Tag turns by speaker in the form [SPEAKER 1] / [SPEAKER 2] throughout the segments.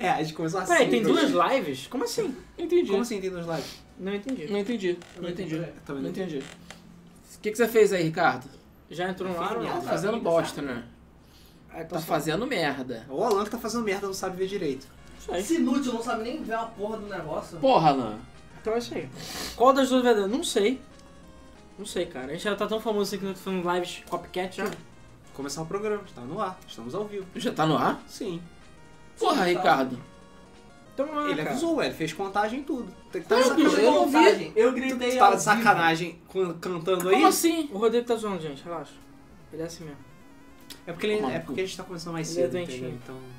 [SPEAKER 1] É, a gente começou assim.
[SPEAKER 2] Peraí, tem
[SPEAKER 1] dois-
[SPEAKER 2] duas lives? Como assim?
[SPEAKER 3] Entendi.
[SPEAKER 1] Como assim tem duas lives?
[SPEAKER 2] Não entendi.
[SPEAKER 3] Não entendi. Não
[SPEAKER 1] Não
[SPEAKER 3] entendi.
[SPEAKER 1] entendi. Também não
[SPEAKER 3] Não entendi. O que, que você fez aí, Ricardo?
[SPEAKER 2] Já entrou no ar ou
[SPEAKER 3] Tá
[SPEAKER 2] não?
[SPEAKER 3] fazendo bosta, né? Tá fazendo merda.
[SPEAKER 1] O Alan que tá fazendo merda, não sabe ver direito.
[SPEAKER 2] Isso aí.
[SPEAKER 4] Esse inútil não sabe nem ver a porra do negócio.
[SPEAKER 3] Porra, Alan.
[SPEAKER 2] Então é isso aí. Qual das duas verdadeiras? Não sei. Não sei, cara. A gente já tá tão famoso assim que não tá fazendo lives copycat já.
[SPEAKER 1] Começar o programa, está no ar, estamos ao vivo.
[SPEAKER 3] Já tá no ar?
[SPEAKER 1] Sim.
[SPEAKER 3] Porra,
[SPEAKER 4] Sim, tá.
[SPEAKER 3] Ricardo.
[SPEAKER 2] Então vamos lá,
[SPEAKER 1] Ele é
[SPEAKER 2] cara.
[SPEAKER 1] avisou, ele fez contagem e tudo. Tem que Ah, tá
[SPEAKER 3] Não,
[SPEAKER 1] de
[SPEAKER 3] bicho,
[SPEAKER 1] sacanagem.
[SPEAKER 3] eu não vi.
[SPEAKER 4] Eu gritei
[SPEAKER 1] Tu tá
[SPEAKER 4] ao
[SPEAKER 1] de sacanagem can- cantando aí?
[SPEAKER 3] Como assim?
[SPEAKER 2] O Rodrigo tá zoando, gente. Relaxa. Ele é assim mesmo.
[SPEAKER 1] É porque, ele,
[SPEAKER 3] Toma
[SPEAKER 1] é
[SPEAKER 3] no cu.
[SPEAKER 1] porque a gente tá começando mais
[SPEAKER 2] Ele é
[SPEAKER 1] cedo, entendeu?
[SPEAKER 2] doentinho.
[SPEAKER 1] Então.
[SPEAKER 4] vivo.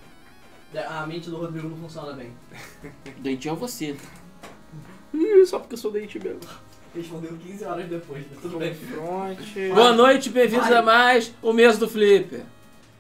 [SPEAKER 4] É, A mente do Rodrigo não funciona bem.
[SPEAKER 3] Doentinho é você. Ih, só porque eu sou doente mesmo.
[SPEAKER 4] Respondeu 15 horas depois, mas tudo bem.
[SPEAKER 2] Confronte.
[SPEAKER 3] Boa noite, bem-vindos
[SPEAKER 4] Vai.
[SPEAKER 3] a mais o mês do Flipper.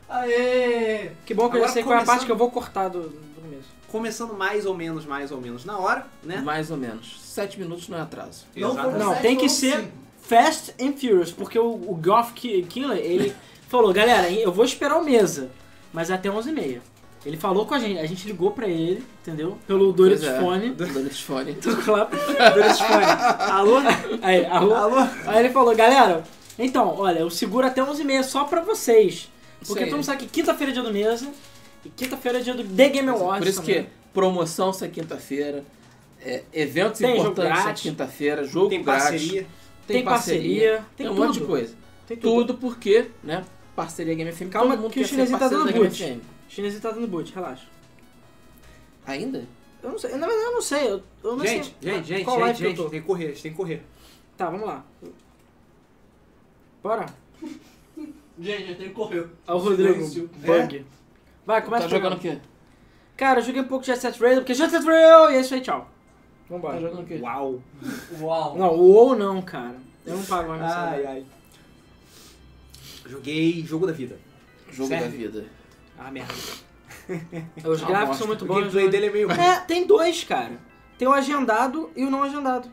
[SPEAKER 4] Aê!
[SPEAKER 2] Que bom que eu já
[SPEAKER 1] Agora
[SPEAKER 2] sei qual é a parte
[SPEAKER 1] começando-
[SPEAKER 2] que eu vou cortar do, do começo.
[SPEAKER 1] Começando mais ou menos, mais ou menos na hora, né?
[SPEAKER 3] Mais ou menos. Sete minutos não é atraso.
[SPEAKER 4] Não,
[SPEAKER 1] Exatamente.
[SPEAKER 4] foram
[SPEAKER 2] Não,
[SPEAKER 4] sete,
[SPEAKER 2] tem que
[SPEAKER 4] foram
[SPEAKER 2] ser-
[SPEAKER 4] cinco.
[SPEAKER 2] Fast and Furious, porque o, o Goff Ki- Killer, ele falou, galera, eu vou esperar o mesa, mas é até 11h30. Ele falou com a gente, a gente ligou pra ele, entendeu? Pelo Doritos
[SPEAKER 3] Pois é.
[SPEAKER 2] Fone.
[SPEAKER 3] Doritos Fone.
[SPEAKER 2] Tô lá, Doritos Fone. Alô? Aí, alô?
[SPEAKER 1] Alô?
[SPEAKER 2] Aí ele falou, galera, então, olha, eu seguro até 11h30 só pra vocês. Porque
[SPEAKER 3] Isso aí.
[SPEAKER 2] todo mundo sabe que quinta-feira é dia do mesa, e quinta-feira é dia do The Game Awards
[SPEAKER 3] Por isso que
[SPEAKER 2] também.
[SPEAKER 3] promoção essa quinta-feira, é, eventos
[SPEAKER 2] Tem jogo
[SPEAKER 3] importantes essa
[SPEAKER 2] grátis.
[SPEAKER 3] quinta-feira, jogo
[SPEAKER 1] Tem
[SPEAKER 3] grátis,
[SPEAKER 1] parceria.
[SPEAKER 2] tem parceria, tem
[SPEAKER 3] um
[SPEAKER 2] tudo.
[SPEAKER 3] monte de coisa.
[SPEAKER 2] Tem tudo.
[SPEAKER 3] Tudo porque, né, parceria Game FM.
[SPEAKER 2] Calma
[SPEAKER 3] todo mundo
[SPEAKER 2] que o
[SPEAKER 3] quer ser
[SPEAKER 2] chinesinho tá
[SPEAKER 3] parceiro
[SPEAKER 2] dando
[SPEAKER 3] da Game
[SPEAKER 2] boot.
[SPEAKER 3] FM.
[SPEAKER 2] O chinesinho tá dando boot, relaxa.
[SPEAKER 3] Ainda?
[SPEAKER 2] Eu não sei, na verdade eu não sei, eu, eu não
[SPEAKER 1] Gente,
[SPEAKER 2] sei
[SPEAKER 1] gente, gente,
[SPEAKER 2] assim? qual
[SPEAKER 1] gente,
[SPEAKER 2] live
[SPEAKER 1] gente,
[SPEAKER 2] que eu tô.
[SPEAKER 1] tem que correr, a gente tem que correr.
[SPEAKER 2] Tá, vamos lá. Bora.
[SPEAKER 4] Gente, eu tenho que correr.
[SPEAKER 2] Ó, o Rodrigo.
[SPEAKER 4] Silêncio.
[SPEAKER 2] Bug. Vai, começa
[SPEAKER 3] É? tá jogando o
[SPEAKER 2] aqui.
[SPEAKER 3] quê?
[SPEAKER 2] Cara, eu joguei um pouco de Jet Set Radio, porque Jet Set Radio... E é isso aí, tchau.
[SPEAKER 3] Tá
[SPEAKER 2] Vambora.
[SPEAKER 3] jogando o quê?
[SPEAKER 1] Uau.
[SPEAKER 4] Uau.
[SPEAKER 2] não, o ou não, cara. Eu não pago mais nessa
[SPEAKER 1] Ai,
[SPEAKER 2] merda.
[SPEAKER 1] ai. Joguei jogo da vida.
[SPEAKER 3] Jogo
[SPEAKER 1] Serve.
[SPEAKER 3] da vida.
[SPEAKER 1] Ah, merda.
[SPEAKER 2] Os gráficos
[SPEAKER 3] Tá bosta.
[SPEAKER 2] são muito
[SPEAKER 1] O
[SPEAKER 2] bons.
[SPEAKER 1] gameplay dele é meio ruim.
[SPEAKER 2] É, tem dois, cara. Tem o agendado e o não agendado.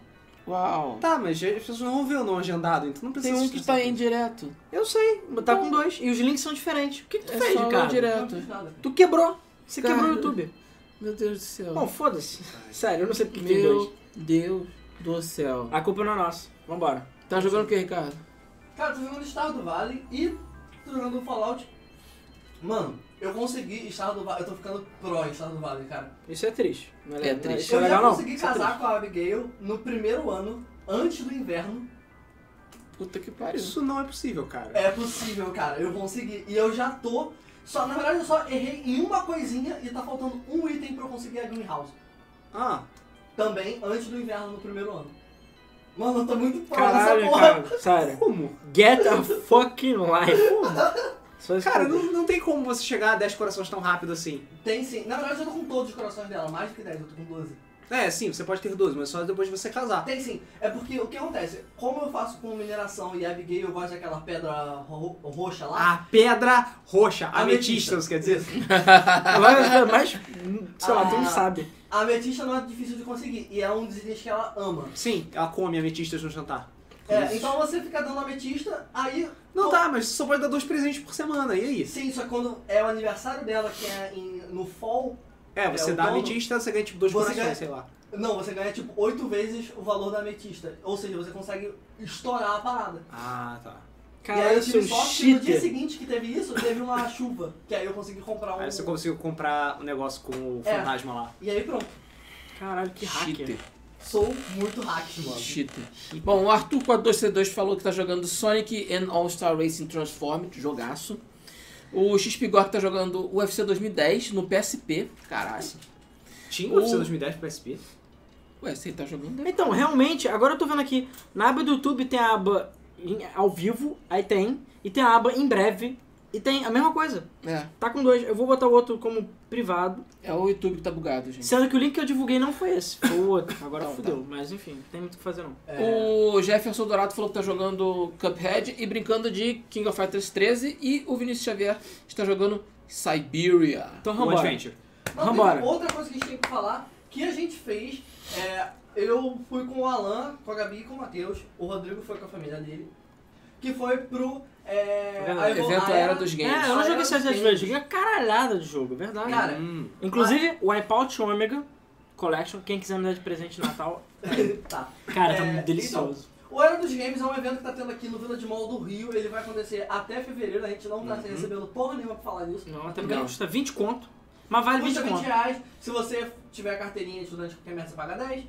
[SPEAKER 3] Uau.
[SPEAKER 1] Tá, mas as pessoas não vão ver o não agendado, então não precisa
[SPEAKER 3] Tem um
[SPEAKER 1] se
[SPEAKER 3] que
[SPEAKER 1] estressar
[SPEAKER 3] tá
[SPEAKER 1] com
[SPEAKER 3] em
[SPEAKER 1] isso.
[SPEAKER 3] direto.
[SPEAKER 2] Eu sei, mas tá com dois. E os links são diferentes. O que, que tu
[SPEAKER 3] É
[SPEAKER 2] fez,
[SPEAKER 3] só
[SPEAKER 2] cara?
[SPEAKER 4] Não
[SPEAKER 3] direto.
[SPEAKER 4] fiz nada. cara.
[SPEAKER 2] Tu quebrou. Você
[SPEAKER 3] Cara.
[SPEAKER 2] quebrou o YouTube.
[SPEAKER 3] Meu Deus do céu.
[SPEAKER 2] Bom, foda-se. Sério, eu não sei porque que tem dois.
[SPEAKER 3] Meu Deus do céu.
[SPEAKER 2] A culpa não é nossa. Vambora.
[SPEAKER 3] Tá jogando o quê, Ricardo?
[SPEAKER 4] Cara, tô jogando Star do Vale e tô jogando Fallout. Mano, eu consegui Star do Vale. Eu tô ficando pró em Star do Vale, cara.
[SPEAKER 2] Isso é triste. Não
[SPEAKER 3] É
[SPEAKER 2] não
[SPEAKER 3] triste.
[SPEAKER 2] Isso
[SPEAKER 4] Eu
[SPEAKER 2] é legal,
[SPEAKER 4] já
[SPEAKER 2] não.
[SPEAKER 4] consegui
[SPEAKER 2] Isso é
[SPEAKER 4] casar com a Abigail no primeiro ano, antes do inverno.
[SPEAKER 3] Puta que pariu.
[SPEAKER 1] Isso não é possível, cara.
[SPEAKER 4] É possível, cara. Eu consegui. E eu já tô. Só, na verdade, eu só errei em uma coisinha e tá faltando um item pra eu conseguir a Greenhouse.
[SPEAKER 1] Ah,
[SPEAKER 4] Também antes do inverno no primeiro ano. Mano, eu tô muito pró
[SPEAKER 2] Caralho,
[SPEAKER 4] dessa porra.
[SPEAKER 2] cara, sério.
[SPEAKER 1] como?
[SPEAKER 2] Get a fucking life.
[SPEAKER 1] Como?
[SPEAKER 4] É
[SPEAKER 2] Só isso
[SPEAKER 1] Cara,
[SPEAKER 2] que-
[SPEAKER 1] não, não tem como você chegar a 10 corações tão rápido assim.
[SPEAKER 4] Tem sim. Na verdade, eu tô com todos os corações dela, mais do que 10, eu tô com 12.
[SPEAKER 1] É, sim, você pode ter 12, mas só depois de você casar.
[SPEAKER 4] Tem sim. É porque o que acontece? Como eu faço com mineração e Abigail, eu gosto daquela pedra ro- roxa lá.
[SPEAKER 1] A pedra roxa,
[SPEAKER 4] Ametista.
[SPEAKER 1] ametistas, quer dizer.
[SPEAKER 2] Agora, mas, sei lá, tu não
[SPEAKER 4] Ah.
[SPEAKER 2] sabe.
[SPEAKER 4] A ametista não é difícil de conseguir e é um dos itens que ela ama.
[SPEAKER 1] Sim, ela come ametistas no jantar.
[SPEAKER 4] É,
[SPEAKER 3] Isso.
[SPEAKER 4] então você fica dando ametista, aí.
[SPEAKER 1] Não
[SPEAKER 4] Bom,
[SPEAKER 1] tá, mas você só pode dar dois presentes por semana, e é isso.
[SPEAKER 4] Sim, só que quando é o aniversário dela, que é em- no fall,
[SPEAKER 1] É, você
[SPEAKER 4] É, o
[SPEAKER 1] dá
[SPEAKER 4] dono-
[SPEAKER 1] ametista, você ganha tipo dois
[SPEAKER 4] Você
[SPEAKER 1] corações,
[SPEAKER 4] ganha-
[SPEAKER 1] sei lá.
[SPEAKER 4] não, você ganha tipo oito vezes o valor da ametista. Ou seja, você consegue estourar a parada.
[SPEAKER 1] Ah, tá.
[SPEAKER 4] e aí
[SPEAKER 2] Caralho,
[SPEAKER 4] eu
[SPEAKER 2] seu
[SPEAKER 4] tive sorte que
[SPEAKER 2] é um
[SPEAKER 4] no dia
[SPEAKER 2] cheater.
[SPEAKER 4] seguinte que teve isso, teve uma chuva. Que aí eu consegui comprar um.
[SPEAKER 1] Aí você conseguiu comprar o negócio com o
[SPEAKER 4] É.
[SPEAKER 1] fantasma lá.
[SPEAKER 4] E aí pronto.
[SPEAKER 2] Caralho, que hacker.
[SPEAKER 3] Cheater.
[SPEAKER 4] Sou muito hack, mano.
[SPEAKER 3] Cheater. Bom, o Arthur 422 falou que tá jogando Sonic and All-Star Racing Transformed, jogaço. O XPGOR tá jogando UFC 2010 no PSP. Caralho.
[SPEAKER 1] Tinha o
[SPEAKER 3] O-
[SPEAKER 1] UFC 2010 pro PSP?
[SPEAKER 3] Ué, se ele tá jogando. né?
[SPEAKER 2] Então, realmente, agora eu tô vendo aqui, na aba do YouTube tem a aba em- ao vivo, aí tem, e tem a aba em breve, e tem a mesma coisa.
[SPEAKER 3] É.
[SPEAKER 2] Tá com dois, eu vou botar o outro como privado,
[SPEAKER 3] É o YouTube que tá bugado, gente.
[SPEAKER 2] sendo que o link que eu divulguei não foi esse, foi o outro. Agora
[SPEAKER 3] Então,
[SPEAKER 2] fudeu, mas enfim, não tem muito o que fazer não.
[SPEAKER 4] É,
[SPEAKER 3] O Jefferson Dourado falou que tá jogando Cuphead e brincando de King of Fighters 13. E o Vinícius Xavier está jogando Siberia.
[SPEAKER 2] Então,
[SPEAKER 1] O
[SPEAKER 2] vambora.
[SPEAKER 1] Adventure.
[SPEAKER 4] Não,
[SPEAKER 2] Vambora.
[SPEAKER 4] tem outra coisa que a gente tem que falar, que a gente fez, é, eu fui com o Alan, com a Gabi e com o Matheus, o Rodrigo foi com a família dele, que foi pro É,
[SPEAKER 1] Tá vendo?
[SPEAKER 4] a Evol-
[SPEAKER 3] Evento
[SPEAKER 4] a
[SPEAKER 3] Era dos Games.
[SPEAKER 2] É, eu não joguei essas
[SPEAKER 4] Games.
[SPEAKER 2] vezes, joguei a caralhada do jogo, é verdade.
[SPEAKER 4] Cara,
[SPEAKER 1] Hum.
[SPEAKER 2] Inclusive, o Wipeout Omega Collection, quem quiser me dar de presente de Natal,
[SPEAKER 4] Tá.
[SPEAKER 2] cara, tá
[SPEAKER 4] É,
[SPEAKER 2] muito delicioso.
[SPEAKER 4] O Era dos Games é um evento que tá tendo aqui no Village Mall do Rio. Ele vai acontecer até fevereiro. A gente não tá
[SPEAKER 2] Uhum.
[SPEAKER 4] recebendo porra nenhuma pra falar disso.
[SPEAKER 2] Não, até porque
[SPEAKER 3] então. Não.
[SPEAKER 2] ele custa 20 conto, mas vale 20
[SPEAKER 4] Custa 20
[SPEAKER 2] conto.
[SPEAKER 4] reais. Se você tiver carteirinha de estudante que merda, você paga 10.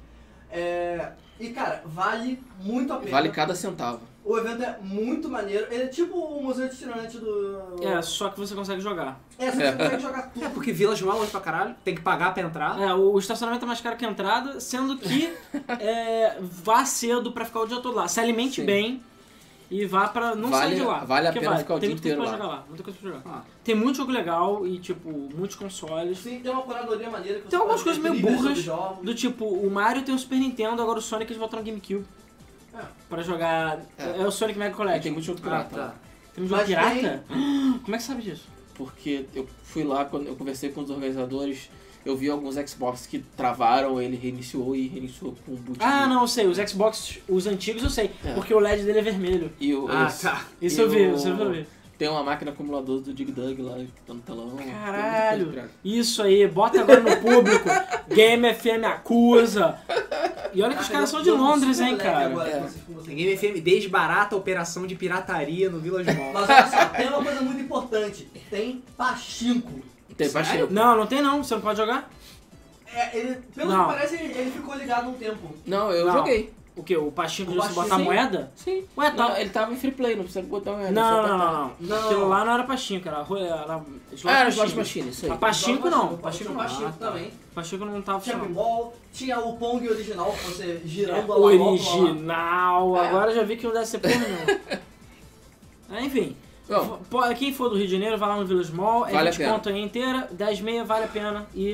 [SPEAKER 4] É, E, cara, vale muito a pena.
[SPEAKER 3] Vale cada centavo.
[SPEAKER 4] O evento é muito maneiro. Ele é tipo o Museu de Itinerante do...
[SPEAKER 2] É, só que você consegue jogar.
[SPEAKER 4] É, só que você consegue jogar tudo.
[SPEAKER 1] É, porque Village Mall é longe pra caralho, tem que pagar pra
[SPEAKER 3] Ah.
[SPEAKER 1] entrar.
[SPEAKER 2] É, o estacionamento é mais caro que a entrada, sendo que é, vá cedo pra ficar o dia todo lá. Se alimente
[SPEAKER 3] Sim.
[SPEAKER 2] bem e vá pra não
[SPEAKER 3] Vale-
[SPEAKER 2] sair de lá.
[SPEAKER 3] vale a
[SPEAKER 2] porque
[SPEAKER 3] pena ficar o
[SPEAKER 2] tem
[SPEAKER 3] dia
[SPEAKER 2] muita coisa
[SPEAKER 3] inteiro
[SPEAKER 2] pra
[SPEAKER 3] lá.
[SPEAKER 2] jogar lá. Muita coisa pra jogar.
[SPEAKER 1] Ah.
[SPEAKER 2] Tem muito jogo legal e, tipo, muitos consoles.
[SPEAKER 4] Sim, tem uma curadoria maneira. Que você um
[SPEAKER 2] Tem algumas
[SPEAKER 4] pode
[SPEAKER 2] coisas meio
[SPEAKER 4] ver sobre
[SPEAKER 2] burras,
[SPEAKER 4] jogos.
[SPEAKER 2] do tipo, o Mario tem o Super Nintendo, agora o Sonic eles voltaram no GameCube.
[SPEAKER 4] É.
[SPEAKER 2] Pra jogar. É.
[SPEAKER 3] É.
[SPEAKER 2] o Sonic Mega
[SPEAKER 3] Aí
[SPEAKER 2] Collection.
[SPEAKER 3] tem muito jogo
[SPEAKER 1] Ah,
[SPEAKER 3] pirata. lá.
[SPEAKER 1] tá.
[SPEAKER 2] Tem um jogo
[SPEAKER 4] Mas
[SPEAKER 2] pirata? Como é que sabe disso?
[SPEAKER 3] Porque eu fui lá, quando eu conversei com os organizadores, eu vi alguns Xbox que travaram, ele reiniciou e reiniciou com o boot.
[SPEAKER 2] Ah, não, eu sei. Os Xbox, os antigos eu sei.
[SPEAKER 3] É.
[SPEAKER 2] Porque o LED dele é vermelho.
[SPEAKER 3] E o,
[SPEAKER 1] Ah,
[SPEAKER 3] esse-
[SPEAKER 1] tá.
[SPEAKER 2] Isso
[SPEAKER 3] E
[SPEAKER 2] eu vi,
[SPEAKER 3] o-
[SPEAKER 2] isso eu vi.
[SPEAKER 3] Tem uma máquina acumuladora do Dig Dug lá, que tá no telão. tem muita coisa
[SPEAKER 2] Caralho.
[SPEAKER 3] pirata.
[SPEAKER 2] Isso aí, bota agora no público. Game FM acusa. E olha que os caras são de
[SPEAKER 4] Ah, eu tô
[SPEAKER 2] Londres,
[SPEAKER 4] super
[SPEAKER 2] hein,
[SPEAKER 4] leve
[SPEAKER 2] cara.
[SPEAKER 4] agora
[SPEAKER 3] É.
[SPEAKER 4] com vocês- com vocês.
[SPEAKER 1] Tem Game FM desbarata a operação de pirataria no Village Mall.
[SPEAKER 4] Mas olha só, tem uma coisa muito importante. Tem pachinko.
[SPEAKER 3] Tem um
[SPEAKER 1] Sério?
[SPEAKER 3] baixinho.
[SPEAKER 2] Não, não tem não. Você não pode jogar?
[SPEAKER 4] É, ele, pelo
[SPEAKER 2] Não.
[SPEAKER 4] que parece, ele, ele ficou ligado um tempo.
[SPEAKER 3] Não, eu
[SPEAKER 2] Não.
[SPEAKER 3] joguei.
[SPEAKER 2] O quê? O Pachinko
[SPEAKER 4] O
[SPEAKER 2] de você
[SPEAKER 4] Pachinko,
[SPEAKER 2] botar
[SPEAKER 4] sim.
[SPEAKER 2] moeda?
[SPEAKER 3] Sim.
[SPEAKER 2] Ué, tá.
[SPEAKER 3] Não, ele tava em free play, não precisa botar um
[SPEAKER 2] Não,
[SPEAKER 3] real, só
[SPEAKER 2] não, não,
[SPEAKER 3] apertar.
[SPEAKER 2] não,
[SPEAKER 4] Não.
[SPEAKER 2] Aquilo lá não era Pachinko, era. ro- era slot
[SPEAKER 3] Ah, era
[SPEAKER 2] machine.
[SPEAKER 3] slot machine, isso aí.
[SPEAKER 2] A Pachinko não.
[SPEAKER 4] Pachinko
[SPEAKER 2] Pachinko
[SPEAKER 4] tinha
[SPEAKER 2] não.
[SPEAKER 4] pachinko
[SPEAKER 1] Ah, tá.
[SPEAKER 4] também.
[SPEAKER 2] Pachinko não É, tava
[SPEAKER 4] Tinha
[SPEAKER 2] funcionando.
[SPEAKER 4] pinball, tinha o Pong original, que você girando a lá, volta lá.
[SPEAKER 2] Original!
[SPEAKER 3] É.
[SPEAKER 2] Agora eu já vi que não deve ser porra nenhuma. É, Enfim,
[SPEAKER 3] Bom,
[SPEAKER 2] po- quem for do Rio de Janeiro, vai lá no Village Mall, é
[SPEAKER 3] Vale a
[SPEAKER 2] 20
[SPEAKER 3] pena.
[SPEAKER 2] conto aí inteira, 10 meia vale a pena e,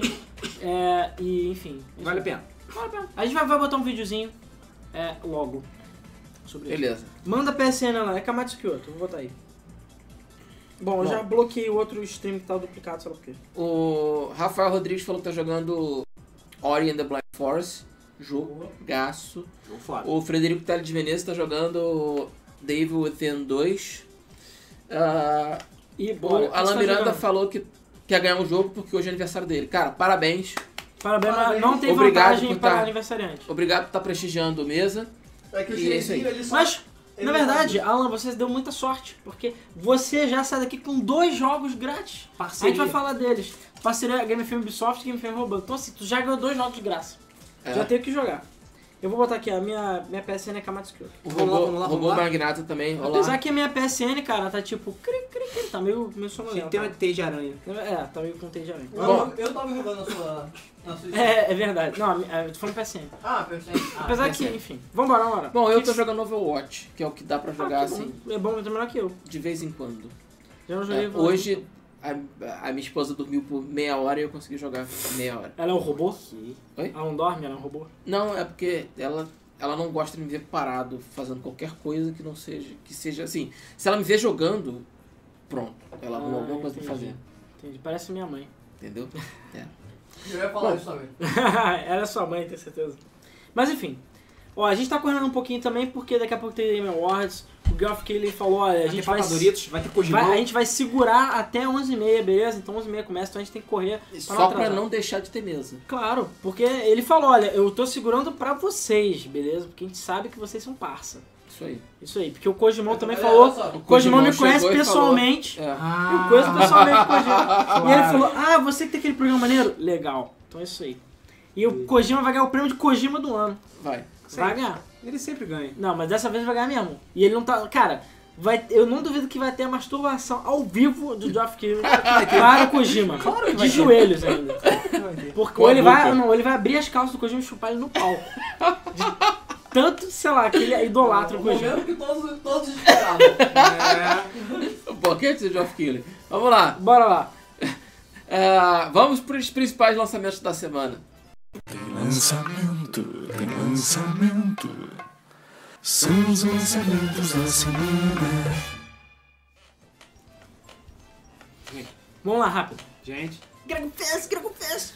[SPEAKER 2] é, e enfim.
[SPEAKER 1] Vale a pena.
[SPEAKER 2] Vale a pena. A gente vai, vai botar um videozinho é, logo sobre isso.
[SPEAKER 3] beleza.
[SPEAKER 2] Manda PSN lá, é Kamatsu Kyoto, vou botar aí. Bom, eu
[SPEAKER 3] Bom.
[SPEAKER 2] já bloqueei o outro stream que tava duplicado, sei lá por quê.
[SPEAKER 3] O Rafael Rodrigues falou que tá jogando Ori and the Blind Forest. Jogaço.
[SPEAKER 1] Jogo Então, foda.
[SPEAKER 3] O Frederico Tale de Veneza tá jogando Devil Within 2. Ah,
[SPEAKER 2] E
[SPEAKER 3] o
[SPEAKER 2] bora.
[SPEAKER 3] Alan
[SPEAKER 2] Você tá
[SPEAKER 3] Miranda
[SPEAKER 2] jogando?
[SPEAKER 3] falou que quer ganhar um jogo porque hoje é aniversário dele. Cara, parabéns.
[SPEAKER 2] Parabéns, mas
[SPEAKER 4] Parabéns.
[SPEAKER 2] não tem
[SPEAKER 3] Obrigado
[SPEAKER 2] vantagem
[SPEAKER 3] por
[SPEAKER 2] para
[SPEAKER 3] tá-
[SPEAKER 2] aniversariante.
[SPEAKER 3] Obrigado por estar prestigiando o mesa.
[SPEAKER 4] É que o
[SPEAKER 3] E é isso aí.
[SPEAKER 4] chinesinho, ele só...
[SPEAKER 2] Mas,
[SPEAKER 4] ele
[SPEAKER 2] na
[SPEAKER 4] não
[SPEAKER 2] verdade,
[SPEAKER 4] sabe.
[SPEAKER 2] Alan, você deu muita sorte, porque você já sai daqui com dois jogos grátis. A gente
[SPEAKER 1] Parceria.
[SPEAKER 2] vai falar deles. Parceria Game Film Ubisoft e Game Film Roban. Então, assim, tu já ganhou dois jogos de graça.
[SPEAKER 3] É.
[SPEAKER 2] Já tem o que jogar. Eu vou botar aqui, a minha, minha PSN é Kamatsu Kyoto.
[SPEAKER 3] O
[SPEAKER 1] Vamos lá,
[SPEAKER 3] robô,
[SPEAKER 1] vamos lá,
[SPEAKER 3] robô
[SPEAKER 1] vamos lá.
[SPEAKER 3] Magnata também. Olá.
[SPEAKER 2] Apesar que a minha PSN, cara, tá tipo... Cri, cri, cri, tá meio, meio tá?
[SPEAKER 1] Tem
[SPEAKER 2] sonolenta.
[SPEAKER 1] tem uma teia de aranha.
[SPEAKER 2] É, tá meio com TJ.
[SPEAKER 4] Não, eu, eu tava jogando na sua... Na sua
[SPEAKER 2] É, é verdade. Não, a minha- eu tô falando PSN.
[SPEAKER 4] Ah, perfeito. Ah,
[SPEAKER 2] Apesar que,
[SPEAKER 3] PSN.
[SPEAKER 2] enfim. Vambora, vambora.
[SPEAKER 3] Bom, eu
[SPEAKER 2] Que
[SPEAKER 3] tô
[SPEAKER 2] que-
[SPEAKER 3] jogando Overwatch, que é o que dá pra
[SPEAKER 2] Ah,
[SPEAKER 3] jogar
[SPEAKER 2] que bom.
[SPEAKER 3] assim
[SPEAKER 2] É bom, mas é melhor que eu.
[SPEAKER 3] de vez em quando.
[SPEAKER 2] Já não joguei
[SPEAKER 3] É,
[SPEAKER 2] Valorant.
[SPEAKER 3] hoje a, a minha esposa dormiu por meia hora e eu consegui jogar por meia hora.
[SPEAKER 2] Ela é um robô?
[SPEAKER 1] Que-
[SPEAKER 2] Ela não dorme, ela é um robô.
[SPEAKER 3] Não, é porque ela, ela não gosta de me ver parado fazendo qualquer coisa que não seja que seja assim. Se ela me ver jogando, pronto, ela arruma
[SPEAKER 2] Ah,
[SPEAKER 3] alguma coisa pra
[SPEAKER 2] entendi.
[SPEAKER 3] fazer,
[SPEAKER 2] Entendi. Parece minha mãe.
[SPEAKER 3] entendeu?
[SPEAKER 4] Eu ia falar isso também.
[SPEAKER 2] ela é sua mãe, tenho certeza. Mas enfim. Ó, a gente tá correndo um pouquinho também, porque daqui a pouco tem Game Awards. O Geoff Keighley falou, olha, a
[SPEAKER 1] Vai
[SPEAKER 2] gente
[SPEAKER 1] ter
[SPEAKER 2] vai...
[SPEAKER 1] Papa Doritos, vai ter Kojimão.
[SPEAKER 2] vai- a gente vai segurar até 11h30, beleza? Então 11h30 começa, então a gente tem que correr.
[SPEAKER 3] Só pra
[SPEAKER 2] atrasar.
[SPEAKER 3] não deixar de ter mesa.
[SPEAKER 2] Claro, porque ele falou, olha, eu tô segurando pra vocês, beleza? Porque a gente sabe que vocês são parça.
[SPEAKER 3] Isso aí.
[SPEAKER 2] Isso aí, porque o Kojimão também
[SPEAKER 4] É, Olha
[SPEAKER 2] falou...
[SPEAKER 4] só,
[SPEAKER 2] O Kojimão me
[SPEAKER 3] chegou
[SPEAKER 2] conhece
[SPEAKER 3] e falou-
[SPEAKER 2] pessoalmente.
[SPEAKER 3] É.
[SPEAKER 1] Ah,
[SPEAKER 2] Eu conheço pessoalmente o Kojima. E ele
[SPEAKER 1] Claro.
[SPEAKER 2] falou, ah, você que tem aquele programa maneiro? Legal. Então é isso aí. E o Kojima vai ganhar o prêmio de Kojima do ano.
[SPEAKER 3] Vai.
[SPEAKER 2] Vai ganhar.
[SPEAKER 1] Ele sempre ganha.
[SPEAKER 2] Não, mas dessa vez vai ganhar mesmo. E ele não tá... Cara, vai, eu não duvido que vai ter a masturbação ao vivo do Geoff Keighley para o Kojima. de joelhos ainda. Porque
[SPEAKER 3] Com
[SPEAKER 2] ou
[SPEAKER 3] a
[SPEAKER 2] ele vai,
[SPEAKER 3] boca.
[SPEAKER 2] não, ele vai abrir as calças do Kojima e chupar ele no pau. De tanto, sei lá, que ele é idolatra o
[SPEAKER 4] O
[SPEAKER 2] Kojima.
[SPEAKER 4] momento que todos, todos esperavam.
[SPEAKER 1] É.
[SPEAKER 3] O boquete Um de Geoff Keighley. Vamos lá.
[SPEAKER 2] Bora lá.
[SPEAKER 3] É, vamos pros principais lançamentos da semana.
[SPEAKER 5] Tem lançamento, tem lançamento. São os lançamentos da semana.
[SPEAKER 2] Vamos lá, rápido.
[SPEAKER 1] Gente,
[SPEAKER 2] Grego Fest, Grego Fest.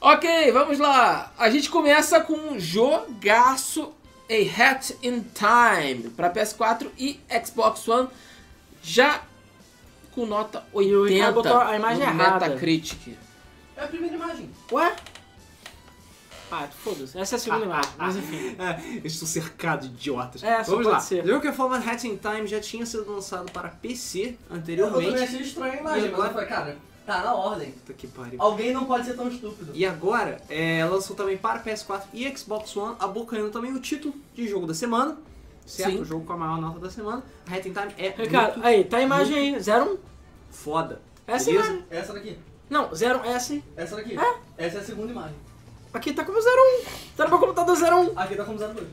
[SPEAKER 3] Ok, vamos lá. A gente começa com um jogaço A Hat in Time para PS4 e Xbox One. Já com nota
[SPEAKER 2] E o
[SPEAKER 3] 80
[SPEAKER 2] Ricardo botou a imagem
[SPEAKER 3] no
[SPEAKER 2] errada.
[SPEAKER 3] Metacritic.
[SPEAKER 4] É a primeira imagem.
[SPEAKER 2] Ué? Ah, foda-se. Essa é a segunda imagem, mas enfim.
[SPEAKER 1] É, estou cercado de idiotas.
[SPEAKER 2] É, só
[SPEAKER 1] Vamos
[SPEAKER 2] pode
[SPEAKER 1] lá.
[SPEAKER 2] ser.
[SPEAKER 1] O jogo que eu falo Manhattan in Time já tinha sido lançado para PC
[SPEAKER 4] Eu também
[SPEAKER 1] anteriormente.
[SPEAKER 4] achei estranha a imagem, mas eu falei, cara, tá na ordem.
[SPEAKER 1] Puta que pariu.
[SPEAKER 4] Alguém não pode ser tão estúpido.
[SPEAKER 1] E agora, é, lançou também para PS4 e Xbox One, abocanhando também o título de jogo da semana. Certo?
[SPEAKER 3] Sim.
[SPEAKER 1] O jogo com a maior nota da semana. Hat in Time é
[SPEAKER 2] Ricardo,
[SPEAKER 1] muito
[SPEAKER 2] aí, tá a imagem aí. 01?
[SPEAKER 1] foda.
[SPEAKER 2] Essa
[SPEAKER 1] Beleza?
[SPEAKER 2] imagem.
[SPEAKER 4] Essa daqui.
[SPEAKER 2] Não, 01S.
[SPEAKER 4] Essa daqui. Essa é a segunda imagem.
[SPEAKER 2] Aqui tá como 01. Tá no meu computador 01.
[SPEAKER 4] Aqui tá como 02.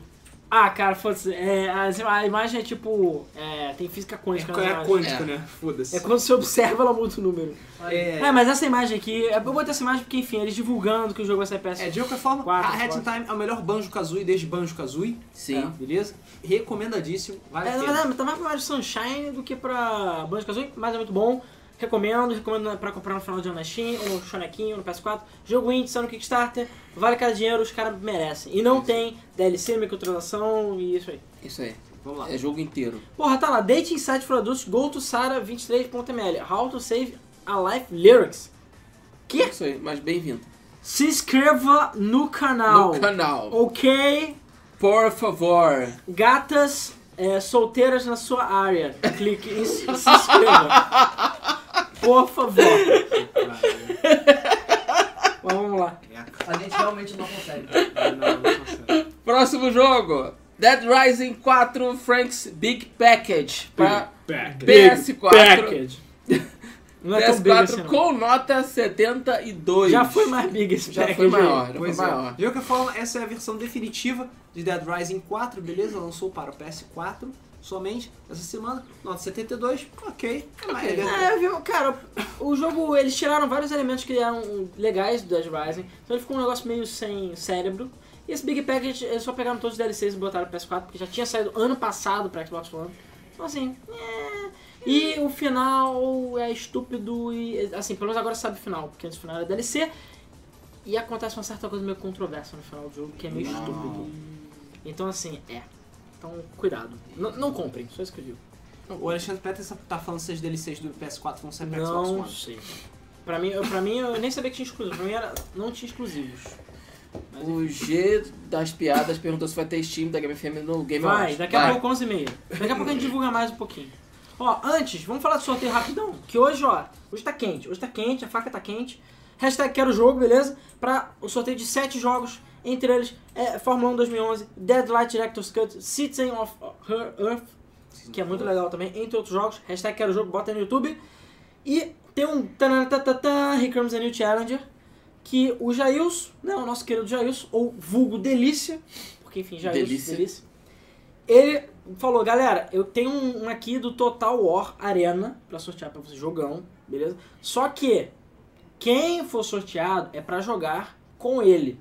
[SPEAKER 2] Ah, cara, foda-se. É, as ima- a imagem é tipo. É, tem física quântica. nas
[SPEAKER 1] É, é
[SPEAKER 2] imagens.
[SPEAKER 1] quântico,
[SPEAKER 3] É.
[SPEAKER 1] né? Foda-se.
[SPEAKER 2] É quando você observa, ela muda o número.
[SPEAKER 4] É.
[SPEAKER 2] É, mas essa imagem aqui, eu botei essa imagem porque, enfim, eles divulgando que o jogo vai sair PS.
[SPEAKER 1] É, de qualquer forma,
[SPEAKER 2] Quatro,
[SPEAKER 1] a Hat in
[SPEAKER 2] quatro.
[SPEAKER 1] Time é o melhor Banjo-Kazooie desde Banjo-Kazooie,
[SPEAKER 3] Sim.
[SPEAKER 1] beleza? Recomendadíssimo, vale
[SPEAKER 2] É,
[SPEAKER 1] a
[SPEAKER 2] na
[SPEAKER 1] pena.
[SPEAKER 2] verdade, tá mais pra mais Sunshine do que pra Banjo Kazooie, mas é muito bom. Recomendo, recomendo pra comprar no final de ano na Steam, ou no Shonequinho, no PS4. Jogo indie, só no Kickstarter. Vale cada dinheiro, os caras merecem. E não tem DLC, microtransação e isso aí.
[SPEAKER 3] Isso aí.
[SPEAKER 1] Vamos lá.
[SPEAKER 3] É jogo inteiro.
[SPEAKER 2] Porra, tá lá. Date Inside for Adults, go to sara23.ml. How to save a life lyrics. Que?
[SPEAKER 3] Isso aí, mas bem-vindo.
[SPEAKER 2] Se inscreva no canal.
[SPEAKER 3] No canal.
[SPEAKER 2] Ok,
[SPEAKER 3] Por favor.
[SPEAKER 2] gatas é, solteiras na sua área. Clique e se se inscreva. Por favor. Mas vamos lá.
[SPEAKER 4] A gente realmente não consegue.
[SPEAKER 1] Não, não consegue.
[SPEAKER 3] Próximo jogo. Dead Rising 4 Frank's Big Package para
[SPEAKER 1] Back.
[SPEAKER 3] PS4.
[SPEAKER 2] Package. Não é tão big assim,
[SPEAKER 3] PS4
[SPEAKER 2] não.
[SPEAKER 3] com nota 72.
[SPEAKER 2] Já foi mais big esse
[SPEAKER 3] Já
[SPEAKER 2] package.
[SPEAKER 3] foi maior, já foi
[SPEAKER 1] Pois é.
[SPEAKER 3] maior.
[SPEAKER 1] De qualquer forma, essa é a versão definitiva de Dead Rising 4, beleza? Lançou para o PS4 somente essa semana. Nota 72, ok. Mas ele é-
[SPEAKER 2] É, viu? Cara, o jogo, eles tiraram vários elementos que eram legais do Dead Rising, então ele ficou um negócio meio sem cérebro. E esse Big Package, eles só pegaram todos os DLCs e botaram no PS4, porque já tinha saído ano passado pra Xbox One. Então assim, é... E o final é estúpido e, assim, pelo menos agora sabe o final, porque antes o final era DLC. E acontece uma certa coisa meio controversa no final do jogo, que é meio
[SPEAKER 3] Não.
[SPEAKER 2] estúpido. Então assim, é. Então, cuidado. N- não comprem, só isso que eu digo.
[SPEAKER 1] O Alexandre Peterson tá falando se as DLCs do PS4 vão sair para Xbox
[SPEAKER 2] Não
[SPEAKER 1] One.
[SPEAKER 2] sei. Pra mim, eu, pra mim, eu nem sabia que tinha exclusivo. Pra mim era, não tinha exclusivos.
[SPEAKER 3] O G das piadas perguntou se vai ter Steam da Game FM no Game
[SPEAKER 2] Vai,
[SPEAKER 3] Awards.
[SPEAKER 2] daqui a pouco 11 e meia. Daqui a pouco a gente divulga mais um pouquinho. Ó, antes, vamos falar do sorteio rapidão. Que hoje, ó, hoje tá quente. Hoje tá quente, a faca tá quente. Hashtag quero jogo, beleza? Pra o sorteio de 7 jogos. Entre eles, é Fórmula 1 2011, Deadlight Director's Cut, Citizen of Her Earth, que é muito legal também, entre outros jogos. Hashtag quero jogo, bota aí no YouTube. E tem um tananatatã, Here Comes a New Challenger, que o Jailson, né, o nosso querido Jailson, ou vulgo Delícia, porque enfim, Jailson, Delícia.
[SPEAKER 3] Delícia.
[SPEAKER 2] ele falou, galera, eu tenho um um aqui do Total War Arena pra sortear pra você, jogão, beleza? Só que quem for sorteado é pra jogar com ele.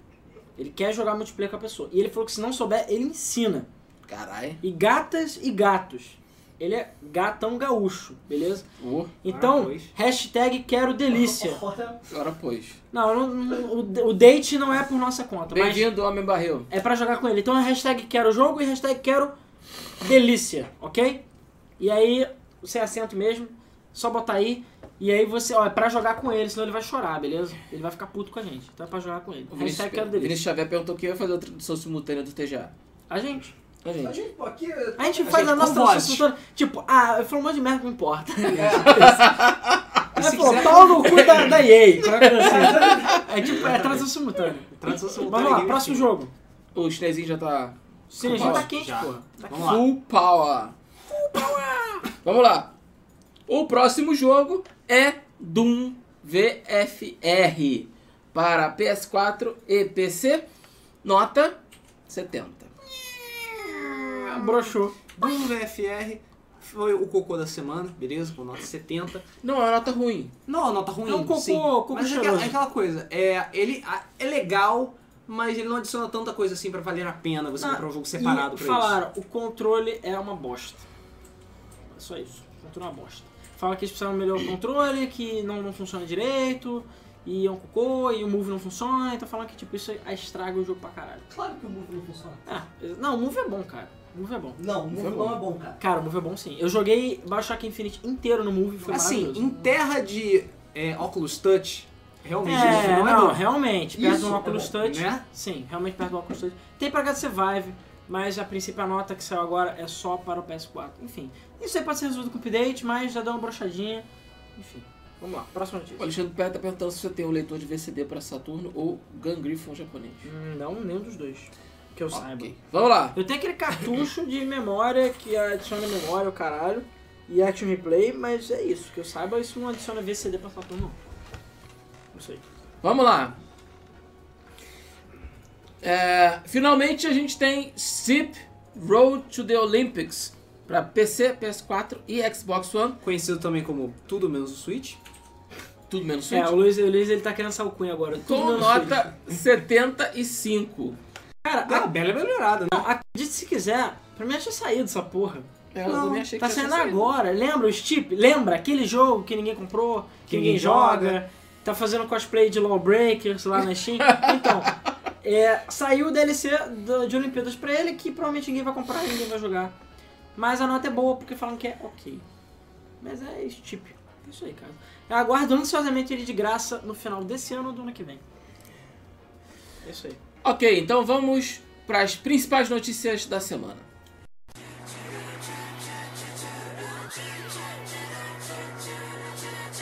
[SPEAKER 2] Ele quer jogar multiplayer com a pessoa. E ele falou que se não souber, ele ensina.
[SPEAKER 3] Caralho.
[SPEAKER 2] E gatas e gatos. Ele é gatão gaúcho, beleza?
[SPEAKER 3] Ô,
[SPEAKER 1] Ah,
[SPEAKER 2] Então,
[SPEAKER 1] pois.
[SPEAKER 2] hashtag quero delícia.
[SPEAKER 4] Olha,
[SPEAKER 3] Agora pois.
[SPEAKER 2] Não, eu não- não- o, o date não é por nossa conta, mas
[SPEAKER 3] Bem-vindo, Homem Barril.
[SPEAKER 2] é pra jogar com ele. Então é hashtag quero jogo e hashtag quero delícia, ok? E aí, você assento mesmo, só botar aí. E aí você, ó, é pra jogar com ele, senão ele vai chorar, beleza? Ele vai ficar puto com a gente. Então é pra jogar com ele.
[SPEAKER 3] O
[SPEAKER 2] Hashtag
[SPEAKER 3] Vinícius,
[SPEAKER 2] quero
[SPEAKER 3] Vinícius
[SPEAKER 2] delícia.
[SPEAKER 3] Xavier perguntou quem vai fazer a tradução simultânea do TGA.
[SPEAKER 2] A gente.
[SPEAKER 3] A
[SPEAKER 4] a
[SPEAKER 3] gente.
[SPEAKER 4] gente, pô, aqui.
[SPEAKER 2] A gente faz
[SPEAKER 1] gente
[SPEAKER 2] a nossa
[SPEAKER 1] com voz.
[SPEAKER 2] tradução Tipo, ah, eu falo um monte de merda, não importa.
[SPEAKER 1] E
[SPEAKER 2] É,
[SPEAKER 1] se
[SPEAKER 2] pô,
[SPEAKER 1] quiser-
[SPEAKER 2] pau no cu da, da EA. qualquer coisa assim. É tipo, é tradução simultânea.
[SPEAKER 1] Tradução simultânea,
[SPEAKER 2] Vamos lá,
[SPEAKER 1] game
[SPEAKER 2] próximo
[SPEAKER 1] assim.
[SPEAKER 2] jogo.
[SPEAKER 3] O chinesinho já tá
[SPEAKER 2] Sim, já tá quente,
[SPEAKER 1] Já.
[SPEAKER 2] porra. Tá
[SPEAKER 1] Vamos lá.
[SPEAKER 3] full power. Vamos lá. O próximo jogo é Doom VFR para PS4 e PC. Nota 70.
[SPEAKER 2] quente. Broxou.
[SPEAKER 1] Doom VFR foi o cocô da semana, beleza? Com nota 70.
[SPEAKER 3] Não é uma nota ruim.
[SPEAKER 1] Não, nota ruim,
[SPEAKER 2] É um cocô-
[SPEAKER 1] sim.
[SPEAKER 2] cocô
[SPEAKER 1] mas é
[SPEAKER 2] cheiroso.
[SPEAKER 1] aquela, é aquela coisa, é, ele a- é legal, mas ele não adiciona tanta coisa assim pra valer a pena você
[SPEAKER 2] Ah,
[SPEAKER 1] comprar um jogo separado
[SPEAKER 2] e
[SPEAKER 1] pra
[SPEAKER 2] falaram, o controle é uma bosta. É só isso. O controle é uma bosta. Fala que eles precisaram melhorar o controle, que não, não funciona direito, e é um cocô, e o move não funciona, então falam que tipo, isso aí estraga o jogo pra caralho.
[SPEAKER 4] Claro que o mundo não funciona.
[SPEAKER 2] Ah, não, o move é bom, cara. Move é bom.
[SPEAKER 4] Não, o Move
[SPEAKER 3] Foi bom.
[SPEAKER 4] não é bom, cara.
[SPEAKER 2] Cara, o Move é bom sim. Eu joguei Bioshock Infinite inteiro no Move, foi
[SPEAKER 1] Assim,
[SPEAKER 2] maravilhoso.
[SPEAKER 1] em terra de é, óculos touch, realmente isso
[SPEAKER 2] É,
[SPEAKER 1] não é
[SPEAKER 2] não,
[SPEAKER 1] bom.
[SPEAKER 2] realmente, perto
[SPEAKER 4] Isso
[SPEAKER 2] do
[SPEAKER 4] é
[SPEAKER 2] Oculus
[SPEAKER 4] bom,
[SPEAKER 2] Touch.
[SPEAKER 1] né?
[SPEAKER 2] Sim, realmente perto do Oculus Touch. Tem pra HTC Vive, mas a princípio a nota que saiu agora é só para o PS4. Enfim, isso aí pode ser resolvido com update, mas já deu uma brochadinha. Enfim, vamos lá, próxima
[SPEAKER 3] O
[SPEAKER 2] notícia.
[SPEAKER 3] Alexandre Pérez tá perguntando se você tem o leitor de VCD para Saturno ou Gangriffon japonês.
[SPEAKER 2] Hum, Não, nenhum dos dois, que eu saiba.
[SPEAKER 3] Ok. Vamos lá.
[SPEAKER 2] Eu tenho aquele cartucho de memória que adiciona memória, o caralho, e Action Replay, mas é isso. Que eu saiba, isso não adiciona VCD pra Saturn, não. Não sei.
[SPEAKER 3] Vamos lá. É, finalmente a gente tem SIP Road to the Olympics para PC, PS4 e Xbox One.
[SPEAKER 1] Conhecido também como tudo menos o Switch.
[SPEAKER 3] Tudo menos Switch.
[SPEAKER 2] É, o Luiz, o Luiz ele tá querendo essa alcunha agora. Tudo
[SPEAKER 3] Com
[SPEAKER 2] menos Switch.
[SPEAKER 3] nota 75.
[SPEAKER 2] Cara,
[SPEAKER 1] Deu uma bela melhorada, né?
[SPEAKER 2] acredite se quiser, pra mim é tinha saído essa porra.
[SPEAKER 3] É,
[SPEAKER 2] Não,
[SPEAKER 3] também achei
[SPEAKER 2] tá
[SPEAKER 3] tinha
[SPEAKER 2] saindo
[SPEAKER 3] saído.
[SPEAKER 2] agora. Lembra o Steep? Lembra aquele jogo que ninguém comprou, que, ninguém joga, Tá fazendo cosplay de Lawbreakers lá na Steam. então, é, saiu o DLC do- de Olimpíadas pra ele, que provavelmente ninguém vai comprar e ninguém vai jogar. Mas a nota é boa, porque falam que é ok. Mas é Steep. É isso aí, cara. Eu aguardo ansiosamente ele de graça no final desse ano ou do ano que vem. É isso aí.
[SPEAKER 3] Ok, então vamos para as principais notícias da semana.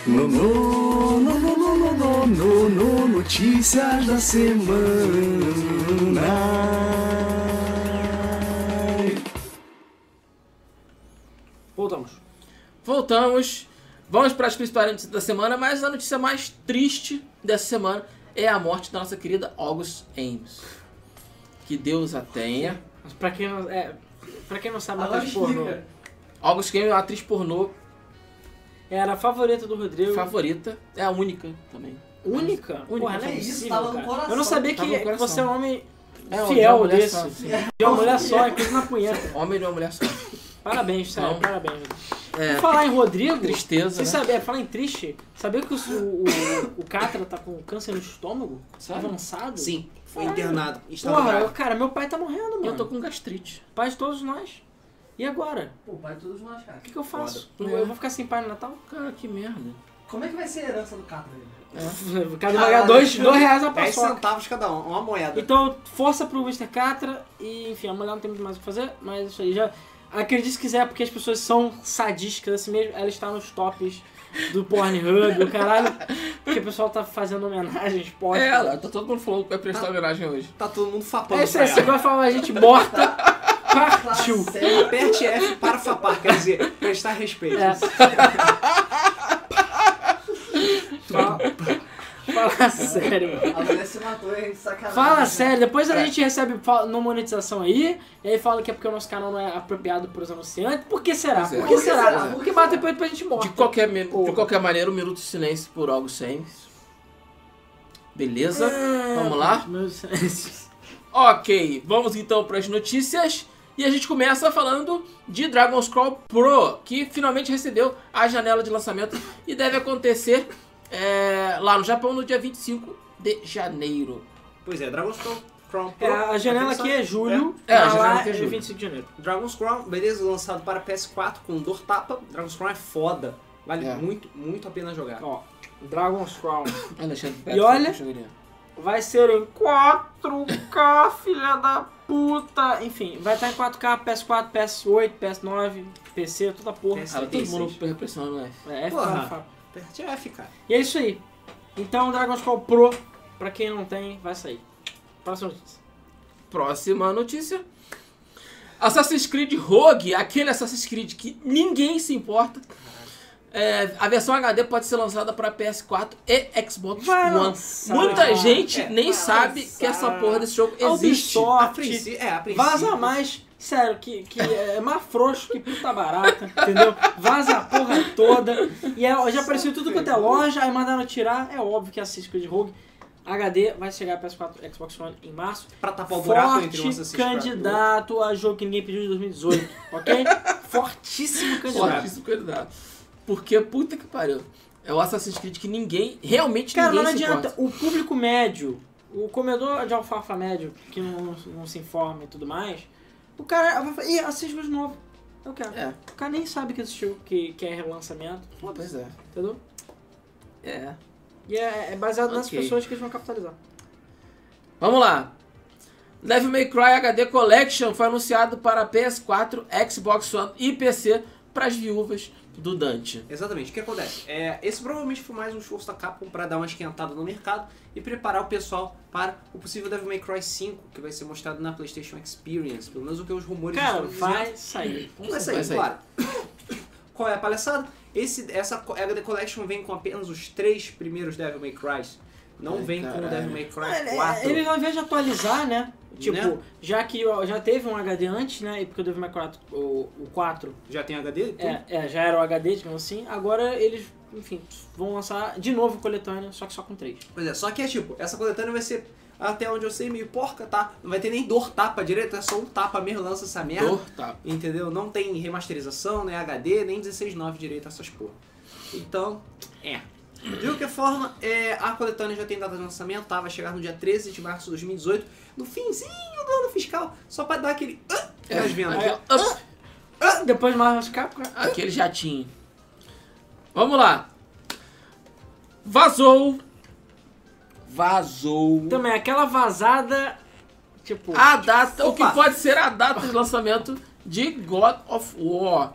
[SPEAKER 5] No, no, no, no, no, no, no, no, no, notícias da semana.
[SPEAKER 2] Voltamos.
[SPEAKER 3] Voltamos. Vamos para as principais notícias da semana, mas a notícia mais triste dessa semana é a morte da nossa querida August Ames. Que Deus a tenha.
[SPEAKER 2] Mas pra quem não, é, pra quem não sabe,
[SPEAKER 4] Agora
[SPEAKER 2] Natasha Pornô
[SPEAKER 4] explica.
[SPEAKER 3] August Ames é uma atriz pornô
[SPEAKER 2] era a favorita do Rodrigo.
[SPEAKER 3] favorita. É a única também.
[SPEAKER 2] Única? Única. Porra, não é
[SPEAKER 4] É isso,
[SPEAKER 2] possível,
[SPEAKER 4] tava no
[SPEAKER 2] cara.
[SPEAKER 4] coração.
[SPEAKER 2] Eu não sabia que
[SPEAKER 3] Tava no coração.
[SPEAKER 2] você é um homem
[SPEAKER 3] É, homem de uma
[SPEAKER 2] fiel
[SPEAKER 3] mulher
[SPEAKER 2] desse.
[SPEAKER 3] só,
[SPEAKER 2] De
[SPEAKER 3] sim.
[SPEAKER 2] uma mulher só, inclusive na punheta.
[SPEAKER 3] Homem de uma mulher só.
[SPEAKER 2] Parabéns, sério,
[SPEAKER 3] Não.
[SPEAKER 2] parabéns.
[SPEAKER 3] É,
[SPEAKER 2] Por falar em Rodrigo,
[SPEAKER 3] tristeza,
[SPEAKER 2] vocês
[SPEAKER 3] né?
[SPEAKER 2] sabiam, falar em triste, sabia que o, o, o, o Catra tá com câncer no estômago?
[SPEAKER 3] Sério?
[SPEAKER 2] Avançado?
[SPEAKER 1] Sim, foi
[SPEAKER 2] Caralho.
[SPEAKER 1] internado. Estava
[SPEAKER 2] Porra,
[SPEAKER 1] grave.
[SPEAKER 2] eu- cara, meu pai tá morrendo, mano.
[SPEAKER 3] Eu tô com gastrite.
[SPEAKER 2] Pai de todos nós. E agora?
[SPEAKER 4] Pô, pai de todos nós, cara.
[SPEAKER 2] O que, que eu faço?
[SPEAKER 3] Foda. É.
[SPEAKER 2] Eu vou ficar sem pai no Natal?
[SPEAKER 3] Cara, que merda.
[SPEAKER 4] Como é que vai ser a herança do Catra? velho?
[SPEAKER 2] É. Cada pagar dois, dois reais a
[SPEAKER 1] 10
[SPEAKER 2] paçoca.
[SPEAKER 1] centavos cada um, uma moeda.
[SPEAKER 2] Ah, Então, força pro Mr. Catra e, enfim, a mulher não tem muito mais o que fazer, mas isso aí já. Acredite se quiser, porque as pessoas são sadísticas assim mesmo, ela está nos tops do Pornhub, o caralho, porque o pessoal tá fazendo homenagens
[SPEAKER 3] É
[SPEAKER 2] postas.
[SPEAKER 3] ela, tá todo mundo falando que vai prestar homenagem hoje.
[SPEAKER 1] Tá todo mundo
[SPEAKER 2] É
[SPEAKER 1] fapando.
[SPEAKER 2] isso aí,
[SPEAKER 1] pra
[SPEAKER 2] você
[SPEAKER 1] ela.
[SPEAKER 2] vai falar gente morta, partiu.
[SPEAKER 4] Tá certo.
[SPEAKER 1] Aperte F para fapar, quer dizer, prestar respeito.
[SPEAKER 2] É. Fala, fala sério, mano.
[SPEAKER 4] A mulher se matou, hein? Sacanagem.
[SPEAKER 2] Fala
[SPEAKER 3] É.
[SPEAKER 2] sério, depois a gente recebe fa- não monetização aí, e aí fala que é porque o nosso canal não é apropriado pros anunciantes. Por que será?
[SPEAKER 3] Pois é.
[SPEAKER 2] Por que
[SPEAKER 4] Por que será?
[SPEAKER 2] será? Porque bate depois pra gente morre.
[SPEAKER 3] De qualquer, me- de
[SPEAKER 2] Porra.
[SPEAKER 3] qualquer maneira, um minuto de silêncio por August Ames. Beleza? Vamos lá?
[SPEAKER 2] É,
[SPEAKER 3] Ok, vamos então para as notícias. E a gente começa falando de Dragon's Crawl Pro, que finalmente recebeu a janela de lançamento e deve acontecer é, lá no Japão no dia 25 de janeiro.
[SPEAKER 1] Pois é, Dragon's Crown. Crown Pro,
[SPEAKER 2] É, a janela
[SPEAKER 1] atenção.
[SPEAKER 2] aqui é julho,
[SPEAKER 3] É, a
[SPEAKER 2] mas
[SPEAKER 3] janela
[SPEAKER 2] lá
[SPEAKER 3] aqui
[SPEAKER 2] é
[SPEAKER 3] é julho.
[SPEAKER 2] 25 de janeiro.
[SPEAKER 1] Dragon's Crown, beleza, lançado para PS4 com dor tapa. Dragon's Crown é foda. Vale
[SPEAKER 3] É.
[SPEAKER 1] muito, muito a pena jogar.
[SPEAKER 2] Ó, Dragon's Crown.
[SPEAKER 3] Alexandre,
[SPEAKER 2] E olha- Vai ser em 4K, filha da puta. Enfim, vai estar em 4K, PS4, PS8, PS9, PC, toda porra.
[SPEAKER 1] PS-
[SPEAKER 3] Cara, todo mundo pressionando, né?
[SPEAKER 2] É,
[SPEAKER 1] Porra.
[SPEAKER 2] fica-
[SPEAKER 1] Aperte F, cara.
[SPEAKER 2] E é isso aí. Então, Dragon's Call Pro, pra quem não tem, vai sair. Próxima notícia.
[SPEAKER 3] Próxima notícia. Assassin's Creed Rogue, aquele Assassin's Creed que ninguém se importa. É, a versão HD pode ser lançada para PS4 e Xbox
[SPEAKER 2] Vai
[SPEAKER 3] One.
[SPEAKER 2] lançar.
[SPEAKER 3] Muita gente
[SPEAKER 1] É,
[SPEAKER 3] nem
[SPEAKER 1] vai
[SPEAKER 3] sabe
[SPEAKER 1] lançar.
[SPEAKER 3] que essa porra desse jogo existe.
[SPEAKER 1] A
[SPEAKER 2] Ubisoft,
[SPEAKER 1] princípio, é, a princípio.
[SPEAKER 2] vaza mais. Sério, que, que é mais frouxo que puta barata, entendeu? Vaza a porra toda. E é- já apareceu tudo quanto é loja, aí mandaram tirar. É óbvio que Assassin's Creed Rogue HD vai chegar PS4 Xbox One em março.
[SPEAKER 1] Pra tapar o buraco entre um Assassin's
[SPEAKER 2] Forte
[SPEAKER 1] Creed e outro.
[SPEAKER 2] candidato a jogo que ninguém pediu de 2018, ok? Fortíssimo candidato.
[SPEAKER 3] Fortíssimo candidato. Porque puta que pariu. É o Assassin's Creed que ninguém, realmente
[SPEAKER 2] Cara, mas
[SPEAKER 3] ninguém
[SPEAKER 2] não
[SPEAKER 3] se
[SPEAKER 2] adianta.
[SPEAKER 3] importa.
[SPEAKER 2] O público médio, o comedor de alfafa médio, que não, não se informa e tudo mais, O cara vai falar, ih, assiste coisa nova. Eu quero.
[SPEAKER 3] É.
[SPEAKER 2] O cara nem sabe que assistiu, que, que é relançamento.
[SPEAKER 3] Pois é.
[SPEAKER 2] Entendeu?
[SPEAKER 3] É.
[SPEAKER 2] E é, é baseado nas
[SPEAKER 3] Ok.
[SPEAKER 2] pessoas que eles vão capitalizar.
[SPEAKER 3] Vamos lá. Devil May Cry HD Collection foi anunciado para PS4, Xbox One e PC para as viúvas do Dante.
[SPEAKER 1] Exatamente. O que acontece? É, esse provavelmente foi mais um esforço da Capcom para dar uma esquentada no mercado e preparar o pessoal para o possível Devil May Cry 5, que vai ser mostrado na PlayStation Experience. Pelo menos o que os rumores estão
[SPEAKER 2] Cara,
[SPEAKER 1] dizendo.
[SPEAKER 2] vai sair.
[SPEAKER 1] Vai sair,
[SPEAKER 3] Vai sair.
[SPEAKER 1] claro. Qual é a palhaçada? Esse, essa co- HD Collection vem com apenas os três primeiros Devil May Cry. Não
[SPEAKER 3] Ai,
[SPEAKER 1] vem com
[SPEAKER 3] caralho.
[SPEAKER 1] o Devil May Cry
[SPEAKER 2] Ah,
[SPEAKER 1] 4.
[SPEAKER 2] Ele, ele, ao invés de atualizar, né? Tipo,
[SPEAKER 1] Né?
[SPEAKER 2] já que ó, já teve um HD antes, né? E porque o Devil May 4, o, o 4
[SPEAKER 1] Já tem HD? Tem.
[SPEAKER 2] é, é, já era o HD, digamos assim. Agora eles, enfim, vão lançar de novo coletânea, só que só com 3.
[SPEAKER 1] Pois é, só que é tipo, essa coletânea vai ser, até onde eu sei, meio porca, tá? Não vai ter nem dor tapa direito, é só um tapa mesmo, lança essa merda.
[SPEAKER 3] Dor, tá.
[SPEAKER 1] Entendeu? Não tem remasterização, nem HD, nem 16.9 direito a essas porra. Então, é. De qualquer forma, é, a coletânea já tem data de lançamento, tá? Vai chegar no dia 13 de março de 2018, no finzinho do ano fiscal, só pra dar aquele ah, nas vendas.
[SPEAKER 3] Aquele, up,
[SPEAKER 2] Depois Marvel Capcom.
[SPEAKER 3] aquele jatinho. Vamos lá. Vazou. Vazou.
[SPEAKER 2] Também aquela vazada, tipo,
[SPEAKER 1] Ah,
[SPEAKER 3] A data, o
[SPEAKER 1] Opa.
[SPEAKER 3] que pode ser a data de lançamento de God of War.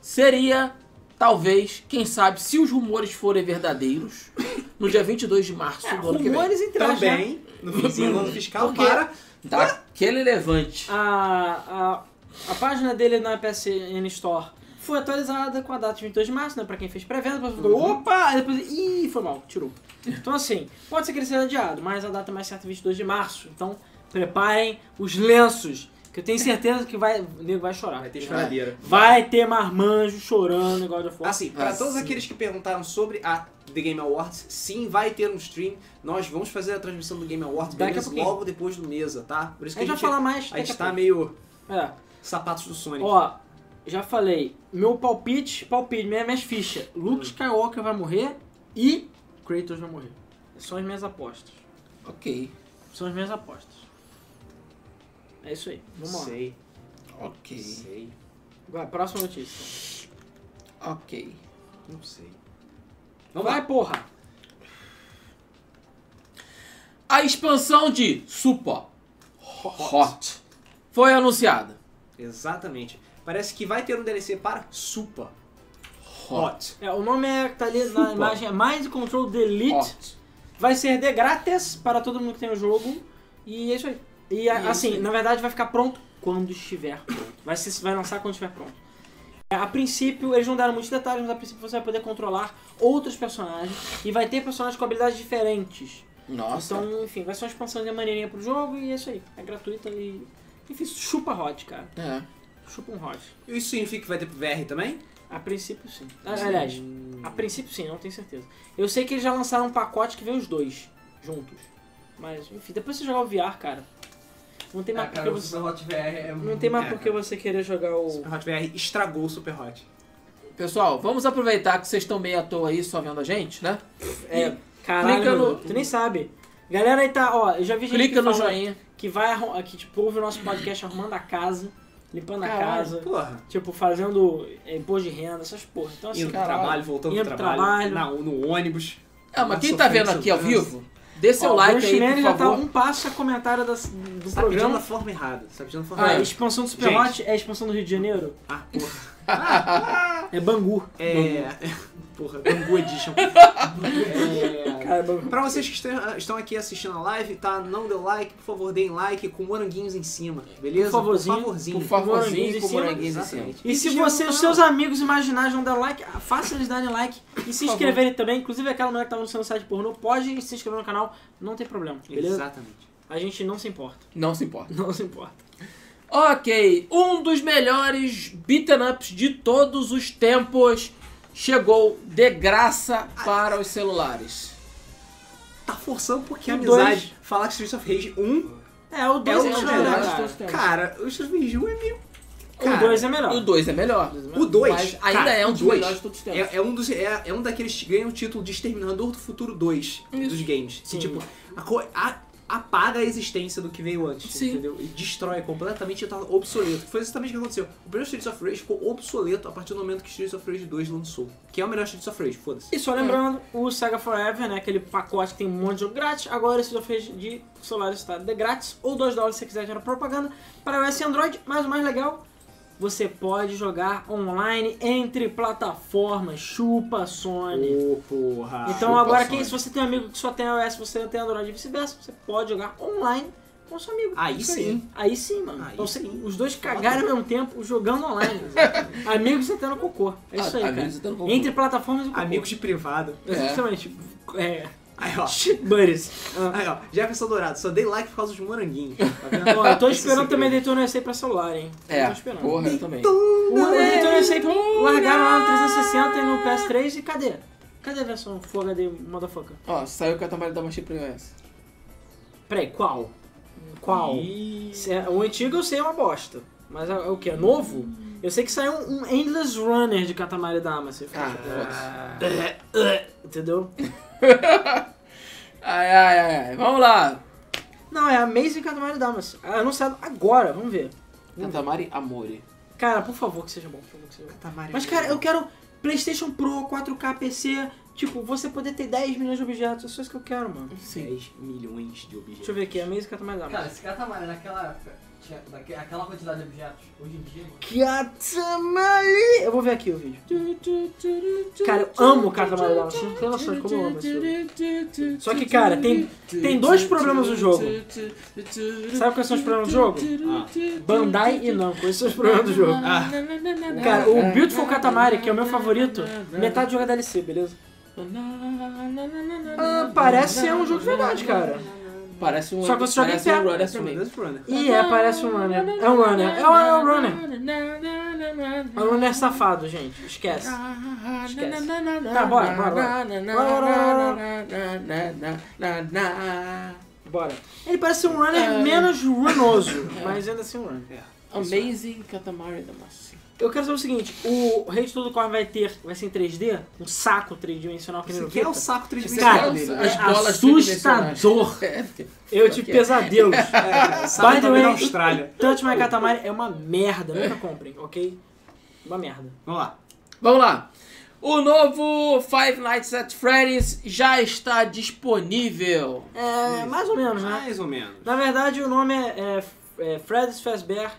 [SPEAKER 3] Seria, talvez, quem sabe, se os rumores forem verdadeiros, no dia 22 de março do ano que vem.
[SPEAKER 2] rumores entre elas, né?
[SPEAKER 1] Também, Então, no finzinho do ano fiscal,
[SPEAKER 3] Porque-
[SPEAKER 1] para
[SPEAKER 3] Daquele Tá? levante.
[SPEAKER 2] a, a, a página dele na PSN Store foi atualizada com a data de 22 de março, né? Pra quem fez pré-venda, depois ficou,
[SPEAKER 1] Uhum.
[SPEAKER 2] opa! Aí depois, ih, foi mal, tirou. Então assim, pode ser que ele seja adiado, mas a data mais certa é 22 de março. Então, preparem os lenços, que eu tenho certeza que vai, o nego vai chorar.
[SPEAKER 1] vai ter
[SPEAKER 3] chorar.
[SPEAKER 1] choradeira.
[SPEAKER 2] Vai ter marmanjo chorando, igual de fogo.
[SPEAKER 1] Assim, para
[SPEAKER 3] Ah,
[SPEAKER 1] todos
[SPEAKER 3] sim.
[SPEAKER 1] aqueles que perguntaram sobre a The Game Awards, sim, vai ter um stream. Nós vamos fazer a transmissão do Game Awards
[SPEAKER 2] Daqui a
[SPEAKER 1] beleza,
[SPEAKER 2] pouquinho.
[SPEAKER 1] logo depois do mesa, tá? Por isso
[SPEAKER 2] a
[SPEAKER 1] que a
[SPEAKER 2] gente vai
[SPEAKER 1] gente,
[SPEAKER 2] falar mais
[SPEAKER 1] a gente
[SPEAKER 2] daqui
[SPEAKER 1] tá
[SPEAKER 2] a
[SPEAKER 1] meio
[SPEAKER 2] pouco. É.
[SPEAKER 1] sapatos do Sonic.
[SPEAKER 2] Ó, já falei, meu palpite, palpite, minha- minhas fichas. Luke Skywalker vai morrer e Kratos vai morrer. São as minhas apostas.
[SPEAKER 3] Ok,
[SPEAKER 2] São as minhas apostas. É isso aí. Vamos lá.
[SPEAKER 1] sei,
[SPEAKER 3] ok,
[SPEAKER 1] sei,
[SPEAKER 2] Vai, próxima notícia.
[SPEAKER 3] ok.
[SPEAKER 1] não sei.
[SPEAKER 2] Vamos vai, porra!
[SPEAKER 3] A expansão de Super Hot foi anunciada.
[SPEAKER 1] Exatamente. Parece que vai ter um DLC para Super
[SPEAKER 3] Hot.
[SPEAKER 1] Hot.
[SPEAKER 2] É, o nome é que tá ali na
[SPEAKER 3] Fupa.
[SPEAKER 2] imagem é Mind Control Delete.
[SPEAKER 3] Hot.
[SPEAKER 2] Vai ser de grátis para todo mundo que tem o jogo. E é isso aí. E a-
[SPEAKER 3] isso
[SPEAKER 2] assim,
[SPEAKER 3] aí.
[SPEAKER 2] na verdade vai ficar pronto quando estiver pronto. Vai, ser, vai lançar quando estiver pronto. É, A princípio, eles não deram muitos detalhes, mas a princípio você vai poder controlar outros personagens. E vai ter personagens com habilidades diferentes.
[SPEAKER 3] Nossa.
[SPEAKER 2] Então, enfim, vai ser uma expansão de maneirinha pro jogo e é isso aí. É gratuita e. Enfim, chupa hot, cara.
[SPEAKER 3] É.
[SPEAKER 2] Chupa um hot.
[SPEAKER 1] Isso significa que vai ter pro VR também?
[SPEAKER 2] A princípio, sim. Ah, Aliás, a princípio, sim, não tenho certeza. Eu sei que eles já lançaram um pacote que vem os dois juntos. Mas, enfim, depois você jogar o VR, cara. Não tem mais
[SPEAKER 4] Ah,
[SPEAKER 2] por
[SPEAKER 4] cara,
[SPEAKER 2] que
[SPEAKER 4] o
[SPEAKER 2] você.
[SPEAKER 4] Super Hot VR é
[SPEAKER 2] Não tem mais
[SPEAKER 1] É,
[SPEAKER 2] por que
[SPEAKER 1] cara.
[SPEAKER 2] você querer jogar o.
[SPEAKER 1] Super Hot VR estragou o Super Hot.
[SPEAKER 3] Pessoal, vamos aproveitar que vocês estão meio à toa aí só vendo a gente, né?
[SPEAKER 2] É, caralho.
[SPEAKER 3] clica no-
[SPEAKER 2] mano, Tu nem sabe. Galera aí tá, ó, eu já vi gente
[SPEAKER 3] Clica
[SPEAKER 2] que
[SPEAKER 3] no
[SPEAKER 2] fala
[SPEAKER 3] joinha.
[SPEAKER 2] que vai arrum- que tipo, ouve o nosso podcast arrumando a casa, limpando a
[SPEAKER 3] Caralho,
[SPEAKER 2] casa,
[SPEAKER 1] Porra.
[SPEAKER 2] tipo, fazendo é, imposto de renda, essas porra. Então assim,
[SPEAKER 1] Indo pro
[SPEAKER 3] caralho.
[SPEAKER 1] trabalho, voltando
[SPEAKER 2] Indo
[SPEAKER 1] pro
[SPEAKER 2] pro
[SPEAKER 1] trabalho,
[SPEAKER 2] trabalho.
[SPEAKER 1] na- no ônibus.
[SPEAKER 3] Ah, mas
[SPEAKER 1] Nossa,
[SPEAKER 3] quem tá vendo
[SPEAKER 1] ofensa,
[SPEAKER 3] aqui ao
[SPEAKER 1] ofensa.
[SPEAKER 3] vivo, dê seu
[SPEAKER 2] ó, o
[SPEAKER 3] like
[SPEAKER 2] Bruce
[SPEAKER 3] aí,
[SPEAKER 2] Manning
[SPEAKER 3] por
[SPEAKER 2] já tá
[SPEAKER 3] favor.
[SPEAKER 2] um passo a comentário das- do
[SPEAKER 1] Você tá pedindo
[SPEAKER 2] programa.
[SPEAKER 1] da forma errada. Você tá pedindo da forma
[SPEAKER 2] Ah,
[SPEAKER 1] errada.
[SPEAKER 2] expansão do Superhot é a expansão do Rio de Janeiro?
[SPEAKER 1] Ah, porra.
[SPEAKER 2] É Bangu.
[SPEAKER 1] É. porra, Bangu Edition. É,
[SPEAKER 2] Cara, é Bangu.
[SPEAKER 1] Pra vocês que estão- estão aqui assistindo a live, tá? Não dê like, por favor, deem like com moranguinhos em cima, beleza?
[SPEAKER 2] Por favorzinho,
[SPEAKER 1] favorzinho.
[SPEAKER 3] Por favorzinho,
[SPEAKER 2] Moranguinhos
[SPEAKER 3] com
[SPEAKER 2] em cima,
[SPEAKER 3] moranguinhos em cima.
[SPEAKER 1] Exatamente.
[SPEAKER 2] E se
[SPEAKER 1] chega no
[SPEAKER 2] você, os
[SPEAKER 1] canal.
[SPEAKER 2] seus amigos imaginais não deram like, faça eles darem like e se
[SPEAKER 3] Por
[SPEAKER 2] inscreverem também. Inclusive aquela mulher que tava no seu site pornô, pode se inscrever no canal, não tem problema, beleza?
[SPEAKER 1] Exatamente.
[SPEAKER 2] A gente não se importa.
[SPEAKER 3] Não se importa.
[SPEAKER 2] Não se importa.
[SPEAKER 3] Ok, um dos melhores beaten ups de todos os tempos chegou de graça para os celulares.
[SPEAKER 1] Tá forçando um pouquinho a
[SPEAKER 2] E
[SPEAKER 1] amizade. Falar que Streets of Rage 1
[SPEAKER 2] É, o
[SPEAKER 1] é o
[SPEAKER 2] 2 é,
[SPEAKER 1] dos
[SPEAKER 2] melhor.
[SPEAKER 1] melhores de
[SPEAKER 2] cara.
[SPEAKER 1] todos os tempos. Cara, o Streets of Rage 1 é meio...
[SPEAKER 2] O 2 é melhor.
[SPEAKER 3] E o 2 é melhor.
[SPEAKER 1] O 2,
[SPEAKER 3] Mas ainda
[SPEAKER 1] cara,
[SPEAKER 3] é um
[SPEAKER 1] o
[SPEAKER 3] dos
[SPEAKER 1] dois
[SPEAKER 3] melhores de todos os tempos.
[SPEAKER 1] É, é um dos, é, é um daqueles que ganha o título de Exterminador do Futuro 2
[SPEAKER 3] Isso.
[SPEAKER 1] dos games. Que,
[SPEAKER 2] Sim.
[SPEAKER 1] tipo, a, co- a- apaga a existência do que veio antes,
[SPEAKER 3] Sim.
[SPEAKER 1] entendeu? E destrói completamente e tá obsoleto. Foi exatamente o que aconteceu. O primeiro Streets of Rage ficou obsoleto a partir do momento que Streets of Rage 2 lançou. Que é o melhor Streets of Rage, foda-se.
[SPEAKER 2] E só lembrando, o Sega Forever, né? Aquele pacote que tem um monte de jogo grátis. Agora esse já fez de celular está de grátis, ou 2 dólares se você quiser gerar propaganda para iOS e Android. Mas o mais legal, você pode jogar online entre plataformas. Chupa Sony.
[SPEAKER 1] Ô, porra.
[SPEAKER 2] então agora,
[SPEAKER 3] Sony.
[SPEAKER 2] quem, se você tem um amigo que só tem iOS, você não tem Android e vice-versa, você pode jogar online com seu amigo.
[SPEAKER 1] Aí
[SPEAKER 2] Isso
[SPEAKER 1] sim.
[SPEAKER 2] Aí sim, mano.
[SPEAKER 1] Aí
[SPEAKER 2] então você-
[SPEAKER 1] sim.
[SPEAKER 2] os dois cagaram ao mesmo tempo jogando online. amigos sentando cocô. É isso aí,
[SPEAKER 3] Ah,
[SPEAKER 2] cara.
[SPEAKER 3] amigos sentando cocô.
[SPEAKER 2] Entre plataformas e cocô.
[SPEAKER 1] Amigos de privado.
[SPEAKER 2] Exatamente. É.
[SPEAKER 1] Aí, ó.
[SPEAKER 2] Shit buddies. Ah.
[SPEAKER 1] Aí, ó. Jefferson Dourado, só dei like por causa dos moranguinhos. Tá vendo?
[SPEAKER 2] Ó, eu tô
[SPEAKER 1] Esse
[SPEAKER 2] esperando também
[SPEAKER 1] segredo.
[SPEAKER 2] Daytona USA pra celular, hein? Eu
[SPEAKER 3] É,
[SPEAKER 2] tô esperando.
[SPEAKER 3] porra, eu também.
[SPEAKER 2] O Daytona USA largaram lá no 360 e no PS3 e cadê? Cadê a versão Full HD motherfucker?
[SPEAKER 3] Ó, saiu o Catamari da Machine pro iOS.
[SPEAKER 2] Peraí, qual? Qual?
[SPEAKER 1] Ih.
[SPEAKER 2] Se é- O antigo eu sei é uma bosta. Mas é, é o que? É novo? Eu sei que saiu um, um Endless Runner de Katamari Damacy. É,
[SPEAKER 3] Ah, foda-se.
[SPEAKER 2] Entendeu?
[SPEAKER 3] Ai, ai, ai, ai. Vamos lá.
[SPEAKER 2] Não, é Amazing Katamari Damacy. É Anunciado agora, vamos ver.
[SPEAKER 3] Catamari Amore.
[SPEAKER 2] Cara, por favor que seja bom, por favor que seja bom.
[SPEAKER 1] Catamari.
[SPEAKER 2] Mas, cara, eu quero PlayStation Pro, 4K, PC. Tipo, você poder ter 10 milhões de objetos. É só isso que eu quero, mano.
[SPEAKER 1] 10 milhões de objetos.
[SPEAKER 2] Deixa eu ver aqui. Amazing Katamari
[SPEAKER 4] Cara,
[SPEAKER 2] Damacy.
[SPEAKER 4] esse catamarã naquela época tinha daque- aquela quantidade de objetos. Hoje em dia, mano.
[SPEAKER 2] Katamari... Eu vou ver aqui o vídeo. Cara, eu amo Katamari Damacy. Você Não tem noção de como eu amo esse jogo. Só que, cara, tem- tem dois problemas no jogo. Sabe quais são os problemas do jogo? Bandai e Namco. Esses são os problemas do jogo.
[SPEAKER 1] Ah.
[SPEAKER 2] Cara, o Beautiful Katamari, que é o meu favorito, metade do jogo é DLC, beleza? Ah, parece ser um jogo de verdade, cara.
[SPEAKER 3] Parece um.
[SPEAKER 2] Só que você joga em
[SPEAKER 3] parece
[SPEAKER 2] pé.
[SPEAKER 3] um Runner
[SPEAKER 1] That's
[SPEAKER 3] também.
[SPEAKER 1] Runner, that's Runner.
[SPEAKER 2] E é, parece um runner. É um runner. É um, é um runner. É um runner safado, gente. Esquece. Esquece. Tá, bora, bora, bora. Bora. Ele parece ser um runner menos runoso, mas ainda assim um runner.
[SPEAKER 3] Amazing Katamari Damacy.
[SPEAKER 2] Eu quero saber o seguinte, o Rei de Todo Corre vai ter, vai ser em 3D? Um saco tridimensional que nem
[SPEAKER 1] Isso
[SPEAKER 2] no
[SPEAKER 1] aqui é o
[SPEAKER 2] Vita?
[SPEAKER 1] saco
[SPEAKER 2] Cara,
[SPEAKER 1] tridimensional dele.
[SPEAKER 3] as
[SPEAKER 2] é
[SPEAKER 3] bolas
[SPEAKER 2] assustador.
[SPEAKER 3] É,
[SPEAKER 2] Eu tive pesadelos.
[SPEAKER 1] É,
[SPEAKER 2] By
[SPEAKER 1] saco
[SPEAKER 2] the
[SPEAKER 1] também da
[SPEAKER 2] way,
[SPEAKER 1] Austrália.
[SPEAKER 2] Touch My Katamari é uma merda, nunca comprem, ok? Uma merda.
[SPEAKER 1] Vamos lá.
[SPEAKER 3] Vamos lá. O novo Five Nights at Freddy's já está disponível.
[SPEAKER 2] É, mais ou menos, né?
[SPEAKER 1] Mais ou menos.
[SPEAKER 2] Na verdade, o nome é, é, é Freddy's Fazbear.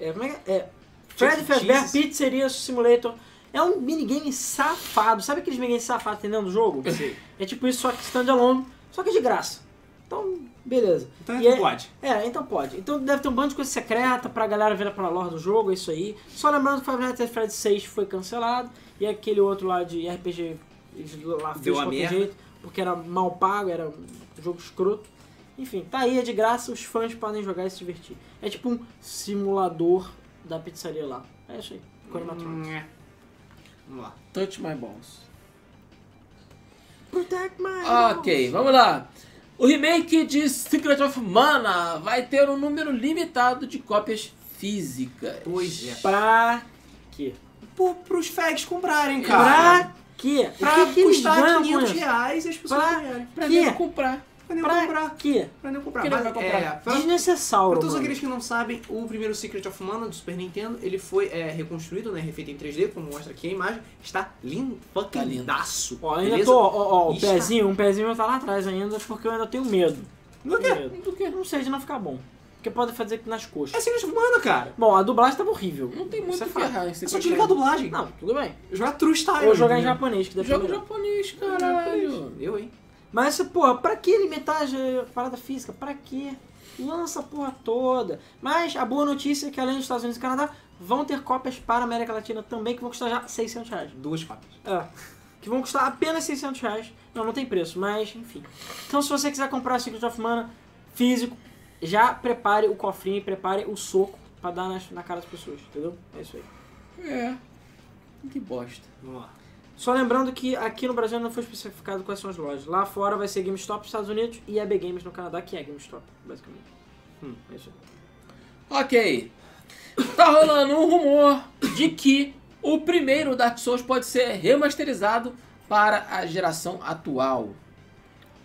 [SPEAKER 2] É, como é que é? é? Freddy
[SPEAKER 1] Cheese.
[SPEAKER 2] Fazbear Pizzeria Simulator. É um minigame safado. Sabe aqueles minigames safados que tem dentro do jogo? É tipo isso, só que standalone, só que de graça. Então, beleza.
[SPEAKER 1] Então
[SPEAKER 2] E é-
[SPEAKER 1] pode.
[SPEAKER 2] É, então pode. Então deve ter um bando de coisa secreta pra galera ver pela lore do jogo, é isso aí. Só lembrando que o Five Nights at Freddy's 6 foi cancelado e aquele outro lá de RPG eles lá fez de
[SPEAKER 1] Deu a
[SPEAKER 2] qualquer
[SPEAKER 1] merda.
[SPEAKER 2] jeito, porque era mal pago, era um jogo escroto. Enfim, tá aí, é de graça, os fãs podem jogar e se divertir. É tipo um simulador da pizzaria lá. É isso aí,
[SPEAKER 1] Hum.
[SPEAKER 2] Coronatronics.
[SPEAKER 1] Vamos lá.
[SPEAKER 3] Touch my balls.
[SPEAKER 2] Protect my
[SPEAKER 3] Ok, vamos lá. O remake de Secret of Mana vai ter um número limitado de cópias físicas.
[SPEAKER 1] Pois é.
[SPEAKER 2] Pra quê?
[SPEAKER 1] Pro, pros fags comprarem, cara.
[SPEAKER 2] Pra quê? O
[SPEAKER 1] Pra
[SPEAKER 2] que que eles
[SPEAKER 1] custar
[SPEAKER 2] ganham com
[SPEAKER 1] 500
[SPEAKER 2] isso?
[SPEAKER 1] reais e as pessoas
[SPEAKER 2] Pra-
[SPEAKER 1] ganharem.
[SPEAKER 3] Pra
[SPEAKER 2] quê?
[SPEAKER 3] nem comprar.
[SPEAKER 1] Pra nem
[SPEAKER 2] Pra
[SPEAKER 1] comprar.
[SPEAKER 2] quê?
[SPEAKER 1] Pra nem comprar.
[SPEAKER 3] Quem não
[SPEAKER 1] Mas,
[SPEAKER 3] vai comprar?
[SPEAKER 1] é, pra-
[SPEAKER 2] Desnecessário,
[SPEAKER 1] Pra todos
[SPEAKER 2] mano.
[SPEAKER 1] aqueles que não sabem, o primeiro Secret of Mana do Super Nintendo, ele foi é, reconstruído, né, refeito em 3D, como mostra aqui a imagem, está lindo, fucking
[SPEAKER 3] Tá lindo.
[SPEAKER 1] lindaço.
[SPEAKER 2] Ó, ainda
[SPEAKER 1] beleza?
[SPEAKER 2] tô, ó, ó, ó, o
[SPEAKER 1] Está-
[SPEAKER 2] pezinho, um pezinho tá lá atrás ainda, porque eu ainda tenho medo.
[SPEAKER 1] Do quê?
[SPEAKER 2] Medo. Não sei de não ficar bom. Porque pode fazer que nas
[SPEAKER 1] É
[SPEAKER 2] coxas.
[SPEAKER 1] Secret of Mana, cara.
[SPEAKER 2] Bom, a dublagem tava horrível.
[SPEAKER 3] Não tem
[SPEAKER 2] Isso
[SPEAKER 3] muito
[SPEAKER 2] é
[SPEAKER 3] o que
[SPEAKER 2] fato.
[SPEAKER 3] errar em
[SPEAKER 1] É
[SPEAKER 3] Secret
[SPEAKER 1] só
[SPEAKER 3] of
[SPEAKER 1] desligar a dublagem. Ah,
[SPEAKER 2] Não, tudo bem.
[SPEAKER 1] Jogar True Style.
[SPEAKER 2] Ou jogar em
[SPEAKER 1] entendeu?
[SPEAKER 2] japonês, que deve ser
[SPEAKER 3] Jogo
[SPEAKER 2] melhor.
[SPEAKER 3] japonês, caralho.
[SPEAKER 1] Eu, hein?
[SPEAKER 2] Mas, porra, pra que limitar a parada física? Pra que? Lança a porra toda. Mas a boa notícia é que além dos Estados Unidos e Canadá, vão ter cópias para a América Latina também, que vão custar já 600 reais.
[SPEAKER 1] Duas cópias.
[SPEAKER 2] É. Que vão custar apenas 600 reais. Não, não tem preço, mas enfim. Então, se você quiser comprar Secret of Mana físico, já prepare o cofrinho, prepare o soco pra dar nas- na cara das pessoas, entendeu? É isso aí.
[SPEAKER 3] É. Que bosta.
[SPEAKER 1] Vamos lá.
[SPEAKER 2] Só lembrando que aqui no Brasil não foi especificado quais são as lojas. Lá fora vai ser GameStop nos Estados Unidos e EB Games no Canadá, que é GameStop, basicamente.
[SPEAKER 1] Hum.
[SPEAKER 2] É isso aí.
[SPEAKER 3] Ok. Tá rolando um rumor de que o primeiro Dark Souls pode ser remasterizado para a geração atual.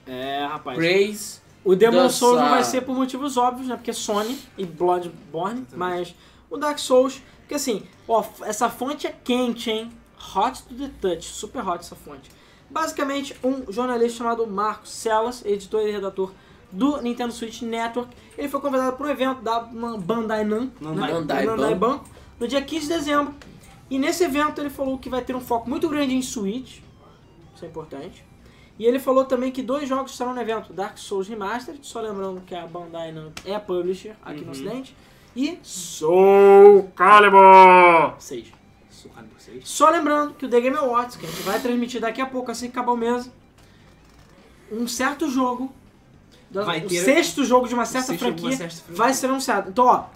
[SPEAKER 2] É, rapaz.
[SPEAKER 3] Praise
[SPEAKER 2] O Demon
[SPEAKER 3] Dança.
[SPEAKER 2] Souls não vai ser por motivos óbvios, né? Porque Sony e Bloodborne, mas o Dark Souls, porque assim, ó, f- essa fonte é quente, hein? Hot to the touch, super hot essa fonte. Basicamente, um jornalista chamado Marcos Celas, editor e redator do Nintendo Switch Network, ele foi convidado para um evento da Bandai Namco,
[SPEAKER 1] Bandai.
[SPEAKER 3] Bandai
[SPEAKER 2] Bandai
[SPEAKER 3] Namco.
[SPEAKER 2] Banco, no dia 15 de dezembro. E nesse evento ele falou que vai ter um foco muito grande em Switch, isso é importante. E ele falou também que dois jogos estarão no evento, Dark Souls Remastered, só lembrando que a Bandai Namco é a publisher aqui no ocidente, e Soul Calibur 6.
[SPEAKER 1] Surrado por vocês.
[SPEAKER 2] Só lembrando que o The Game Awards, que a gente vai transmitir daqui a pouco, assim que acabar o mês, um certo jogo,
[SPEAKER 1] Vai
[SPEAKER 2] o
[SPEAKER 1] ter- um
[SPEAKER 2] sexto jogo de uma certa
[SPEAKER 1] sexto jogo de uma
[SPEAKER 2] franquia,
[SPEAKER 1] certa franquia.
[SPEAKER 2] vai ser anunciado. Então, ó, Tô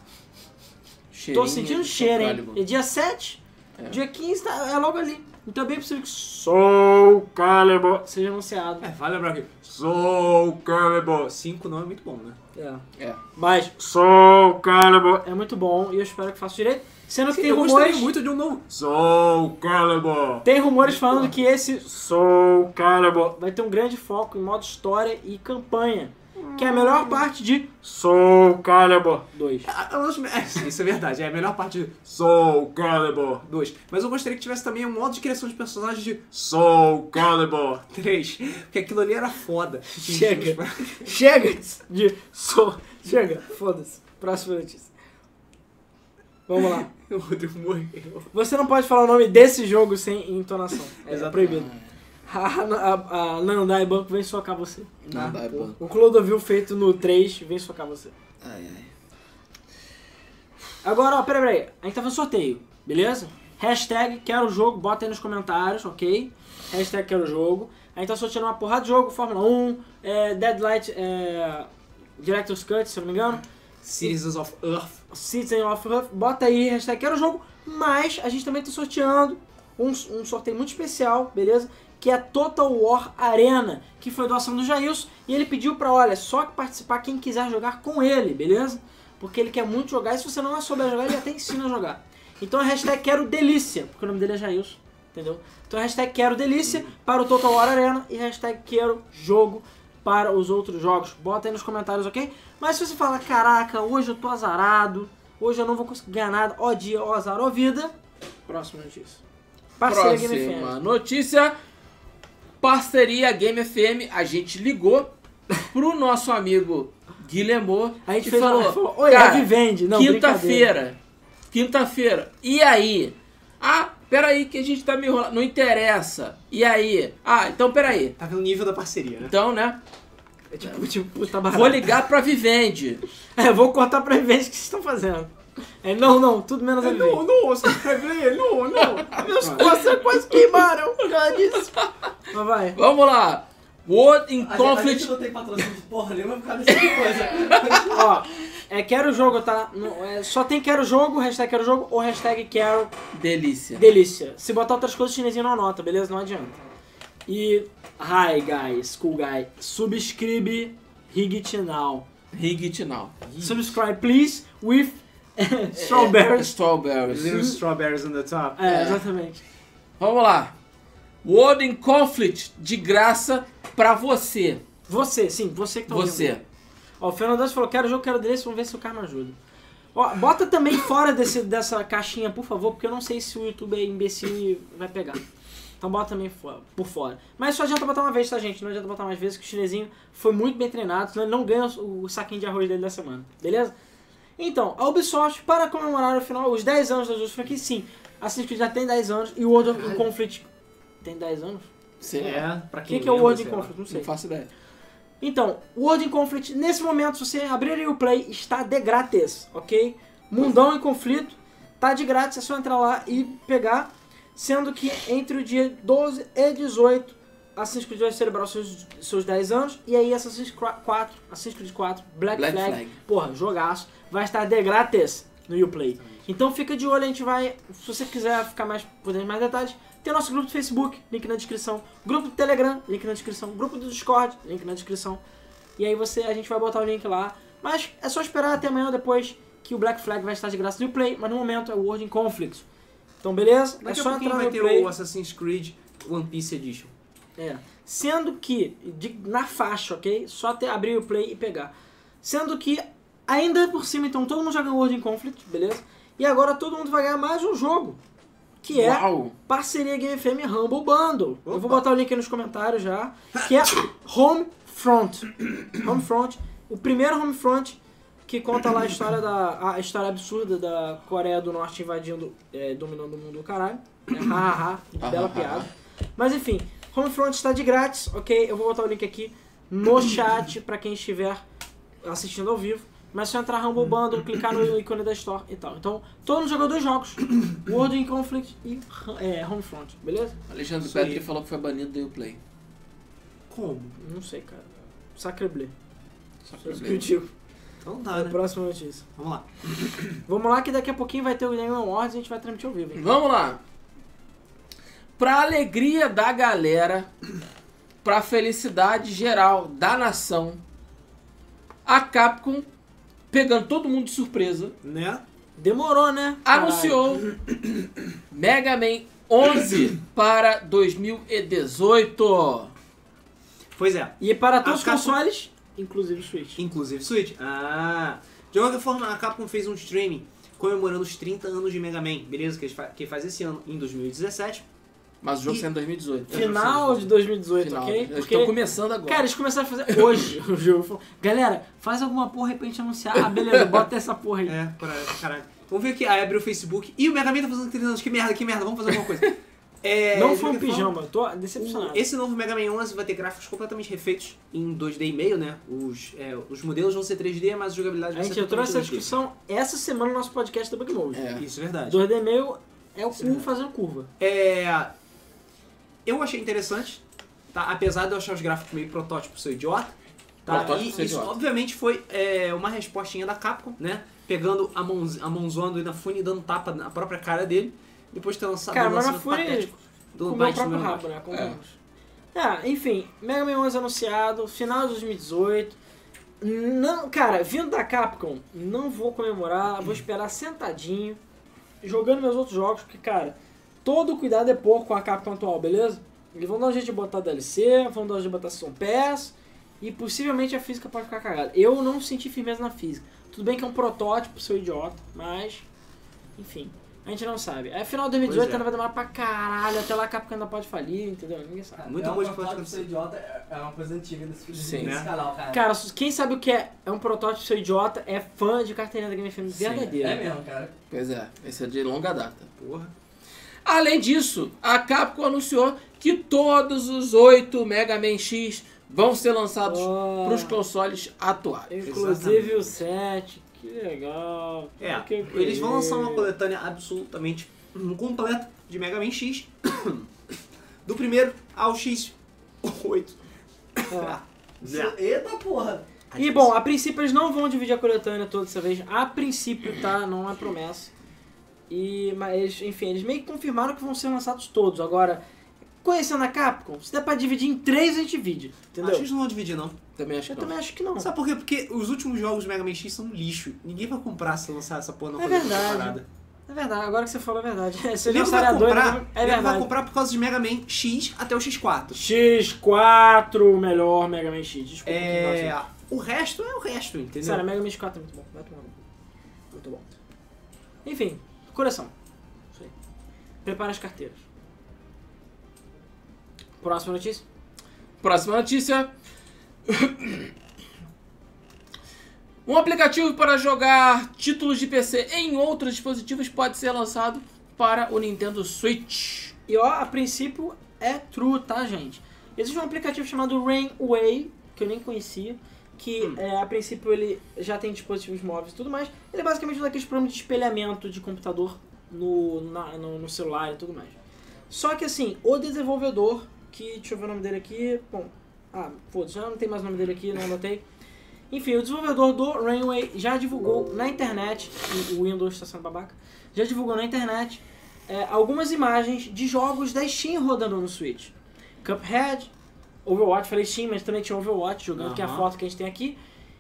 [SPEAKER 3] Cheirinho
[SPEAKER 2] sentindo
[SPEAKER 3] de
[SPEAKER 2] cheiro, hein?
[SPEAKER 3] Calibur.
[SPEAKER 2] E dia 7,
[SPEAKER 3] É.
[SPEAKER 2] dia 15, tá, é logo ali. Então é bem possível que Soul Calibur seja anunciado.
[SPEAKER 1] É, vale lembrar aqui. Soul Calibur. 5 não é muito bom, né?
[SPEAKER 2] É.
[SPEAKER 3] É.
[SPEAKER 2] Mas
[SPEAKER 5] Soul Calibur.
[SPEAKER 2] é muito bom e eu espero que faça direito. Sendo que tem
[SPEAKER 1] eu gostaria
[SPEAKER 2] rumores,
[SPEAKER 1] muito de um novo.
[SPEAKER 5] Soul Calibur.
[SPEAKER 2] tem rumores falando que esse
[SPEAKER 5] Soul Calibur.
[SPEAKER 2] vai ter um grande foco em modo história e campanha. Que é a melhor parte de
[SPEAKER 5] Soul Calibur.
[SPEAKER 2] 2.
[SPEAKER 1] Ah, eu acho- é, sim, isso é verdade. É a melhor parte de
[SPEAKER 5] Soul Calibur.
[SPEAKER 1] 2. Mas eu gostaria que tivesse também um modo de criação de personagens de
[SPEAKER 5] Soul Calibur.
[SPEAKER 1] 3. Porque aquilo ali era foda.
[SPEAKER 2] Chega. Chega de Soul. Chega, foda-se. Próxima notícia. Vamos lá.
[SPEAKER 1] O Rodrigo morreu.
[SPEAKER 2] Você não pode falar o nome desse jogo sem entonação. É
[SPEAKER 1] Exatamente.
[SPEAKER 2] proibido. A, a, a Nandai Banco vem socar você.
[SPEAKER 3] Não dá, é bom.
[SPEAKER 2] O Clodovil feito no 3 vem socar você.
[SPEAKER 3] Ai, ai.
[SPEAKER 2] Agora, ó, peraí, peraí. A gente tá fazendo sorteio, beleza? Hashtag quero o jogo, bota aí nos comentários, ok? Hashtag quero o jogo. A gente tá sorteando uma porrada de jogo, Fórmula 1, é, Deadlight, é, Director's Cut, se eu não me engano.
[SPEAKER 1] Citizens of Earth.
[SPEAKER 2] Citizen of Earth, bota aí, hashtag quero jogo, mas a gente também tá sorteando um, um sorteio muito especial, beleza? Que é a Total War Arena, que foi doação do Jailson, e ele pediu pra, olha, só participar quem quiser jogar com ele, beleza? Porque ele quer muito jogar, e se você não souber jogar, ele até ensina a jogar. Então a hashtag quero delícia, porque o nome dele é Jailson, entendeu? Então a hashtag quero delícia para o Total War Arena, e hashtag quero jogo para os outros jogos. Bota aí nos comentários, ok? Mas se você fala, caraca, hoje eu tô azarado, hoje eu não vou conseguir ganhar nada, ó dia, ó azar, ó vida. Próxima notícia. Parceira Game
[SPEAKER 3] Próxima
[SPEAKER 2] FM.
[SPEAKER 3] notícia. Parceria Game FM. A gente ligou pro nosso amigo Guilhermo
[SPEAKER 2] A gente
[SPEAKER 3] e
[SPEAKER 2] fez uma-
[SPEAKER 3] falou,
[SPEAKER 2] falou, oi,
[SPEAKER 3] cara,
[SPEAKER 2] Heavy vende. Não, brincadeira.
[SPEAKER 3] quinta-feira. Quinta-feira. E aí? Ah, peraí que a gente tá me enrolando. Não interessa. E aí? Ah, então peraí.
[SPEAKER 1] Tá vendo o nível da parceria, né?
[SPEAKER 3] Então, né?
[SPEAKER 2] É tipo, tipo, puta barato.
[SPEAKER 3] Vou ligar pra Vivendi.
[SPEAKER 2] É, vou cortar pra eventos que vocês estão fazendo. É, não, não, tudo menos a Vivendi.
[SPEAKER 1] não, subscrever, não, não.
[SPEAKER 2] Meus coças quase queimaram, cara disso. Mas vai.
[SPEAKER 3] Vamos lá. World in
[SPEAKER 4] A, gente- a gente
[SPEAKER 3] Conflict.
[SPEAKER 4] não tem patrocínio de porra nenhuma por causa dessa coisa.
[SPEAKER 2] Ó, é quero jogo, tá? Não, é, só tem quero jogo, hashtag quero jogo ou hashtag quero
[SPEAKER 3] Delícia.
[SPEAKER 2] Delícia. Se botar outras coisas, o chinesinho não nota, beleza? Não adianta. E. Hi, guys, cool guy. Subscribe Higit Now.
[SPEAKER 3] Higit Now.
[SPEAKER 2] Subscribe, please, with strawberries.
[SPEAKER 3] Strawberries.
[SPEAKER 1] Little strawberries on the top.
[SPEAKER 2] É, exatamente.
[SPEAKER 3] Vamos lá. World in Conflict de graça pra você.
[SPEAKER 2] Você, sim, você que tá ouvindo.
[SPEAKER 3] Você.
[SPEAKER 2] Ó, o Fernandes falou, quero jogo, quero delícia, vamos ver se o cara me ajuda. Ó, bota também fora desse, dessa caixinha, por favor, porque eu não sei se o YouTube é imbecil e vai pegar. Então bota também fo- por fora. Mas só adianta botar uma vez, tá, gente? Não adianta botar mais vezes, que o chinesinho foi muito bem treinado, senão ele não ganha o, o saquinho de arroz dele da semana. Beleza? Então, a Ubisoft, para comemorar o final, os 10 anos das duas franquias, sim. Assassin's Creed já tem 10 anos e o World of Conflict tem 10 anos?
[SPEAKER 3] Você.
[SPEAKER 1] pra
[SPEAKER 2] O
[SPEAKER 1] quem
[SPEAKER 2] que, que é o
[SPEAKER 1] lembra,
[SPEAKER 2] World
[SPEAKER 1] sei
[SPEAKER 2] of
[SPEAKER 1] lá.
[SPEAKER 2] Conflict? Não sei.
[SPEAKER 3] Não faço ideia.
[SPEAKER 2] Então, World in Conflict, nesse momento, se você abrir aí o Play, está de grátis, ok? Mundão em Conflito, tá de grátis, é só entrar lá e pegar. Sendo que entre o dia 12 e 18, Assassin's Creed vai celebrar os seus, seus 10 anos. E aí Assassin's Creed 4, Assassin's Creed 4 Black,
[SPEAKER 3] Black
[SPEAKER 2] Flag,
[SPEAKER 3] Flag.
[SPEAKER 2] porra, jogaço, vai estar de grátis no Uplay. Então fica de olho, a gente vai, se você quiser ficar mais por dentro de mais detalhes, tem nosso grupo do Facebook, link na descrição, grupo do Telegram, link na descrição, grupo do Discord, link na descrição. E aí você, a gente vai botar o link lá. Mas é só esperar até amanhã ou depois que o Black Flag vai estar de graça no Play, mas no momento é o World in Conflict. Então beleza?
[SPEAKER 1] Daqui
[SPEAKER 2] é
[SPEAKER 1] a
[SPEAKER 2] só
[SPEAKER 1] pouquinho
[SPEAKER 2] entrar
[SPEAKER 1] vai
[SPEAKER 2] no
[SPEAKER 1] ter
[SPEAKER 2] Play.
[SPEAKER 1] o Assassin's Creed One Piece Edition.
[SPEAKER 2] É. Sendo que, de- na faixa, ok? Só até abrir o play e pegar. Sendo que, ainda por cima, então, todo mundo já ganhou World in Conflict, beleza? E agora todo mundo vai ganhar mais um jogo. Que é
[SPEAKER 3] Uau!
[SPEAKER 2] Parceria Game FM Humble Bundle. Eu vou
[SPEAKER 1] Opa.
[SPEAKER 2] botar o link aí nos comentários já. Que é Homefront. Homefront. O primeiro Homefront que conta lá a história da a história absurda da Coreia do Norte invadindo, é, dominando o mundo do caralho. É, ha, ha, ha,
[SPEAKER 3] Ah,
[SPEAKER 2] bela
[SPEAKER 3] ah,
[SPEAKER 2] piada. Mas enfim, Homefront está de grátis, ok? Eu vou botar o link aqui no chat pra quem estiver assistindo ao vivo. Mas se eu entrar Humble Bundle, clicar no ícone da Store e tal. Então, todo mundo jogou dois jogos. World in Conflict e é, Homefront, beleza?
[SPEAKER 3] Alexandre
[SPEAKER 1] Isso aí.
[SPEAKER 3] Petri falou que foi banido do Uplay.
[SPEAKER 1] Como?
[SPEAKER 2] Não sei, cara. Sacreblé.
[SPEAKER 3] Só que
[SPEAKER 2] É
[SPEAKER 3] eu
[SPEAKER 2] isso que eu
[SPEAKER 3] lembro.
[SPEAKER 2] digo.
[SPEAKER 1] Então dá, né?
[SPEAKER 2] Próxima notícia.
[SPEAKER 1] Vamos lá.
[SPEAKER 2] Vamos lá que daqui a pouquinho vai ter o Game Awards e a gente vai transmitir ao vivo. hein?
[SPEAKER 3] Vamos lá. Pra alegria da galera, pra felicidade geral da nação, a Capcom, pegando todo mundo de surpresa,
[SPEAKER 1] Né?
[SPEAKER 2] Demorou, né? Caralho.
[SPEAKER 3] anunciou Mega Man 11 para 2018.
[SPEAKER 1] Pois é.
[SPEAKER 2] E para
[SPEAKER 1] A
[SPEAKER 2] todos os
[SPEAKER 1] Capcom-
[SPEAKER 2] consoles, inclusive o Switch.
[SPEAKER 1] Inclusive Switch. Ah. De qualquer forma, a Capcom fez um streaming comemorando os 30 anos de Mega Man, beleza? Que, eles fa- que faz esse ano, em 2017.
[SPEAKER 3] Mas o jogo
[SPEAKER 1] E-
[SPEAKER 3] saiu em 2018.
[SPEAKER 2] Final de 2018,
[SPEAKER 3] Final.
[SPEAKER 2] ok?
[SPEAKER 3] Eu Estou começando agora.
[SPEAKER 2] Cara, eles começaram a fazer hoje o jogo. Falou, Galera, faz alguma porra aí pra gente anunciar. Ah, beleza, bota essa porra aí.
[SPEAKER 1] É, caralho, caralho. Vamos ver aqui. Aí abriu o Facebook. Ih, o Mega Man tá fazendo 30 anos. Que merda, que merda. Vamos fazer alguma coisa. É,
[SPEAKER 2] Não
[SPEAKER 1] de
[SPEAKER 2] foi um
[SPEAKER 1] qualquer forma,
[SPEAKER 2] pijama, eu tô decepcionado.
[SPEAKER 1] O- Esse novo Mega Man 11 vai ter gráficos completamente refeitos em 2D e meio, né? Os, é, os modelos vão ser 3D, mas a jogabilidade
[SPEAKER 2] A
[SPEAKER 1] vai ser
[SPEAKER 2] gente entrou nessa
[SPEAKER 1] totalmente 2D.
[SPEAKER 2] discussão essa semana no nosso podcast da Bug Mode.
[SPEAKER 3] É.
[SPEAKER 1] Isso, é verdade.
[SPEAKER 2] 2D meio é o cu fazendo curva.
[SPEAKER 1] É, eu achei interessante, tá? Apesar de eu achar os gráficos meio protótipo, sou idiota. Tá?
[SPEAKER 3] Protótipo,
[SPEAKER 1] E
[SPEAKER 3] sou
[SPEAKER 1] isso,
[SPEAKER 3] idiota.
[SPEAKER 1] obviamente, foi é, uma respostinha da Capcom, né? Pegando a, mão, a mãozona do Inafune e dando tapa na própria cara dele. Depois de ter
[SPEAKER 3] Tá
[SPEAKER 1] lançado
[SPEAKER 2] Cara,
[SPEAKER 1] um
[SPEAKER 2] mas na
[SPEAKER 3] assim
[SPEAKER 1] lançamento
[SPEAKER 2] Fúria
[SPEAKER 1] patético do
[SPEAKER 2] comeu o
[SPEAKER 1] Bytes
[SPEAKER 2] próprio
[SPEAKER 1] número
[SPEAKER 2] rabo, né? Convenhamos. É, enfim, Mega Man 11 anunciado, final de 2018. Não, cara, vindo da Capcom, não vou comemorar, vou esperar sentadinho, jogando meus outros jogos, porque, cara, todo cuidado é pouco com a Capcom atual, beleza? Eles vão dar um jeito de botar DLC, vão dar um jeito de botar Season Pass, e possivelmente a física pode ficar cagada. Eu não senti firmeza na física. Tudo bem que é um protótipo, seu idiota, mas. Enfim, a gente não sabe. É final de 2018,
[SPEAKER 1] Pois é.
[SPEAKER 2] ainda vai demorar pra caralho, até lá a Capcom ainda pode falir, entendeu? Ninguém sabe.
[SPEAKER 1] Muita
[SPEAKER 4] é
[SPEAKER 1] música
[SPEAKER 4] um protótipo
[SPEAKER 1] pode
[SPEAKER 4] ser idiota é é uma coisa antiga desse, desse
[SPEAKER 3] Sim.
[SPEAKER 1] Né?
[SPEAKER 4] canal, cara.
[SPEAKER 2] Cara, quem sabe o que é, é um protótipo, seu idiota, é fã de carteirinha da Game FM
[SPEAKER 3] Sim,
[SPEAKER 2] verdadeira.
[SPEAKER 4] É mesmo, cara.
[SPEAKER 3] Pois é, esse é de longa
[SPEAKER 2] né?
[SPEAKER 3] data.
[SPEAKER 1] Porra.
[SPEAKER 3] Além disso, a Capcom anunciou que todos os oito Mega Man X vão ser lançados
[SPEAKER 2] Ah.
[SPEAKER 3] para os consoles atuais.
[SPEAKER 2] Inclusive o 7, que legal.
[SPEAKER 1] É,
[SPEAKER 2] Que que
[SPEAKER 1] eles vão
[SPEAKER 2] é?
[SPEAKER 1] lançar uma coletânea absolutamente completa de Mega Man X. do primeiro ao X8.
[SPEAKER 2] É.
[SPEAKER 1] Zé.
[SPEAKER 4] Eita porra!
[SPEAKER 2] E bom, a princípio eles não vão dividir a coletânea toda dessa vez. A princípio, tá? Não é promessa. E, mas, eles- enfim, eles meio que confirmaram que vão ser lançados todos. Agora, conhecendo a Capcom, se der pra dividir em três, a gente divide. Entendeu?
[SPEAKER 1] Acho que eles não vão dividir, não.
[SPEAKER 3] Também acho
[SPEAKER 2] Eu
[SPEAKER 3] que não.
[SPEAKER 2] também acho que não.
[SPEAKER 1] Sabe por quê? Porque os últimos jogos do Mega Man X são um lixo. Ninguém vai comprar se lançar essa porra na
[SPEAKER 2] É
[SPEAKER 1] coletânea
[SPEAKER 2] verdade.
[SPEAKER 1] separada.
[SPEAKER 2] É verdade, agora que você falou a verdade. É, Você
[SPEAKER 1] Nego vai
[SPEAKER 2] estaria doido,
[SPEAKER 1] comprar,
[SPEAKER 2] né? É
[SPEAKER 1] nego vai
[SPEAKER 2] verdade.
[SPEAKER 1] comprar por causa de Mega Man X até o X4.
[SPEAKER 2] X4, o melhor Mega Man X. Desculpa.
[SPEAKER 1] É,
[SPEAKER 2] Nossa.
[SPEAKER 1] o resto é o resto, entendeu?
[SPEAKER 2] Sério, Mega Man X4 é muito bom. Vai tomar no cu. Muito bom. Enfim, coração. Isso aí. Prepara as carteiras. Próxima notícia?
[SPEAKER 3] Próxima notícia. Um aplicativo para jogar títulos de PC em outros dispositivos pode ser lançado para o Nintendo Switch.
[SPEAKER 2] E ó, a princípio é true, tá, gente? Existe um aplicativo chamado Rainway, que eu nem conhecia, que é, a princípio ele já tem dispositivos móveis e tudo mais. Ele é basicamente um daqueles programas de espelhamento de computador no, na- no, no celular e tudo mais. Só que assim, o desenvolvedor, que deixa eu ver o nome dele aqui, bom, ah, foda-se, já não tem mais o nome dele aqui, não anotei. Enfim, o desenvolvedor do Rainway já divulgou na internet, e o Windows está sendo babaca, já divulgou na internet é, algumas imagens de jogos da Steam rodando no Switch. Cuphead, Overwatch, falei Steam, mas também tinha Overwatch jogando, que é a
[SPEAKER 1] Aham.
[SPEAKER 2] foto que a gente tem aqui.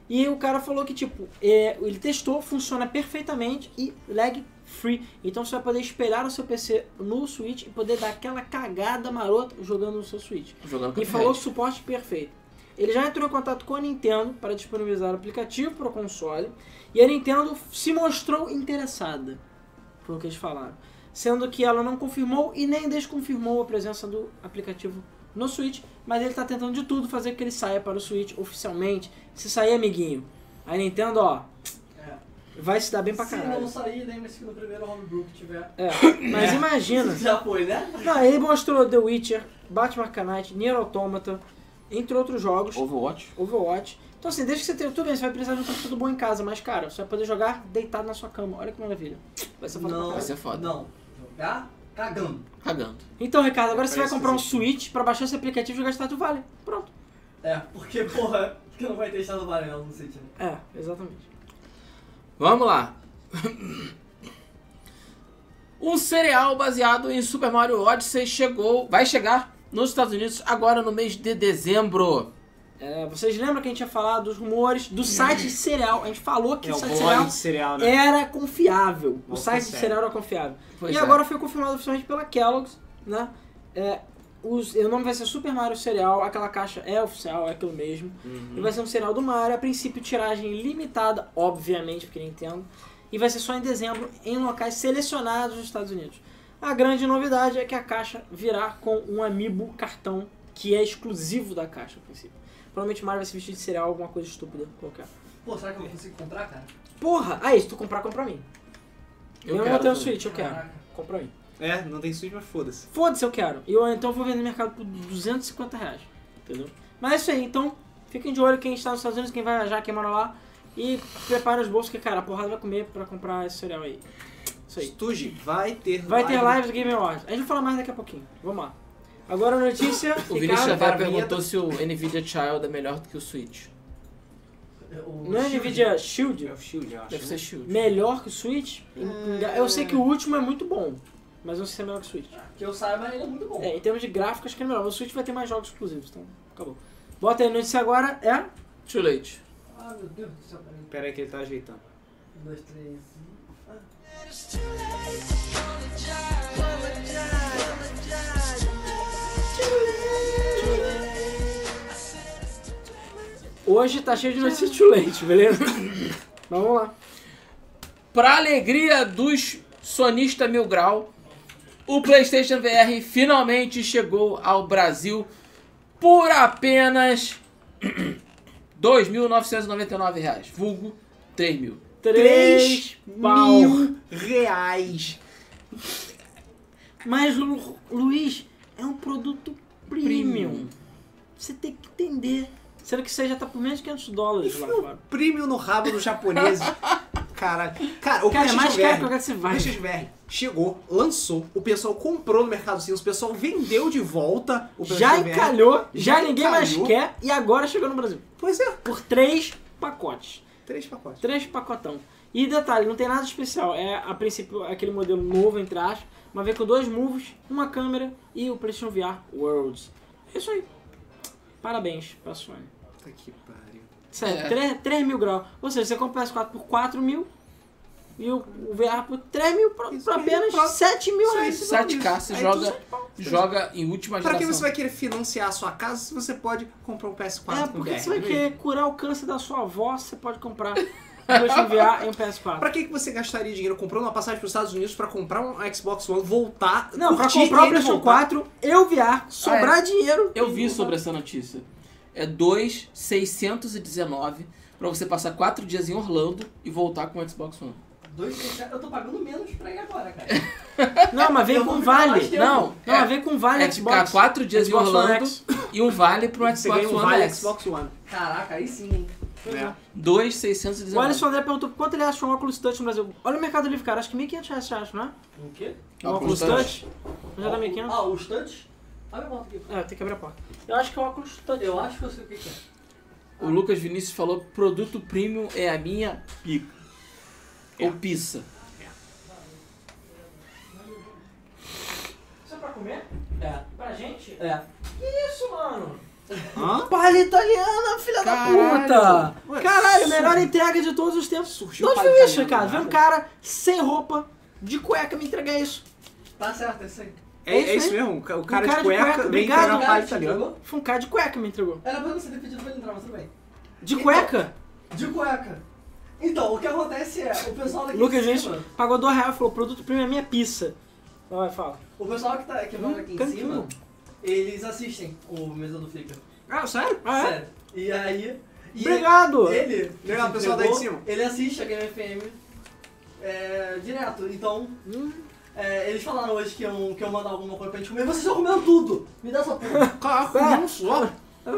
[SPEAKER 2] E o cara falou que, tipo, é, ele testou, funciona perfeitamente e lag free. Então você vai poder espelhar o seu PC no Switch e poder dar aquela cagada marota jogando no seu Switch.
[SPEAKER 3] Jogando com
[SPEAKER 2] E falou que suporte perfeito. Ele já entrou em contato com a Nintendo para disponibilizar o aplicativo para o console e a Nintendo se mostrou interessada, pelo que eles falaram. Sendo que ela não confirmou e nem desconfirmou a presença do aplicativo no Switch, mas ele está tentando de tudo fazer que ele saia para o Switch oficialmente. Se sair, amiguinho, a Nintendo, ó,
[SPEAKER 4] É.
[SPEAKER 2] vai se dar bem pra
[SPEAKER 4] Se não
[SPEAKER 2] caralho.
[SPEAKER 4] sair, lembre-se que no primeiro homebrew que tiver.
[SPEAKER 2] É, mas imagina.
[SPEAKER 4] Já foi, né?
[SPEAKER 2] Não, ele mostrou The Witcher, Batman Arkham Knight, Nier Automata, entre outros jogos.
[SPEAKER 3] Overwatch.
[SPEAKER 2] Overwatch. Então assim, desde que você tenha tudo bem, você vai precisar de um computador bom em casa, mas cara, você vai poder jogar deitado na sua cama. Olha que maravilha. Vai ser é foda pra
[SPEAKER 4] Não.
[SPEAKER 3] Vai
[SPEAKER 2] caralho.
[SPEAKER 3] ser foda.
[SPEAKER 4] Não. Jogar cagando.
[SPEAKER 3] Cagando.
[SPEAKER 2] Então, Ricardo, agora você vai
[SPEAKER 1] Parece
[SPEAKER 2] comprar um
[SPEAKER 1] que existe.
[SPEAKER 2] Switch pra baixar esse aplicativo e jogar Status Vale. Pronto.
[SPEAKER 4] É, porque, porra, que não vai ter estado vale não, não sei, tipo.
[SPEAKER 2] É, exatamente.
[SPEAKER 3] Vamos lá. Um cereal baseado em Super Mario Odyssey chegou, vai chegar nos Estados Unidos agora no mês de dezembro.
[SPEAKER 2] É, vocês lembram que a gente ia falar dos rumores do site de cereal? A gente falou que
[SPEAKER 1] É
[SPEAKER 2] o
[SPEAKER 1] o
[SPEAKER 2] site de cereal
[SPEAKER 1] blog de cereal, né?
[SPEAKER 2] era confiável. O
[SPEAKER 1] Nossa,
[SPEAKER 2] site de
[SPEAKER 1] sério.
[SPEAKER 2] cereal era confiável.
[SPEAKER 3] Pois
[SPEAKER 2] e
[SPEAKER 3] é.
[SPEAKER 2] agora foi confirmado oficialmente pela Kellogg's, né? É, os- o nome vai ser Super Mario Cereal, aquela caixa é oficial, é aquilo mesmo.
[SPEAKER 3] Uhum.
[SPEAKER 2] E vai ser um cereal do Mario, a princípio tiragem limitada, obviamente, porque Nintendo. E vai ser só em dezembro, em locais selecionados nos Estados Unidos. A grande novidade é que a caixa virá com um amiibo cartão, que é exclusivo da caixa, a princípio. Provavelmente o Mario vai se vestir de cereal, alguma coisa estúpida qualquer.
[SPEAKER 4] Pô, será que eu vou conseguir comprar, cara?
[SPEAKER 2] Porra! Aí, se tu comprar, compra pra mim. Eu, não
[SPEAKER 3] quero
[SPEAKER 2] tenho
[SPEAKER 3] também.
[SPEAKER 2] Switch, eu quero.
[SPEAKER 4] Caraca.
[SPEAKER 2] Compra pra mim.
[SPEAKER 1] É, não tem Switch, mas foda-se.
[SPEAKER 2] Foda-se, eu quero. E eu então vou vender no mercado por 250 reais. Entendeu? Mas é isso aí, então fiquem de olho quem está nos Estados Unidos, quem vai viajar, quem mora lá. E prepare os bolsos, que cara, a porrada vai comer pra comprar esse cereal aí. Isso aí.
[SPEAKER 1] Stuji vai ter
[SPEAKER 2] Vai ter live do Game Awards. A gente vai falar mais daqui a pouquinho. Vamos lá. Agora a notícia.
[SPEAKER 3] O Vinícius
[SPEAKER 2] Ricardo,
[SPEAKER 3] Xavier
[SPEAKER 1] para a vinheta.
[SPEAKER 3] perguntou se o Nvidia Child é melhor do que o Switch.
[SPEAKER 4] O
[SPEAKER 2] não é
[SPEAKER 4] Shield.
[SPEAKER 2] Nvidia
[SPEAKER 1] É
[SPEAKER 2] Shield?
[SPEAKER 1] o Shield, eu acho. né?
[SPEAKER 3] Deve ser Shield.
[SPEAKER 2] Melhor que o Switch? Eu sei que o último é muito bom, mas eu não sei se é melhor que o Switch.
[SPEAKER 4] Que eu saiba, ele é muito bom.
[SPEAKER 2] É, em termos de gráficos, acho que é melhor. O Switch vai ter mais jogos exclusivos, então acabou. Bota aí a notícia agora, é
[SPEAKER 3] Too late.
[SPEAKER 4] Ah, meu Deus do céu, peraí.
[SPEAKER 1] Pera aí que ele tá ajeitando.
[SPEAKER 4] Um, dois, três. Ah.
[SPEAKER 2] Hoje tá cheio de notícia de leite, beleza? Mas vamos lá.
[SPEAKER 3] Pra alegria dos sonista mil grau, o PlayStation VR finalmente chegou ao Brasil por apenas R$ 2.999 reais, vulgo 3 mil.
[SPEAKER 2] Três pau.
[SPEAKER 1] mil reais.
[SPEAKER 2] Mas, Lu- Luiz, é um produto premium. Você tem que entender. Será que isso aí já tá por menos de 500 dólares lá fora?
[SPEAKER 1] Prêmio no rabo dos japoneses. Caralho. Cara, o
[SPEAKER 2] Cara, é
[SPEAKER 1] PlayStation
[SPEAKER 2] mais caro que
[SPEAKER 1] VR,
[SPEAKER 2] qualquer que você
[SPEAKER 1] O
[SPEAKER 2] vai.
[SPEAKER 1] PlayStation VR chegou, lançou, o pessoal comprou no Mercado Cinza, o pessoal vendeu de volta o
[SPEAKER 2] Já
[SPEAKER 1] PlayStation VR.
[SPEAKER 2] encalhou, já
[SPEAKER 1] Já
[SPEAKER 2] ninguém mais
[SPEAKER 1] encalhou.
[SPEAKER 2] quer e agora chegou no Brasil.
[SPEAKER 1] Pois é,
[SPEAKER 2] Por três pacotes.
[SPEAKER 1] três pacotes.
[SPEAKER 2] Três pacotão. E detalhe, não tem nada especial. É, a princípio, aquele modelo novo, entre aspas, mas vem com dois moves, uma câmera e o PlayStation VR Worlds. É isso aí. Parabéns pra Sony.
[SPEAKER 1] Puta que pariu.
[SPEAKER 2] Sério,
[SPEAKER 3] É.
[SPEAKER 2] 3, mil graus. Ou seja, você compra o PS4 por 4 mil e o, o VR por 3 mil por,
[SPEAKER 1] Isso
[SPEAKER 2] por
[SPEAKER 1] aí,
[SPEAKER 2] apenas
[SPEAKER 1] pronto.
[SPEAKER 2] 7 mil
[SPEAKER 1] Isso aí,
[SPEAKER 2] reais.
[SPEAKER 1] isso aí.
[SPEAKER 3] 7K, você
[SPEAKER 1] Aí
[SPEAKER 3] joga,
[SPEAKER 1] tudo
[SPEAKER 3] joga em última
[SPEAKER 1] Pra que você
[SPEAKER 3] geração.
[SPEAKER 1] vai querer financiar a sua casa se você pode comprar um PS4
[SPEAKER 2] É,
[SPEAKER 1] com
[SPEAKER 2] porque
[SPEAKER 1] VR?
[SPEAKER 2] você vai querer curar o câncer da sua avó, você pode comprar um PlayStation VR e um PS4.
[SPEAKER 1] Pra que, que você gastaria dinheiro comprando uma passagem pros Estados Unidos pra comprar um Xbox One, voltar,
[SPEAKER 2] Não, pra
[SPEAKER 1] curtir
[SPEAKER 2] comprar o
[SPEAKER 1] ele e
[SPEAKER 2] PlayStation
[SPEAKER 1] voltar? É.
[SPEAKER 2] 4, eu VR, sobrar dinheiro.
[SPEAKER 3] Eu vi sobre essa notícia. É 2,619 pra você passar 4 dias em Orlando e voltar com o Xbox One.
[SPEAKER 4] Dois, três, quatro. Eu tô pagando menos pra ir agora, cara.
[SPEAKER 2] Não, mas vem
[SPEAKER 4] Eu
[SPEAKER 2] com
[SPEAKER 4] vou ficar mais
[SPEAKER 2] vale.
[SPEAKER 4] tempo.
[SPEAKER 2] Não,
[SPEAKER 3] Não,
[SPEAKER 2] não,
[SPEAKER 3] é-
[SPEAKER 2] mas vem com vale
[SPEAKER 3] é ficar
[SPEAKER 2] Xbox.
[SPEAKER 3] 4 dias
[SPEAKER 2] Xbox
[SPEAKER 3] em
[SPEAKER 2] One
[SPEAKER 3] Orlando
[SPEAKER 2] X.
[SPEAKER 3] e um vale pro
[SPEAKER 1] Você
[SPEAKER 3] Xbox
[SPEAKER 1] ganha um
[SPEAKER 3] One
[SPEAKER 1] vale
[SPEAKER 3] X.
[SPEAKER 1] Xbox One.
[SPEAKER 4] Caraca, aí sim, hein?
[SPEAKER 1] né?
[SPEAKER 3] 2,619.
[SPEAKER 2] O Alisson André perguntou quanto ele acha um óculos touch no Brasil. Olha o Mercado Livre, cara. Acho que 1.500 reais, você acha, não é?
[SPEAKER 4] O quê?
[SPEAKER 2] Um óculos
[SPEAKER 3] Óculos
[SPEAKER 2] touch. Já tá 1.500?
[SPEAKER 4] Ah, os touch? Abre a porta aqui.
[SPEAKER 2] É, tem que abrir a porta. Eu acho que é um óculos touch.
[SPEAKER 4] Eu acho que eu sei o que que é.
[SPEAKER 3] O Lucas Vinícius falou: produto premium é a minha pica. Ou pizza.
[SPEAKER 2] Isso é pra comer?
[SPEAKER 4] É.
[SPEAKER 2] Pra gente?
[SPEAKER 4] É.
[SPEAKER 2] Isso, mano.
[SPEAKER 1] Hã?
[SPEAKER 2] Palha italiana, é filha da
[SPEAKER 3] Caralho.
[SPEAKER 2] puta!
[SPEAKER 1] Ué,
[SPEAKER 2] Caralho,
[SPEAKER 1] isso-
[SPEAKER 2] melhor entrega de todos os tempos.
[SPEAKER 1] Surgiu
[SPEAKER 2] Não onde
[SPEAKER 1] palha
[SPEAKER 2] foi isso,
[SPEAKER 1] italiana
[SPEAKER 2] cara? Vem
[SPEAKER 1] do
[SPEAKER 2] um cara sem roupa, de cueca, me entregar isso.
[SPEAKER 4] Tá certo, é isso aí.
[SPEAKER 1] É,
[SPEAKER 2] É isso,
[SPEAKER 1] é isso
[SPEAKER 2] né?
[SPEAKER 1] mesmo, o ca- o cara,
[SPEAKER 2] cara
[SPEAKER 1] de
[SPEAKER 2] de
[SPEAKER 1] cueca,
[SPEAKER 2] cueca,
[SPEAKER 1] vem entregar
[SPEAKER 2] obrigado, Ah,
[SPEAKER 1] a
[SPEAKER 4] Cara,
[SPEAKER 1] palha
[SPEAKER 4] te
[SPEAKER 1] italiana.
[SPEAKER 4] entregou?
[SPEAKER 2] Foi um cara de cueca me entregou.
[SPEAKER 4] Era pra você ter pedido pra ele entrar, mas tudo bem.
[SPEAKER 2] De cueca?
[SPEAKER 4] De cueca. Então, o que acontece é, o pessoal daqui
[SPEAKER 2] Lucas
[SPEAKER 4] em
[SPEAKER 2] Gente
[SPEAKER 4] cima,
[SPEAKER 2] pagou dois reais e falou, produto premium é minha pizza. Vai, fala.
[SPEAKER 4] o pessoal que, tá, que mora aqui em
[SPEAKER 2] Hum,
[SPEAKER 4] cima,
[SPEAKER 2] cantinho.
[SPEAKER 4] eles assistem o Mesa do Flickr.
[SPEAKER 1] Ah, sério?
[SPEAKER 2] Ah, é?
[SPEAKER 4] Sério. E aí... e
[SPEAKER 2] Obrigado!
[SPEAKER 4] Ele,
[SPEAKER 1] Legal,
[SPEAKER 4] se
[SPEAKER 1] pessoal
[SPEAKER 4] entregou,
[SPEAKER 1] daí de cima.
[SPEAKER 4] Ele assiste a Game FM é, direto, então...
[SPEAKER 2] Hum,
[SPEAKER 4] é, eles falaram hoje que iam, que iam mandar alguma coisa pra gente comer, vocês estão comendo tudo! Me dá essa porra!
[SPEAKER 1] Caraca,
[SPEAKER 2] É.
[SPEAKER 1] comi um só.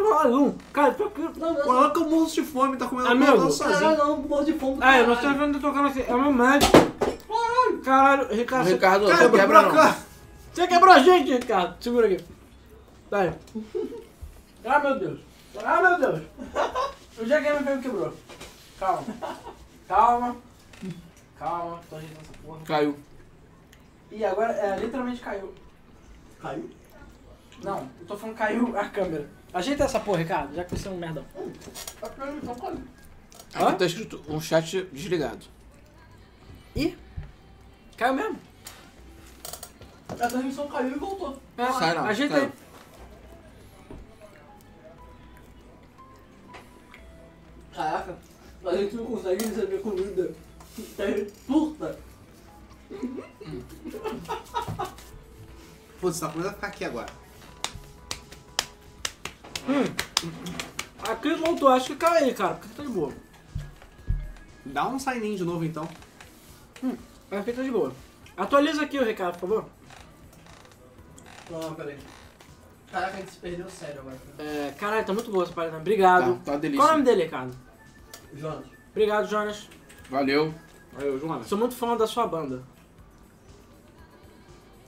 [SPEAKER 2] Olha, um. Cara, pior que...
[SPEAKER 4] Não, me dá essa
[SPEAKER 1] Olha que eu morro de fome, tá comendo
[SPEAKER 2] Amigo.
[SPEAKER 1] tudo sozinho.
[SPEAKER 4] Caralho, não, morro de fome do
[SPEAKER 2] assim? Ah, eu não
[SPEAKER 4] caralho.
[SPEAKER 2] estou vendo tocando aqui. É meu médico. Caralho,
[SPEAKER 3] O
[SPEAKER 2] Ricardo, você-
[SPEAKER 3] Ricardo, não
[SPEAKER 1] Cara,
[SPEAKER 3] quebra
[SPEAKER 1] Tá, pra
[SPEAKER 3] não.
[SPEAKER 1] cá.
[SPEAKER 2] você quebrou a gente, Ricardo. Segura aqui. Vai. Ah, meu Deus. Ah, meu Deus. O dia que a minha quebrou. Calma. Calma. Calma. Tô ajeitando essa porra.
[SPEAKER 3] Caiu.
[SPEAKER 2] E agora, é, literalmente caiu.
[SPEAKER 4] Caiu?
[SPEAKER 2] Não, eu tô falando caiu a câmera. Ajeita essa porra, Ricardo, já que você é um merdão.
[SPEAKER 4] Tá comendo, então come.
[SPEAKER 2] Hã?
[SPEAKER 3] Aqui tá escrito um chat desligado.
[SPEAKER 2] Ih. Caiu mesmo.
[SPEAKER 4] A transmissão caiu e voltou.
[SPEAKER 2] É,
[SPEAKER 3] Sai não,
[SPEAKER 2] Ajeita
[SPEAKER 3] sai
[SPEAKER 2] aí.
[SPEAKER 4] Caraca, a gente não consegue receber comida. Puta!
[SPEAKER 1] Pô, essa coisa vai ficar aqui agora.
[SPEAKER 2] A Cris voltou, acho que caiu aí, cara, porque tá de boa.
[SPEAKER 1] Dá um sign in de novo então.
[SPEAKER 2] Mas fica É, tá de boa. Atualiza aqui o Ricardo, por favor.
[SPEAKER 4] Não, peraí. Caraca, a gente se perdeu sério agora.
[SPEAKER 2] É, caralho, tá muito boa essa parada. Obrigado.
[SPEAKER 3] Tá, tá uma delícia.
[SPEAKER 2] Qual é o nome dele, Ricardo?
[SPEAKER 4] Jonas.
[SPEAKER 2] Obrigado, Jonas.
[SPEAKER 3] Valeu.
[SPEAKER 1] Valeu, Jonas.
[SPEAKER 2] Sou muito fã da sua banda.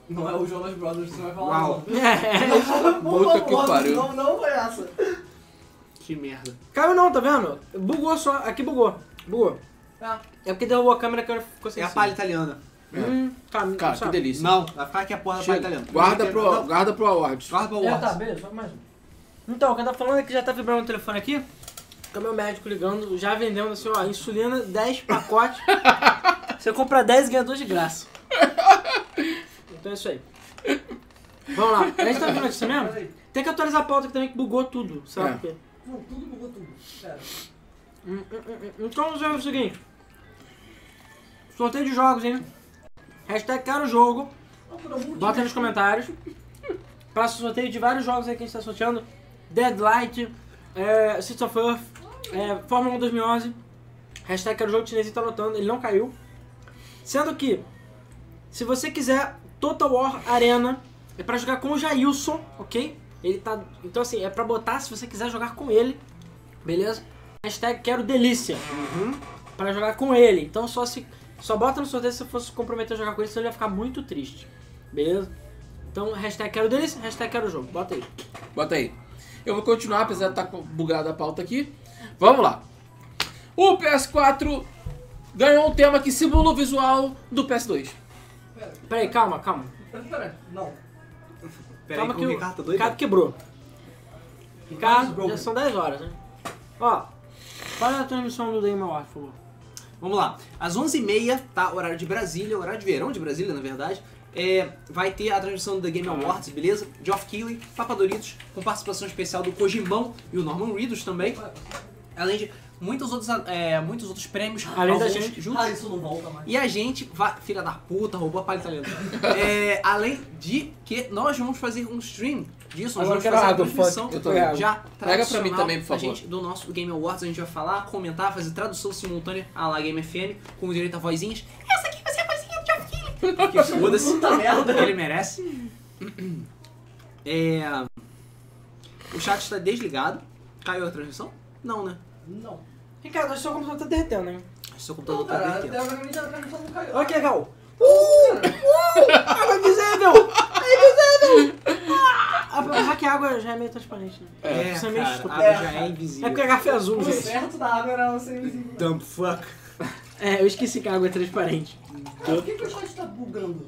[SPEAKER 4] Não é o Jonas Brothers que você vai falar.
[SPEAKER 1] Uau.
[SPEAKER 4] Não.
[SPEAKER 2] É.
[SPEAKER 4] Por
[SPEAKER 3] Puta que
[SPEAKER 4] favor,
[SPEAKER 3] pariu.
[SPEAKER 4] Não, não foi essa.
[SPEAKER 1] Que merda.
[SPEAKER 2] Caiu não, tá vendo? Bugou só. Aqui bugou. Bugou.
[SPEAKER 4] Ah,
[SPEAKER 2] É porque derrubou a câmera que eu ficou sem
[SPEAKER 1] É a
[SPEAKER 2] som.
[SPEAKER 1] palha italiana.
[SPEAKER 2] Hum, tá, não
[SPEAKER 3] Cara, que
[SPEAKER 2] sabe.
[SPEAKER 3] delícia.
[SPEAKER 1] Não, vai ficar aqui a porra da palha
[SPEAKER 3] Chega.
[SPEAKER 1] italiana.
[SPEAKER 3] Guarda
[SPEAKER 1] Não,
[SPEAKER 3] pro,
[SPEAKER 1] Guarda
[SPEAKER 3] guarda pro Awards.
[SPEAKER 1] pro
[SPEAKER 2] É, tá,
[SPEAKER 1] Awards.
[SPEAKER 2] beleza, só mais um. Então, o que eu tava falando é que já tá vibrando o telefone aqui. Que é o meu médico ligando, já vendendo assim, ó, insulina, 10 pacotes. Você compra 10 e ganha 2 de graça. Então é isso aí. Vamos lá. A gente tá vendo notícia mesmo?
[SPEAKER 4] peraí.
[SPEAKER 2] Tem que atualizar a pauta aqui também, que bugou tudo, sabe
[SPEAKER 3] É.
[SPEAKER 2] por quê?
[SPEAKER 4] Não, tudo bugou tudo. Pera.
[SPEAKER 2] Hum, hum, hum, hum. Então vamos ver o seguinte. Sorteio de jogos, hein? Hashtag quero jogo.
[SPEAKER 4] Não, por algum
[SPEAKER 2] Bota aí nos comentários. Pra sorteio de vários jogos aí que a gente tá sorteando. Deadlight, é, City of Earth, é, Fórmula 1 2011. Hashtag que era o jogo chinês e tá lotando, ele não caiu. Sendo que, se você quiser Total War Arena, é pra jogar com o Jailson, ok? Ele tá... Então assim, é pra botar se você quiser jogar com ele, beleza? Hashtag quero delícia. Pra jogar com ele. Então só se... Só bota no sorteio se você fosse comprometer a jogar com ele, senão ele ia ficar muito triste. Beleza? Então, hashtag quero delícia, hashtag quero jogo. Bota aí.
[SPEAKER 3] Bota aí. Eu vou continuar, apesar de estar bugada a pauta aqui. Vamos lá. O PS4 ganhou um tema que simula o visual do PS2.
[SPEAKER 2] Peraí, calma, calma.
[SPEAKER 4] Pera, pera. Não.
[SPEAKER 1] Pera aí
[SPEAKER 2] calma
[SPEAKER 1] que o Ricardo tá doido.
[SPEAKER 2] Ricardo quebrou. Ricardo,
[SPEAKER 4] broken.
[SPEAKER 2] já são 10 horas, né? Ó, qual é a transmissão do Game Award, por favor?
[SPEAKER 1] Vamos lá. Às 11h30, tá? Horário de Brasília, horário de verão de Brasília, na verdade. É, vai ter a transmissão do The Game Awards, beleza? Geoff Keighley, Papa Doritos, com participação especial do Kojimão e o Norman Reedus também. Além de muitos outros, é, muitos outros prêmios.
[SPEAKER 2] Além da
[SPEAKER 1] alguns
[SPEAKER 2] gente.
[SPEAKER 1] juntos.
[SPEAKER 4] Ah, isso não volta mais.
[SPEAKER 1] E a gente, va- filha da puta, roubou a palha italiana. É, além de que nós vamos fazer um stream disso, nós
[SPEAKER 2] Agora
[SPEAKER 1] vamos
[SPEAKER 2] eu quero
[SPEAKER 1] fazer a
[SPEAKER 2] água,
[SPEAKER 1] transmissão
[SPEAKER 3] fuck, eu tô ligado.
[SPEAKER 1] já
[SPEAKER 3] Pega pra mim
[SPEAKER 1] tradicional
[SPEAKER 3] também,
[SPEAKER 1] da
[SPEAKER 3] por favor.
[SPEAKER 1] gente, do nosso Game Awards, a gente vai falar, comentar, fazer tradução simultânea à la Game FM, com direito a vozinhas. Essa aqui vai ser a vozinha do Jeff Keighley. Porque foda-se.
[SPEAKER 4] Puta merda.
[SPEAKER 1] Ele merece. É, O chat está desligado. Caiu a transmissão? Não, né?
[SPEAKER 4] Não.
[SPEAKER 2] Ricardo, acho que seu computador tá derretendo, hein?
[SPEAKER 1] Seu computador
[SPEAKER 4] Não,
[SPEAKER 1] tá
[SPEAKER 4] cara, até
[SPEAKER 1] derretendo.
[SPEAKER 4] agora a minha transmissão não caiu.
[SPEAKER 2] Olha que legal. Uh! Água invisível! É invisível! Ah! Apesar que a água já é meio transparente, né?
[SPEAKER 1] É,
[SPEAKER 2] Isso é meio
[SPEAKER 1] cara, a
[SPEAKER 2] estúpido.
[SPEAKER 1] água já é invisível.
[SPEAKER 2] É porque a garrafa é azul,
[SPEAKER 4] O
[SPEAKER 2] gente.
[SPEAKER 4] certo da água era você assim. invisível.
[SPEAKER 1] Dumb fuck.
[SPEAKER 2] É, eu esqueci que a água é transparente.
[SPEAKER 4] Cara, por que, que o chat tá bugando?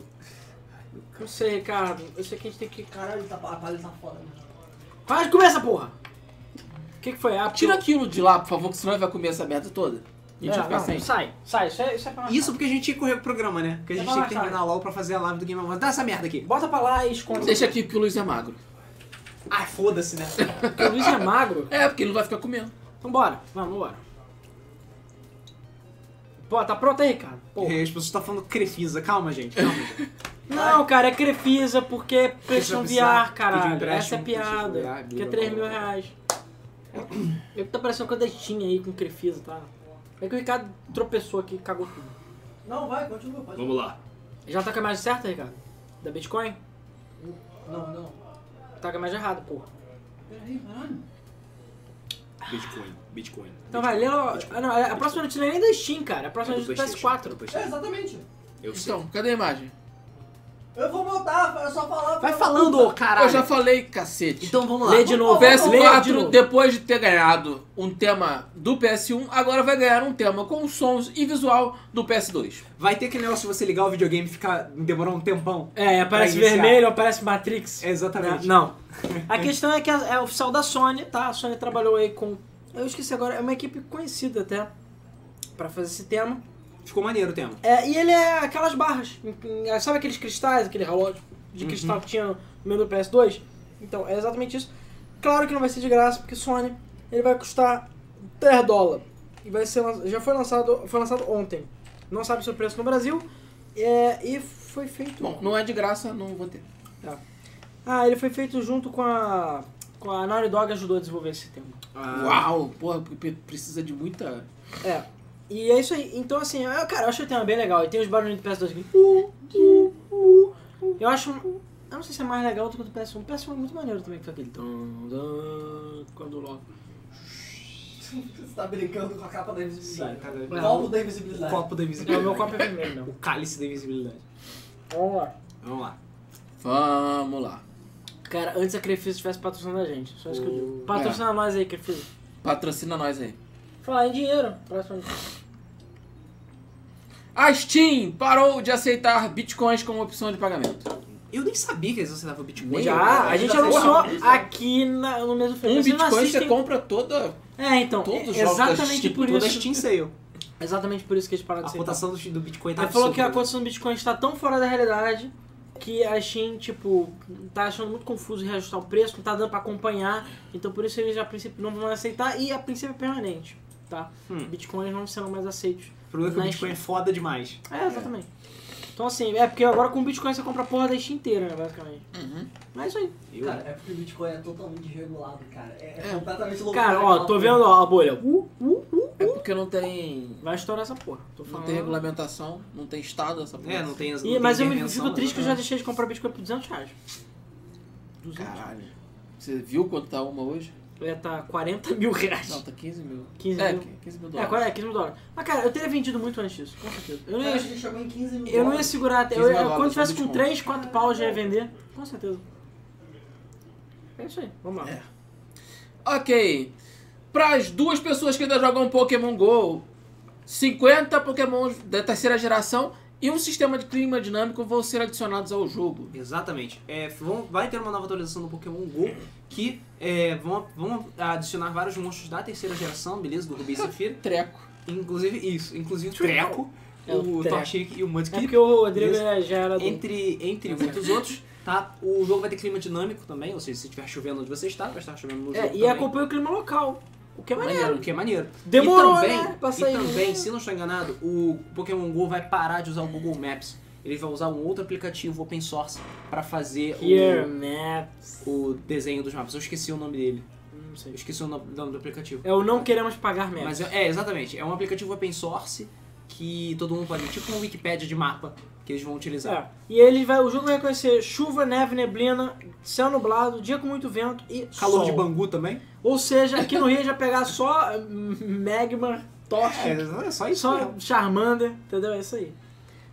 [SPEAKER 2] Não sei, Ricardo. Eu sei que a gente tem que...
[SPEAKER 4] Caralho, tá, a palha tá foda. né?
[SPEAKER 2] Para de comer essa porra! que, que foi? Ah, porque
[SPEAKER 3] Tira
[SPEAKER 2] eu-
[SPEAKER 3] aquilo de lá, por favor, que senão ele vai comer essa merda toda. A gente
[SPEAKER 2] É,
[SPEAKER 3] vai ficar
[SPEAKER 2] não,
[SPEAKER 3] sem.
[SPEAKER 2] Sai, sai, isso é, isso é pra marcar.
[SPEAKER 1] Isso porque a gente tinha que correr pro programa, né? Porque a
[SPEAKER 2] É
[SPEAKER 1] gente
[SPEAKER 2] pra
[SPEAKER 1] tem que
[SPEAKER 2] lá,
[SPEAKER 1] terminar logo pra fazer a live do Game Awards. Dá essa merda aqui.
[SPEAKER 2] Bota pra lá e esconde.
[SPEAKER 3] Deixa aqui porque o Luiz é magro.
[SPEAKER 1] Ai, foda-se, né?
[SPEAKER 2] Porque o Luiz é magro.
[SPEAKER 3] É, porque ele não vai ficar comendo.
[SPEAKER 2] Vambora, vamos, vambora. Pô, tá pronto aí, Ricardo? Pô.
[SPEAKER 1] As pessoas estão tipo, tá falando Crefisa. Calma, gente. Calma, gente.
[SPEAKER 2] Não, cara, é Crefisa porque é pressão
[SPEAKER 1] precisar
[SPEAKER 2] VR,
[SPEAKER 1] pedir um
[SPEAKER 2] caralho. Essa
[SPEAKER 1] empréstimo,
[SPEAKER 2] é a
[SPEAKER 1] preciso olhar,
[SPEAKER 2] piada. Que é
[SPEAKER 1] blá,
[SPEAKER 2] 3 mil
[SPEAKER 1] blá, blá.
[SPEAKER 2] reais. Eu que tá parecendo uma cadetinha aí com Crefisa, tá? É que o Ricardo tropeçou aqui e cagou tudo.
[SPEAKER 4] Não, vai, continua, pode.
[SPEAKER 1] Vamos lá.
[SPEAKER 2] Já tá com a imagem certa, Ricardo? Da Bitcoin?
[SPEAKER 4] Não, não.
[SPEAKER 2] Tá com a imagem errada, porra.
[SPEAKER 4] Peraí, caralho.
[SPEAKER 1] Bitcoin, Bitcoin.
[SPEAKER 2] Então vai, lê lá. Ah, não, a próxima notícia não é nem da Steam, cara. A próxima
[SPEAKER 1] É do
[SPEAKER 2] notícia é do
[SPEAKER 1] PlayStation, é do
[SPEAKER 2] PS4.
[SPEAKER 4] É,
[SPEAKER 1] PlayStation.
[SPEAKER 4] exatamente.
[SPEAKER 1] Eu sei.
[SPEAKER 3] Então, cadê a imagem?
[SPEAKER 4] Eu vou montar, é só falar.
[SPEAKER 1] Vai falando, ô caralho.
[SPEAKER 3] Eu já falei, cacete.
[SPEAKER 1] Então vamos lá.
[SPEAKER 2] Lê de novo,
[SPEAKER 3] O
[SPEAKER 2] lê de
[SPEAKER 3] PS4,
[SPEAKER 2] novo.
[SPEAKER 3] depois de ter ganhado um tema do PS1, agora vai ganhar um tema com sons e visual do PS2.
[SPEAKER 1] Vai ter que negócio de você ligar o videogame e ficar demorar um tempão.
[SPEAKER 2] É, aparece
[SPEAKER 1] Pra iniciar.
[SPEAKER 2] vermelho, aparece Matrix. Né?
[SPEAKER 1] É, exatamente.
[SPEAKER 2] Não. A questão é que a- é oficial da Sony, tá? A Sony trabalhou aí com. Eu esqueci agora, é uma equipe conhecida até pra fazer esse tema.
[SPEAKER 1] Ficou maneiro o tema.
[SPEAKER 2] É, e ele é aquelas barras. em- em- Sabe aqueles cristais, aquele relógio de
[SPEAKER 3] Uhum.
[SPEAKER 2] cristal que tinha no meu do PS2? Então, é exatamente isso. Claro que não vai ser de graça, porque Sony ele vai custar 3 dólares. E vai ser lan- já foi lançado, foi lançado ontem. Não sabe seu preço no Brasil. é, e foi feito.
[SPEAKER 3] Bom, não é de graça, não vou ter.
[SPEAKER 2] Tá. Ah, ele foi feito junto com a. Com a Naughty Dog ajudou a desenvolver esse tema.
[SPEAKER 1] Ah,
[SPEAKER 3] Uau, porra, porque precisa de muita.
[SPEAKER 2] É. E é isso aí. Então, assim, eu, cara, eu acho o tema bem legal. E tem os barulhinhos do PS2 aqui. Uh, uh, uh, uh. Eu acho. Eu não sei se é mais legal do que o do PS1. O PS1 é muito maneiro também, que então. foi aquele. Tum, tum, quando logo.
[SPEAKER 4] Você tá brincando com a capa da
[SPEAKER 1] Sim,
[SPEAKER 4] invisibilidade.
[SPEAKER 1] tá vendo?
[SPEAKER 4] O copo da invisibilidade.
[SPEAKER 1] O copo da
[SPEAKER 2] Não, meu
[SPEAKER 1] invisibilidade.
[SPEAKER 2] copo é vermelho, não.
[SPEAKER 1] O cálice da invisibilidade.
[SPEAKER 2] Vamos lá.
[SPEAKER 1] Vamos lá.
[SPEAKER 3] Vamos lá.
[SPEAKER 2] Cara, antes a Crefisa estivesse patrocinando a gente. Só isso que eu digo.
[SPEAKER 1] Oh.
[SPEAKER 2] Patrocina nós aí, Crefisa.
[SPEAKER 3] Patrocina nós aí.
[SPEAKER 2] Falar em dinheiro. Próximo.
[SPEAKER 3] A Steam parou de aceitar bitcoins como opção de pagamento.
[SPEAKER 1] Eu nem sabia que eles aceitavam Bitcoin.
[SPEAKER 2] Já, a
[SPEAKER 4] eu
[SPEAKER 1] tá
[SPEAKER 2] gente
[SPEAKER 4] já sei.
[SPEAKER 2] anunciou
[SPEAKER 4] Porra,
[SPEAKER 2] aqui na- no mesmo
[SPEAKER 3] Um
[SPEAKER 2] Vocês não
[SPEAKER 3] bitcoin você
[SPEAKER 2] assistem-
[SPEAKER 3] compra toda.
[SPEAKER 2] É, então.
[SPEAKER 3] Todos os
[SPEAKER 2] é
[SPEAKER 3] jogos da
[SPEAKER 2] exatamente
[SPEAKER 3] Steam,
[SPEAKER 2] por
[SPEAKER 1] tipo, Toda
[SPEAKER 2] isso.
[SPEAKER 1] Steam saiu.
[SPEAKER 2] Exatamente por isso que eles pararam
[SPEAKER 1] A
[SPEAKER 2] de aceitar.
[SPEAKER 1] cotação do, do Bitcoin tá
[SPEAKER 2] Ele falou que a
[SPEAKER 1] absurda.
[SPEAKER 2] cotação do Bitcoin está tão fora da realidade que a Shein, tipo, tá achando muito confuso reajustar o preço, não tá dando pra acompanhar. Então por isso eles a princípio não vão aceitar e a princípio é permanente, tá?
[SPEAKER 1] Hum.
[SPEAKER 2] Bitcoins não serão mais aceitos.
[SPEAKER 1] O problema é que o
[SPEAKER 2] Mas-
[SPEAKER 1] Bitcoin é foda demais.
[SPEAKER 2] É, exatamente. Então assim, é porque agora com o Bitcoin você compra a porra da Steam inteira, né, basicamente.
[SPEAKER 1] Uhum.
[SPEAKER 2] Mas é isso aí.
[SPEAKER 1] Eu,
[SPEAKER 4] Cara, é porque o Bitcoin é totalmente desregulado, cara. É, é
[SPEAKER 3] É.
[SPEAKER 4] completamente louco.
[SPEAKER 2] Cara, ó, tô vendo ó, a bolha. Uh, uh, uh.
[SPEAKER 3] É porque não tem.
[SPEAKER 2] Vai estourar essa porra. Tô
[SPEAKER 3] Não
[SPEAKER 2] falando.
[SPEAKER 3] tem regulamentação, não tem estado essa
[SPEAKER 1] É, não tem as. não
[SPEAKER 2] Ih,
[SPEAKER 1] tem
[SPEAKER 2] mas eu me
[SPEAKER 1] intervenção,
[SPEAKER 2] fico triste que eu já
[SPEAKER 1] né?
[SPEAKER 2] deixei de comprar Bitcoin por 200 reais. 200
[SPEAKER 3] Caralho. Você viu quanto tá uma hoje?
[SPEAKER 2] É, tá 40 mil reais.
[SPEAKER 3] Não, tá 15 mil.
[SPEAKER 2] 15
[SPEAKER 3] é,
[SPEAKER 2] mil.
[SPEAKER 3] 15 mil
[SPEAKER 2] É,
[SPEAKER 3] dólares.
[SPEAKER 2] agora é 15 mil dólares. Mas cara, eu teria vendido muito antes disso, com certeza. Eu não
[SPEAKER 1] É.
[SPEAKER 4] Cara, a
[SPEAKER 2] ia,
[SPEAKER 4] gente chegou em 15 mil.
[SPEAKER 2] eu não ia segurar até. Eu,
[SPEAKER 3] 15 mil
[SPEAKER 2] eu- quando
[SPEAKER 3] dólares,
[SPEAKER 2] tivesse
[SPEAKER 3] tudo
[SPEAKER 2] com
[SPEAKER 1] um.
[SPEAKER 3] de
[SPEAKER 2] 3, 4
[SPEAKER 1] É,
[SPEAKER 2] pau, eu já ia vender. Com certeza. É isso aí, vamos lá.
[SPEAKER 3] É. Ok. Para as duas pessoas que ainda jogam Pokémon GO, 50 Pokémons da terceira geração e um sistema de clima dinâmico vão ser adicionados ao jogo.
[SPEAKER 1] Exatamente. É, vão- vai ter uma nova atualização do Pokémon GO que é, vão, vão adicionar vários monstros da terceira geração, beleza? Do Rubi e Safira.
[SPEAKER 3] Treco.
[SPEAKER 1] Inclusive, isso. Inclusive o Treco,
[SPEAKER 2] É, o
[SPEAKER 1] o
[SPEAKER 2] Treco.
[SPEAKER 1] Torchic e o
[SPEAKER 2] É
[SPEAKER 1] Mudkip.
[SPEAKER 2] porque É o Rodrigo já era do...
[SPEAKER 1] entre, entre muitos outros, tá? O jogo vai ter clima dinâmico também, ou seja, se estiver chovendo onde você está, vai estar chovendo no
[SPEAKER 2] É,
[SPEAKER 1] jogo
[SPEAKER 2] e
[SPEAKER 1] também.
[SPEAKER 2] acompanha o clima local. O que é maneiro.
[SPEAKER 1] O que é maneiro.
[SPEAKER 2] Demorou,
[SPEAKER 1] e também,
[SPEAKER 2] né, pra sair.
[SPEAKER 1] E também, se não estou enganado, o Pokémon GO vai parar de usar o Google Maps. Ele vai usar um outro aplicativo open source para fazer
[SPEAKER 2] Here,
[SPEAKER 1] Hum, né?
[SPEAKER 2] maps.
[SPEAKER 1] o, o desenho dos mapas. Eu esqueci o nome dele.
[SPEAKER 2] Não
[SPEAKER 1] Eu
[SPEAKER 2] sei.
[SPEAKER 1] esqueci o no- nome do aplicativo.
[SPEAKER 2] É o não queremos pagar maps.
[SPEAKER 1] Mas é, é, exatamente. É um aplicativo open source que todo mundo pode... Tipo um Wikipedia de mapa que eles vão utilizar.
[SPEAKER 2] É. E ele vai, o jogo vai conhecer chuva, neve, neblina, céu nublado, dia com muito vento e
[SPEAKER 1] Calor
[SPEAKER 2] É. sol.
[SPEAKER 1] de Bangu também.
[SPEAKER 2] Ou seja, aqui no Rio já pegar só eh, Magma, Tocha,
[SPEAKER 1] É, é só isso
[SPEAKER 2] só
[SPEAKER 1] mesmo.
[SPEAKER 2] Charmander, entendeu? É isso aí.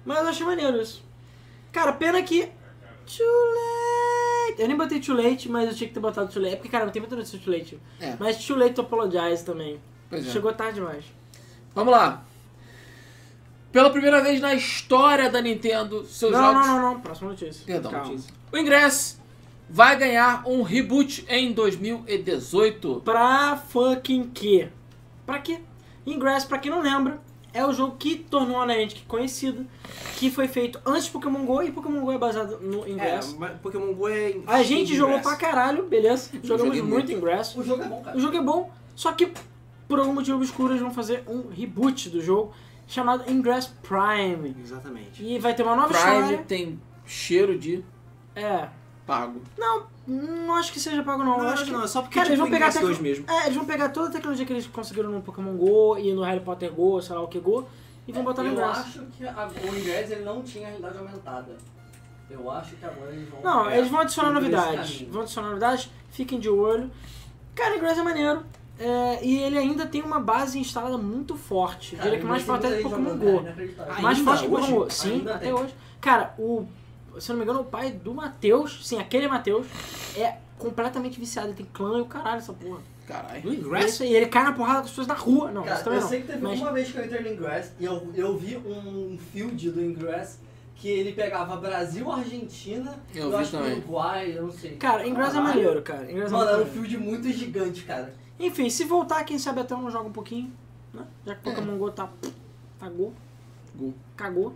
[SPEAKER 2] Mas eu achei maneiro isso. Cara, pena que. Too late! Eu nem botei too late, mas eu tinha que ter botado too late. É porque, cara, não tem muita notícia de too late.
[SPEAKER 3] É,
[SPEAKER 2] Mas too late to apologize também.
[SPEAKER 3] pois é.
[SPEAKER 2] Chegou tarde demais.
[SPEAKER 3] Vamos lá. Pela primeira vez na história da Nintendo, seus
[SPEAKER 2] Não,
[SPEAKER 3] jogos.
[SPEAKER 2] não, não, não. Próxima notícia.
[SPEAKER 3] Perdão,
[SPEAKER 2] Calma.
[SPEAKER 1] notícia.
[SPEAKER 3] O ingresso vai ganhar um reboot em 2018.
[SPEAKER 2] Pra fucking quê? Pra quê? Ingress, pra quem não lembra, é o jogo que tornou a Niantic conhecido, que foi feito antes de Pokémon GO, e Pokémon GO é baseado no
[SPEAKER 1] É,
[SPEAKER 2] Ingress.
[SPEAKER 1] mas Pokémon GO é.
[SPEAKER 2] a gente jogou pra
[SPEAKER 1] cá.
[SPEAKER 2] caralho, beleza? Jogamos
[SPEAKER 3] joguei
[SPEAKER 2] muito,
[SPEAKER 3] muito.
[SPEAKER 2] Ingress.
[SPEAKER 4] O jogo é bom, cara.
[SPEAKER 2] O jogo é bom, só que por algum motivo obscuro eles vão fazer um reboot do jogo, chamado Ingress Prime.
[SPEAKER 1] Exatamente.
[SPEAKER 2] E vai ter uma nova
[SPEAKER 3] Prime
[SPEAKER 2] história.
[SPEAKER 3] tem cheiro de
[SPEAKER 2] É.
[SPEAKER 3] pago.
[SPEAKER 2] Não acho que seja pago não.
[SPEAKER 1] Não,
[SPEAKER 2] Eu
[SPEAKER 1] acho que não, é só porque
[SPEAKER 2] Cara, eles
[SPEAKER 1] tipo,
[SPEAKER 2] vão pegar
[SPEAKER 1] Ingress
[SPEAKER 2] até que-
[SPEAKER 1] 2 mesmo.
[SPEAKER 2] É, eles vão pegar toda a tecnologia que eles conseguiram no Pokémon GO e no Harry Potter GO, sei lá o que GO, e vão botar no
[SPEAKER 4] É, Eu
[SPEAKER 2] ingresso.
[SPEAKER 4] acho que a- o inglês ele não tinha realidade aumentada. Eu acho que agora eles vão.
[SPEAKER 2] Não,
[SPEAKER 4] é,
[SPEAKER 2] eles vão adicionar
[SPEAKER 4] seguir esse
[SPEAKER 2] novidades.
[SPEAKER 4] caminho.
[SPEAKER 2] Vão adicionar novidades, fiquem de olho. Cara, o Grass é maneiro. é, e ele ainda tem uma base instalada muito forte. Eu
[SPEAKER 4] Cara,
[SPEAKER 2] diria que mais
[SPEAKER 4] tem
[SPEAKER 2] forte
[SPEAKER 4] muita
[SPEAKER 2] até que
[SPEAKER 4] gente né?
[SPEAKER 2] Pokémon
[SPEAKER 4] jogando,
[SPEAKER 2] GO.
[SPEAKER 4] cara, inacreditável.
[SPEAKER 1] Ainda
[SPEAKER 2] mais forte que
[SPEAKER 1] hoje?
[SPEAKER 2] Pokémon GO. Sim,
[SPEAKER 4] Ainda
[SPEAKER 2] até
[SPEAKER 4] tem.
[SPEAKER 2] hoje. Cara, o. Se eu não me engano, o pai do Matheus, sim, aquele Matheus, é completamente viciado. Ele tem clã e o caralho, essa porra.
[SPEAKER 3] Caralho.
[SPEAKER 1] No
[SPEAKER 2] É
[SPEAKER 1] Ingress?
[SPEAKER 2] isso aí, ele cai na porrada com as pessoas na rua. Não, isso
[SPEAKER 4] Cara,
[SPEAKER 2] também
[SPEAKER 4] eu
[SPEAKER 2] não.
[SPEAKER 4] sei que teve
[SPEAKER 2] Mas-
[SPEAKER 4] uma vez que eu entrei no Ingress e eu, eu vi um field do Ingress que ele pegava Brasil, Argentina,
[SPEAKER 3] Eu vi
[SPEAKER 4] acho que
[SPEAKER 3] também.
[SPEAKER 4] Uruguai, eu não sei.
[SPEAKER 2] Cara, Ingress é
[SPEAKER 4] Caralho.
[SPEAKER 2] maneiro, cara. Ingress é
[SPEAKER 4] Mano,
[SPEAKER 2] muito
[SPEAKER 4] era um
[SPEAKER 2] maneiro.
[SPEAKER 4] field muito gigante, cara.
[SPEAKER 2] Enfim, se voltar, quem sabe até um joga um pouquinho, né? Já que Pokémon GO tá. Cagou.
[SPEAKER 3] Go.
[SPEAKER 2] Cagou.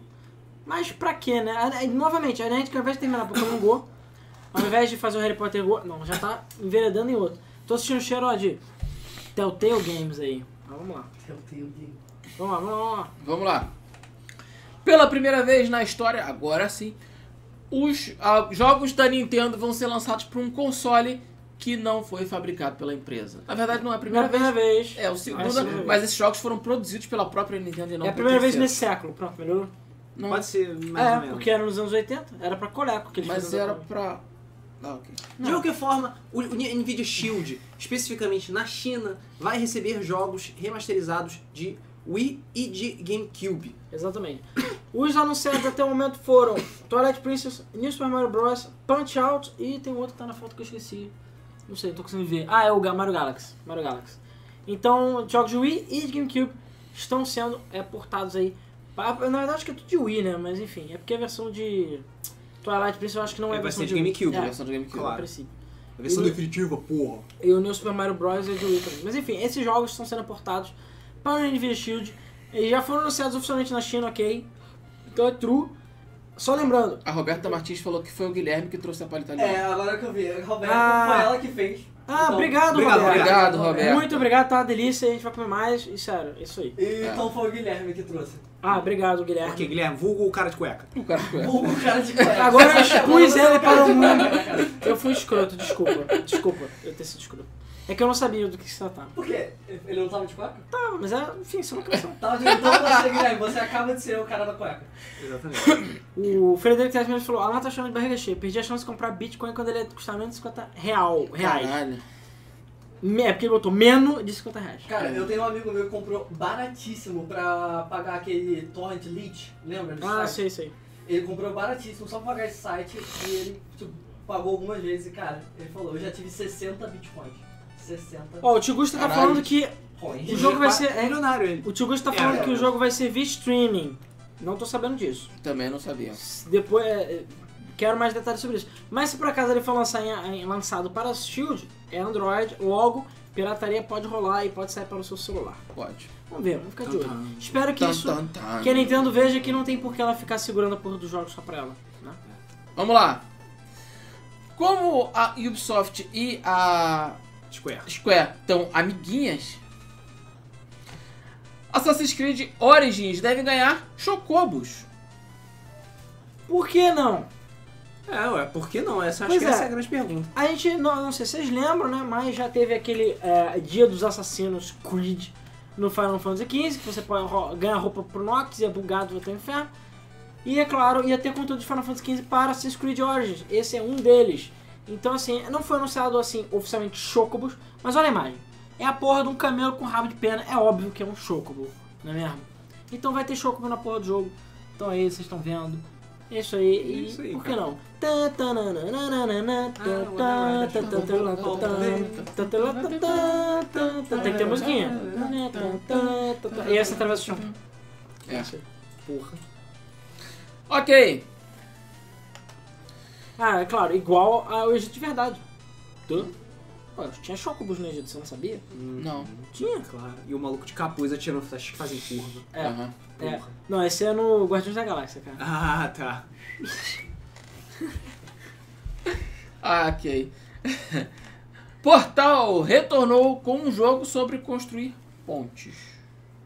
[SPEAKER 2] Mas pra quê, né? A- a- novamente, a Niantic, ao invés de terminar Pokémon GO, ao invés de fazer o Harry Potter GO, não, já tá enveredando em outro. Tô assistindo o cheiro ó, de Telltale Games aí. Mas vamos lá.
[SPEAKER 4] Eu tenho que-
[SPEAKER 2] Vamos lá, vamos lá, vamos lá.
[SPEAKER 3] Vamos lá. Pela primeira vez na história, agora sim, os ah, jogos da Nintendo vão ser lançados para um console que não foi fabricado pela empresa. Na verdade, não é a primeira
[SPEAKER 2] Primeira
[SPEAKER 3] vez.
[SPEAKER 2] vez.
[SPEAKER 3] É, o
[SPEAKER 2] É a
[SPEAKER 3] segunda,
[SPEAKER 2] segunda
[SPEAKER 3] mas esses jogos foram produzidos pela própria Nintendo e não
[SPEAKER 2] É a
[SPEAKER 3] pela
[SPEAKER 2] primeira vez
[SPEAKER 3] terceira.
[SPEAKER 2] nesse século. Pronto, melhorou?
[SPEAKER 3] Não,
[SPEAKER 1] Pode ser mais ou
[SPEAKER 2] É,
[SPEAKER 1] menos.
[SPEAKER 2] porque era nos anos 80, era pra Coleco que eles
[SPEAKER 3] mas
[SPEAKER 2] fizeram.
[SPEAKER 3] era pra... Ah, ok.
[SPEAKER 1] De qualquer forma, o o Nvidia Shield, especificamente na China, vai receber jogos remasterizados de Wii e de GameCube.
[SPEAKER 2] Exatamente. Os anunciados até o momento foram Twilight Princess, New Super Mario Bros, Punch Out e tem um outro que tá na foto que eu esqueci. Não sei, não tô conseguindo ver. Ah, é o Ga- Mario Galaxy. Mario Galaxy. Então, jogos de Wii e de GameCube estão sendo é, portados aí. pra- Na verdade, acho que é tudo de Wii, né? Mas enfim, é porque a versão de Twilight Princess eu acho que não é,
[SPEAKER 1] É,
[SPEAKER 2] a
[SPEAKER 1] vai
[SPEAKER 2] versão
[SPEAKER 1] ser
[SPEAKER 2] de
[SPEAKER 1] de
[SPEAKER 2] Wii.
[SPEAKER 1] GameCube,
[SPEAKER 2] é,
[SPEAKER 1] vai
[SPEAKER 3] Versão do GameCube.
[SPEAKER 1] Claro.
[SPEAKER 2] a princípio.
[SPEAKER 1] A versão
[SPEAKER 2] E-
[SPEAKER 1] definitiva, porra.
[SPEAKER 2] E o New Super Mario Bros. é de Wii também. Mas enfim, esses jogos estão sendo portados para o Nvidia Shield. E já foram anunciados oficialmente na China, ok? Então é true. Só lembrando,
[SPEAKER 3] A Roberta Martins falou que foi o Guilherme que trouxe a palha italiana.
[SPEAKER 4] É, agora que eu vi. Roberto,
[SPEAKER 2] Ah.
[SPEAKER 4] foi ela que fez. Então,
[SPEAKER 2] Ah, obrigado,
[SPEAKER 1] obrigado,
[SPEAKER 2] Roberto. É
[SPEAKER 3] Obrigado, Roberto.
[SPEAKER 2] Muito obrigado, tá uma delícia. A gente vai comer mais. E sério, é isso aí.
[SPEAKER 4] E Então foi o Guilherme que trouxe.
[SPEAKER 2] Ah, obrigado, Guilherme.
[SPEAKER 1] Ok, Guilherme, vulgo o cara de cueca.
[SPEAKER 2] É.
[SPEAKER 3] O cara ficou errado.
[SPEAKER 4] O cara de cueca.
[SPEAKER 2] Agora eu expus ele para o mundo. Eu fui escroto, desculpa. Desculpa eu ter sido escroto. É que eu não sabia do que se tratava.
[SPEAKER 4] Por quê? Ele não tava de cueca?
[SPEAKER 2] Tá, mas é, enfim, isso é uma canção.
[SPEAKER 4] Tava de então você, Guilherme, você acaba de ser o cara da cueca.
[SPEAKER 1] Exatamente.
[SPEAKER 2] O Frederico Tesman falou: Alan tá chamando de barriga cheia. Perdi a chance de comprar Bitcoin quando ele custava menos de 50 real, reais.
[SPEAKER 3] Caralho.
[SPEAKER 2] Me- É porque ele botou menos de 50 reais.
[SPEAKER 4] Cara, eu tenho um amigo meu que comprou baratíssimo pra pagar aquele torrent lead, lembra? desse
[SPEAKER 2] Ah,
[SPEAKER 4] site?
[SPEAKER 2] sei, sei.
[SPEAKER 4] Ele comprou baratíssimo só pra pagar esse site e ele tipo, pagou algumas vezes e, cara, ele falou, eu já tive 60 bitcoins. 60
[SPEAKER 2] Ó, o Tio Gusta tá
[SPEAKER 3] Caralho.
[SPEAKER 2] falando que O
[SPEAKER 4] coins.
[SPEAKER 2] jogo vai ser-
[SPEAKER 1] É milionário ele.
[SPEAKER 2] O Tio Gusto tá
[SPEAKER 1] É,
[SPEAKER 2] falando
[SPEAKER 1] é.
[SPEAKER 2] que o jogo vai ser via streaming. Não tô sabendo disso.
[SPEAKER 3] Também não sabia.
[SPEAKER 2] Depois. é, é, Quero mais detalhes sobre isso. Mas se por acaso ele for lançar em- em- lançado para Shield, é Android, logo, pirataria pode rolar e pode sair para o seu celular.
[SPEAKER 3] Pode.
[SPEAKER 2] Vamos ver, vamos ficar de olho.
[SPEAKER 1] Tan, tan.
[SPEAKER 2] Espero que
[SPEAKER 3] Tan,
[SPEAKER 2] isso.
[SPEAKER 3] tan, tan.
[SPEAKER 2] Que a Nintendo veja que não tem por que ela ficar segurando a porra dos jogos só pra ela. Né?
[SPEAKER 3] Vamos lá. Como a Ubisoft e a
[SPEAKER 1] Square.
[SPEAKER 3] Square estão amiguinhas, Assassin's Creed Origins deve ganhar Chocobos.
[SPEAKER 2] Por que não?
[SPEAKER 1] É, ué, por que não? Essa, acho
[SPEAKER 2] Pois
[SPEAKER 1] que
[SPEAKER 2] é.
[SPEAKER 1] essa é a grande pergunta.
[SPEAKER 2] A gente, não, não sei se vocês lembram, né? Mas já teve aquele é, Dia dos Assassinos Creed no Final Fantasy XV, que você pode ro- ganhar roupa pro Nox e é bugado até o inferno. E é claro, ia ter conteúdo de Final Fantasy XV para Assassin's Creed Origins. Esse é um deles. Então, assim, não foi anunciado assim oficialmente Chocobos, mas olha a imagem. É a porra de um camelo com rabo de pena. É óbvio que é um Chocobo, não é mesmo? Então vai ter Chocobo na porra do jogo. Então aí, vocês estão vendo. É Isso aí, e
[SPEAKER 1] Isso aí,
[SPEAKER 2] por que
[SPEAKER 1] cara.
[SPEAKER 2] não? Tan, tan, nan, nan, nan, nan, nan, tan, tan, tan, tan, tan, tan, tan, tan, tan, tan, tan, tan, tan. Tem que ter musiquinha. Tan, tan, tan, tan. E essa atravessa o chão.
[SPEAKER 3] É.
[SPEAKER 2] Porra.
[SPEAKER 3] Ok.
[SPEAKER 2] Ah, é claro, igual ao Egito de verdade. Hã? Ué, tinha chocobos no Egito, você não sabia?
[SPEAKER 3] Não.
[SPEAKER 2] Tinha,
[SPEAKER 1] Claro. E o maluco de capuz atirando flechas que fazem curva.
[SPEAKER 2] É.
[SPEAKER 3] Aham.
[SPEAKER 2] É. Não, esse é no Guardiões da Galáxia, cara.
[SPEAKER 1] Ah, tá.
[SPEAKER 3] Ah, ok. Portal retornou com um jogo sobre construir pontes.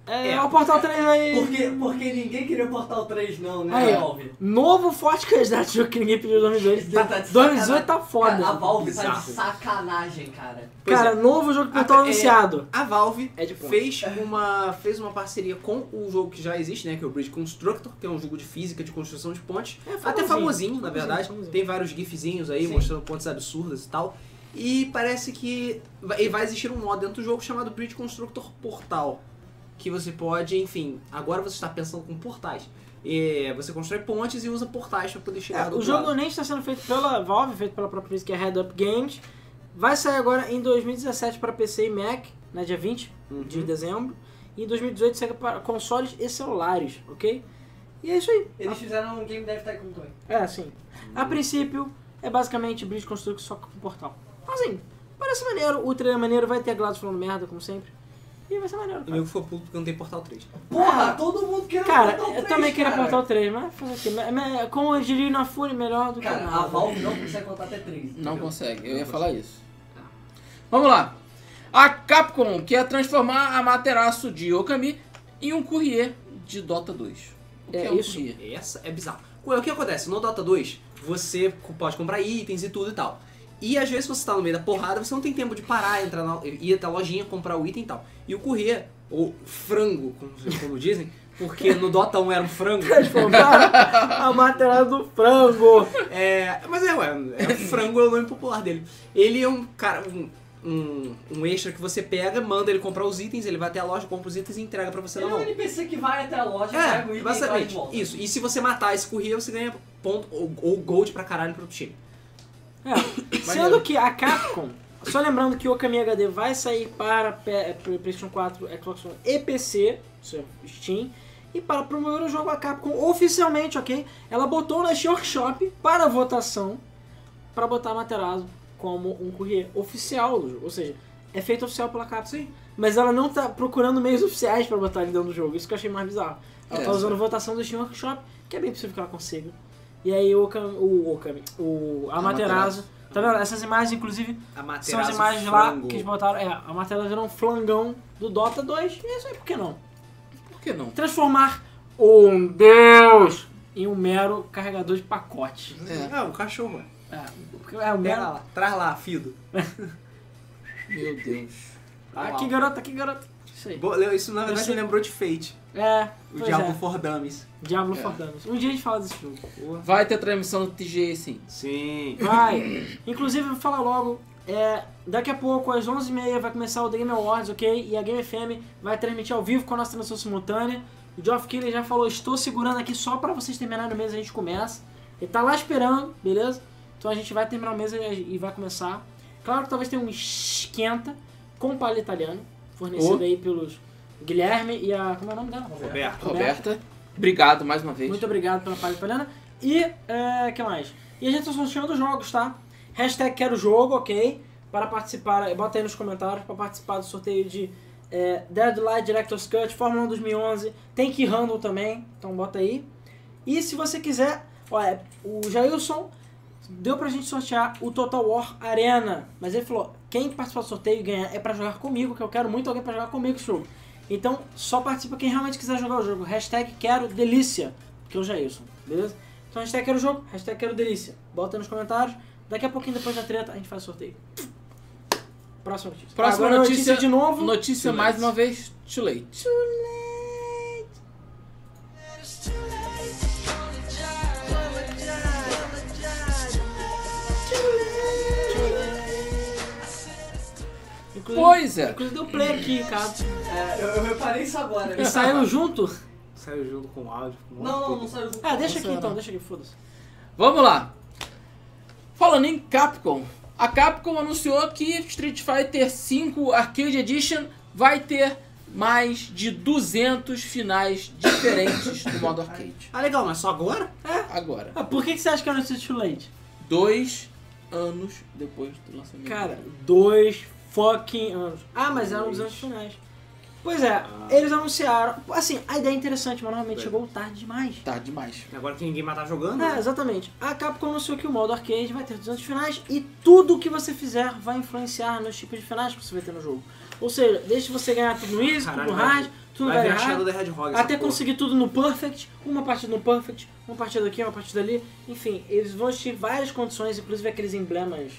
[SPEAKER 2] É,
[SPEAKER 1] É.
[SPEAKER 2] o Portal 3 aí.
[SPEAKER 4] Porque, porque ninguém queria Portal 3 não, né,
[SPEAKER 2] Aí, ó.
[SPEAKER 4] Valve?
[SPEAKER 2] Novo forte candidato jogo que ninguém pediu em 2018.
[SPEAKER 4] Tá-
[SPEAKER 2] Tá,
[SPEAKER 4] tá de
[SPEAKER 2] 2018 tá
[SPEAKER 4] sacanagem.
[SPEAKER 2] foda.
[SPEAKER 4] Cara, a Valve tá de
[SPEAKER 1] Bizarro.
[SPEAKER 4] sacanagem, cara.
[SPEAKER 1] Pois
[SPEAKER 2] Cara,
[SPEAKER 1] é.
[SPEAKER 2] novo jogo que
[SPEAKER 1] Ah,
[SPEAKER 2] Portal
[SPEAKER 1] é.
[SPEAKER 2] anunciado.
[SPEAKER 1] A Valve
[SPEAKER 2] É de ponte.
[SPEAKER 1] fez uma, fez uma parceria com o jogo que já existe, né? Que é o Bridge Constructor, que é um jogo de física de construção de pontes.
[SPEAKER 2] É,
[SPEAKER 1] Até
[SPEAKER 2] famosinho,
[SPEAKER 1] famosinho, na
[SPEAKER 2] famosinho,
[SPEAKER 1] verdade.
[SPEAKER 2] famosinho.
[SPEAKER 1] Tem vários gifzinhos aí
[SPEAKER 4] Sim.
[SPEAKER 1] mostrando pontes absurdas e tal. E parece que vai vai existir um modo dentro do jogo chamado Bridge Constructor Portal. Que você pode, enfim, agora você está pensando com portais. É, você constrói pontes e usa portais para poder chegar
[SPEAKER 2] É,
[SPEAKER 1] do
[SPEAKER 2] o
[SPEAKER 1] outro
[SPEAKER 2] jogo
[SPEAKER 1] lado.
[SPEAKER 2] nem está sendo feito pela Valve, feito pela própria empresa que é Head Up Games. Vai sair agora em 2017 para PC e Mac, né, dia 20
[SPEAKER 4] Uhum.
[SPEAKER 2] de dezembro. E em 2018 segue para consoles e celulares, ok? E é isso aí.
[SPEAKER 4] Eles fizeram um Game Dev Tycoon também.
[SPEAKER 2] É, assim. A
[SPEAKER 4] Uhum.
[SPEAKER 2] princípio, é basicamente Bridge Construct só com portal. Assim, parece maneiro. O trailer é maneiro, vai ter Glados falando merda, como sempre. E vai ser maneiro.
[SPEAKER 1] O
[SPEAKER 2] Cara,
[SPEAKER 1] nego ficou puto porque não tem Portal 3.
[SPEAKER 4] Porra, todo mundo queria
[SPEAKER 2] Cara,
[SPEAKER 4] Portal 3,
[SPEAKER 2] eu também queria
[SPEAKER 4] um cara.
[SPEAKER 2] portal 3, mas fazer o quê? Mas- mas Como eu diria na Fúria, melhor do que
[SPEAKER 4] Cara,
[SPEAKER 2] nada.
[SPEAKER 4] a Valve não consegue contar até 3.
[SPEAKER 3] Não consegue, eu ia falar isso. Vamos lá. A Capcom quer transformar a Materaço de Okami em um courier de Dota 2. O que
[SPEAKER 2] É
[SPEAKER 3] é,
[SPEAKER 2] isso.
[SPEAKER 3] um courier?
[SPEAKER 1] Essa é bizarro. O que acontece? No Dota 2, você co- pode comprar itens e tudo e tal. E às vezes você tá no meio da porrada, você não tem tempo de parar, entrar na, ir até a lojinha, comprar o item e tal. E o courier, ou frango, como, como dizem, porque no Dota 1 era um frango.
[SPEAKER 2] transformar a matéria do frango.
[SPEAKER 1] É, mas é, ué, é, frango é o nome popular dele. Ele é um cara. Um, um, um extra que você pega, manda ele comprar os itens, ele vai até a loja, compra os itens e entrega pra você
[SPEAKER 4] Ele
[SPEAKER 1] na
[SPEAKER 4] é um
[SPEAKER 1] mão.
[SPEAKER 4] NPC que vai até a loja, pega
[SPEAKER 1] Então, É,
[SPEAKER 4] o item e traz de
[SPEAKER 1] basicamente.
[SPEAKER 4] volta.
[SPEAKER 1] Isso. E se você matar esse courier, você ganha ponto ou, ou gold pra caralho pro time.
[SPEAKER 2] É,
[SPEAKER 1] Maneiro.
[SPEAKER 2] sendo que a Capcom, só lembrando que o Okami HD vai sair para P- PlayStation 4, Xbox One e PC, isso é Steam, e para promover o jogo a Capcom oficialmente, ok? Ela botou na Steam Workshop para votação para botar Materazzo como um courier oficial do jogo, ou seja, é feito oficial pela Capcom. Mas ela não tá procurando meios oficiais para botar ele dentro do jogo, isso que eu achei mais bizarro. Ela
[SPEAKER 3] É,
[SPEAKER 2] tá usando
[SPEAKER 3] sim.
[SPEAKER 2] votação do Steam Workshop, que é bem possível que ela consiga. E aí o Okami, o, Okami, o Amaterasu. Tá vendo? Essas imagens, inclusive, são as
[SPEAKER 1] Amaterasu
[SPEAKER 2] imagens
[SPEAKER 1] frango.
[SPEAKER 2] lá que eles botaram. É, a Amaterasu era um flangão do Dota 2. E é isso aí, por que não?
[SPEAKER 3] Por que não?
[SPEAKER 2] Transformar um deus em um mero carregador de pacote.
[SPEAKER 3] É,
[SPEAKER 1] Ah, o cachorro.
[SPEAKER 2] É, é
[SPEAKER 1] Pega
[SPEAKER 2] um mero...
[SPEAKER 1] lá, traz lá, Fido.
[SPEAKER 3] meu Deus.
[SPEAKER 2] Ah, que garota, que garota. Isso aí.
[SPEAKER 1] Bo- Leo, Isso na verdade
[SPEAKER 2] Esse-
[SPEAKER 1] me lembrou de Fate,
[SPEAKER 2] É,
[SPEAKER 1] o
[SPEAKER 2] pois
[SPEAKER 1] Diablo
[SPEAKER 2] é.
[SPEAKER 1] for Dummies.
[SPEAKER 2] Diablo
[SPEAKER 3] É.
[SPEAKER 2] for Dummies. Um dia a gente fala desse jogo.
[SPEAKER 3] Vai ter transmissão do TGA sim.
[SPEAKER 1] Sim.
[SPEAKER 2] Vai. Inclusive, eu vou falar logo. é, daqui a pouco, às 11h30, vai começar o The Game Awards, ok? E a Game FM vai transmitir ao vivo com a nossa transmissão simultânea. O Geoff Keighley já falou, estou segurando aqui só pra vocês terminarem o mês a gente começa. Ele tá lá esperando, beleza? Então a gente vai terminar o mês e e vai começar. Claro que talvez tenha um esquenta com palha italiano, fornecido
[SPEAKER 3] Oh.
[SPEAKER 2] aí pelos Guilherme e a... como é o nome dela?
[SPEAKER 1] Roberto.
[SPEAKER 2] Roberta.
[SPEAKER 3] Roberta, obrigado mais uma vez.
[SPEAKER 2] Muito obrigado pela palha italiana. E é, que mais? E a gente tá sorteando jogos, tá? Hashtag quero jogo, ok? Para participar, bota aí nos comentários para participar do sorteio de é, Deadline, Director's Cut, Fórmula 1 2011, tem que handle também, então bota aí. E se você quiser, olha, o Jailson deu pra gente sortear o Total War Arena, mas ele falou, quem participar do sorteio e ganhar é pra jogar comigo, que eu quero muito alguém pra jogar comigo esse jogo. Então, só participa quem realmente quiser jogar o jogo. Hashtag quero delícia, que é o Jailson, beleza? Então, hashtag quero jogo, hashtag quero delícia. Bota aí nos comentários. Daqui a pouquinho, depois da treta, a gente faz o sorteio. Próxima notícia.
[SPEAKER 3] Próxima
[SPEAKER 2] Agora,
[SPEAKER 3] notícia,
[SPEAKER 2] de novo.
[SPEAKER 3] Notícia
[SPEAKER 1] Too
[SPEAKER 3] mais
[SPEAKER 1] late.
[SPEAKER 3] uma vez, too late.
[SPEAKER 2] Inclusive-
[SPEAKER 3] Pois é.
[SPEAKER 2] Inclusive, deu play aqui, cara.
[SPEAKER 4] É, eu, eu reparei isso agora.
[SPEAKER 2] E saiu junto?
[SPEAKER 1] Saiu junto com o áudio. com o
[SPEAKER 4] Não, não,
[SPEAKER 1] áudio.
[SPEAKER 4] não saiu junto.
[SPEAKER 2] Ah, deixa aqui
[SPEAKER 3] Funciona.
[SPEAKER 2] então, deixa aqui, foda-se.
[SPEAKER 3] Vamos lá. Falando em Capcom, a Capcom anunciou que Street Fighter V Arcade Edition vai ter mais de 200 finais diferentes do modo arcade.
[SPEAKER 1] Ah, legal, mas só agora?
[SPEAKER 3] Agora.
[SPEAKER 2] é Ah, por que, que você acha que eu não assisti o Leite?
[SPEAKER 3] Dois anos depois do lançamento.
[SPEAKER 2] Cara, dois fucking anos. Ah, mas eram dos anos finais. Pois é, eles anunciaram. Assim, a ideia é interessante, mas normalmente
[SPEAKER 1] Ah. É.
[SPEAKER 2] chegou tarde demais.
[SPEAKER 3] Tá demais.
[SPEAKER 1] Agora que ninguém mais tá jogando,
[SPEAKER 2] É,
[SPEAKER 1] né?
[SPEAKER 2] exatamente. A Capcom anunciou que o modo arcade vai ter 200 finais e tudo que você fizer vai influenciar nos tipos de finais que você vai ter no jogo. Ou seja, desde você ganhar tudo no easy,
[SPEAKER 1] Caralho,
[SPEAKER 2] tudo no
[SPEAKER 1] vai-
[SPEAKER 2] hard, tudo
[SPEAKER 1] vai
[SPEAKER 2] vai
[SPEAKER 1] virar Shadow
[SPEAKER 2] errado,
[SPEAKER 1] the Red Hog.
[SPEAKER 2] até conseguir tudo no perfect, uma partida no perfect, uma partida aqui, uma partida ali. Enfim, eles vão existir várias condições, inclusive aqueles emblemas.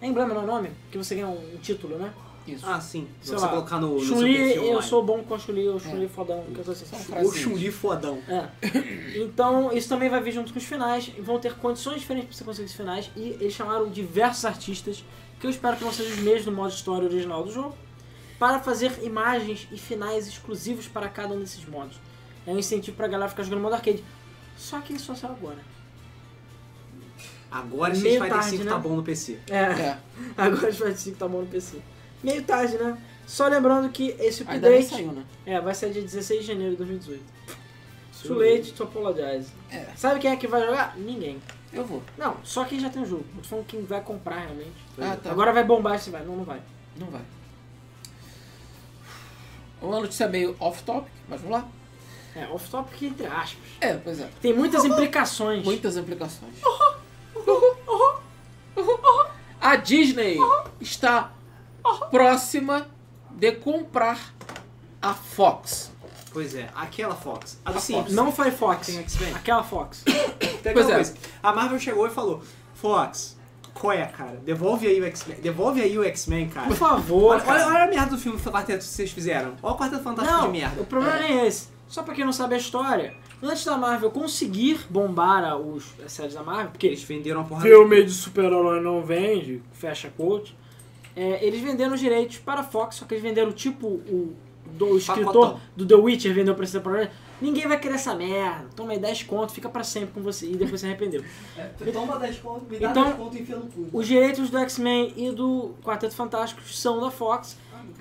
[SPEAKER 2] É emblema, não é nome? Que você ganha um título, né?
[SPEAKER 3] Isso.
[SPEAKER 1] Ah, sim.
[SPEAKER 2] Sei
[SPEAKER 1] você
[SPEAKER 2] lá,
[SPEAKER 1] colocar no, no seu
[SPEAKER 2] Chun-Li,
[SPEAKER 1] perfil
[SPEAKER 2] eu
[SPEAKER 1] online.
[SPEAKER 2] sou bom com a Chun-Li, eu Chun-Li fodão, que eu sou assim.
[SPEAKER 3] São
[SPEAKER 1] O
[SPEAKER 3] frases.
[SPEAKER 1] Chun-Li fodão.
[SPEAKER 2] É. Então, isso também vai vir junto com os finais. e Vão ter condições diferentes pra você conseguir os finais. E eles chamaram diversos artistas, que eu espero que não sejam os mesmos do modo história original do jogo, para fazer imagens e finais exclusivos para cada um desses modos. É um incentivo pra galera ficar jogando modo arcade. Só que isso só saiu agora.
[SPEAKER 1] Agora
[SPEAKER 2] Meio
[SPEAKER 1] Street Fighter
[SPEAKER 2] tarde,
[SPEAKER 1] 5
[SPEAKER 2] né?
[SPEAKER 1] tá bom no PC.
[SPEAKER 2] É,
[SPEAKER 3] É,
[SPEAKER 2] agora os 5 tá bom no PC. Meio tarde, né? Só lembrando que esse
[SPEAKER 3] ainda nem
[SPEAKER 2] update
[SPEAKER 3] saiu, né?
[SPEAKER 2] é, vai sair dia 16 de janeiro de 2018. Too late to apologize.
[SPEAKER 3] É.
[SPEAKER 2] Sabe quem é que vai jogar? Ninguém.
[SPEAKER 3] Eu vou.
[SPEAKER 2] Não, só quem já tem o jogo. Não tô falando quem vai comprar realmente.
[SPEAKER 3] Ah, tá.
[SPEAKER 2] Agora vai bombar se vai. Não, não vai.
[SPEAKER 3] Não vai. Uma notícia é meio off-topic, mas vamos lá.
[SPEAKER 2] É, off-topic entre aspas.
[SPEAKER 3] É, pois é.
[SPEAKER 2] Tem muitas implicações.
[SPEAKER 3] Muitas implicações. A Disney está próxima de comprar a Fox.
[SPEAKER 1] Pois é, aquela Fox. A do Simpsons.
[SPEAKER 2] Não foi Fox.
[SPEAKER 1] Tem X-Men.
[SPEAKER 2] Aquela Fox.
[SPEAKER 1] Tem
[SPEAKER 3] Pois
[SPEAKER 1] aquela
[SPEAKER 3] é.
[SPEAKER 1] coisa. A Marvel chegou e falou: Fox, qual é, cara? Devolve aí o X-Men. Devolve aí o X-Men, cara.
[SPEAKER 2] Por favor.
[SPEAKER 1] Olha, olha- olha a merda do filme Quarteto que vocês fizeram. Olha o Quarteto Fantástico
[SPEAKER 2] Não,
[SPEAKER 1] de merda.
[SPEAKER 2] o problema nem é esse. Só pra quem não sabe a história, antes da Marvel conseguir bombar a- os, as séries da Marvel, porque
[SPEAKER 1] Eles venderam uma porrada.
[SPEAKER 2] filme de super-herói não vende, fecha quote. É, eles venderam os direitos para a Fox, só que eles venderam tipo o, do, o escritor
[SPEAKER 1] Pacotão.
[SPEAKER 2] do The Witcher vendeu pra esse programa. Ninguém vai querer essa merda. Toma aí 10 conto, fica pra sempre com você. E depois se arrependeu.
[SPEAKER 4] É, toma 10 conto, me dá
[SPEAKER 2] Então,
[SPEAKER 4] 10 conto e enfia no cu.
[SPEAKER 2] Os direitos do X-Men e do Quarteto Fantástico são da Fox.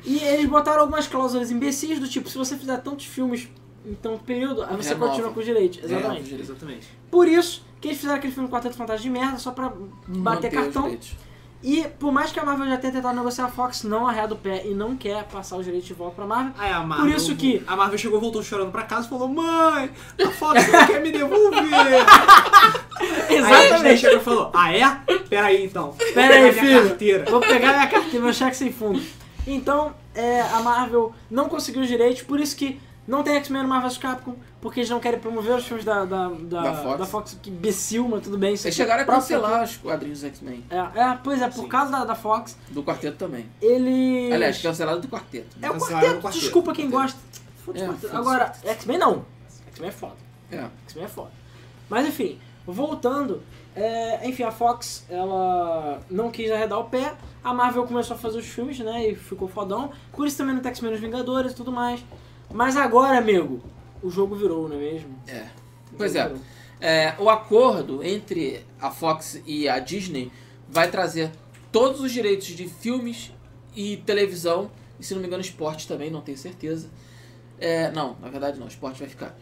[SPEAKER 2] E eles botaram algumas cláusulas imbecis do tipo, se você fizer tantos filmes em tanto período, aí você
[SPEAKER 3] Renova.
[SPEAKER 2] continua com os direitos.
[SPEAKER 1] É,
[SPEAKER 2] Exatamente.
[SPEAKER 1] exatamente.
[SPEAKER 2] Por isso que eles fizeram aquele filme Quarteto Fantástico de merda só pra
[SPEAKER 3] Manter
[SPEAKER 2] bater
[SPEAKER 3] os
[SPEAKER 2] cartão.
[SPEAKER 3] direitos.
[SPEAKER 2] E por mais que a Marvel já tenha tentado negociar a Fox, não arreda o pé e não quer passar os direitos de volta pra Marvel.
[SPEAKER 1] Aí a Marvel,
[SPEAKER 2] Por isso que-
[SPEAKER 1] A Marvel chegou, voltou chorando pra casa e falou: Mãe, a Fox não quer me devolver. Aí a Disney chegou e falou: Ah, é? Pera aí então.
[SPEAKER 2] Pera aí,
[SPEAKER 1] Minha
[SPEAKER 2] filho.
[SPEAKER 1] carteira.
[SPEAKER 2] Vou pegar minha carteira, meu cheque sem fundo. Então, é, a Marvel não conseguiu os direitos, por isso que não tem X-Men no Marvel vs Capcom, porque eles não querem promover os filmes da, da, da,
[SPEAKER 3] Da Fox.
[SPEAKER 2] que imbecil, mas tudo bem. isso
[SPEAKER 3] Vocês
[SPEAKER 2] aqui é
[SPEAKER 3] chegaram a
[SPEAKER 2] próprio-
[SPEAKER 3] cancelar os quadrinhos X-Men.
[SPEAKER 2] É, é, pois é, por
[SPEAKER 1] Sim.
[SPEAKER 2] causa da, da Fox,
[SPEAKER 3] Do quarteto também.
[SPEAKER 2] ele...
[SPEAKER 3] Aliás, cancelado do quarteto.
[SPEAKER 2] é o
[SPEAKER 1] cancelaram
[SPEAKER 2] quarteto,
[SPEAKER 1] o quarteto.
[SPEAKER 2] desculpa quem gosta. Foda-se,
[SPEAKER 3] É,
[SPEAKER 2] quarteto.
[SPEAKER 3] foda-se.
[SPEAKER 2] Agora, X-Men não. X-Men é foda.
[SPEAKER 3] É.
[SPEAKER 2] X-Men é foda. Mas enfim, voltando, é, enfim, a Fox, ela não quis arredar o pé, a Marvel começou a fazer os filmes, né, e ficou fodão, por isso também não tem X-Men os Vingadores e tudo mais. Mas agora, amigo, o jogo virou, não é mesmo?
[SPEAKER 3] É.
[SPEAKER 2] O
[SPEAKER 3] Pois
[SPEAKER 2] jogo
[SPEAKER 3] é.
[SPEAKER 2] virou.
[SPEAKER 3] É, o acordo entre a Fox e a Disney vai trazer todos os direitos de filmes e televisão, e se não me engano, esporte também, não tenho certeza. É, não, na verdade não, esporte vai ficar.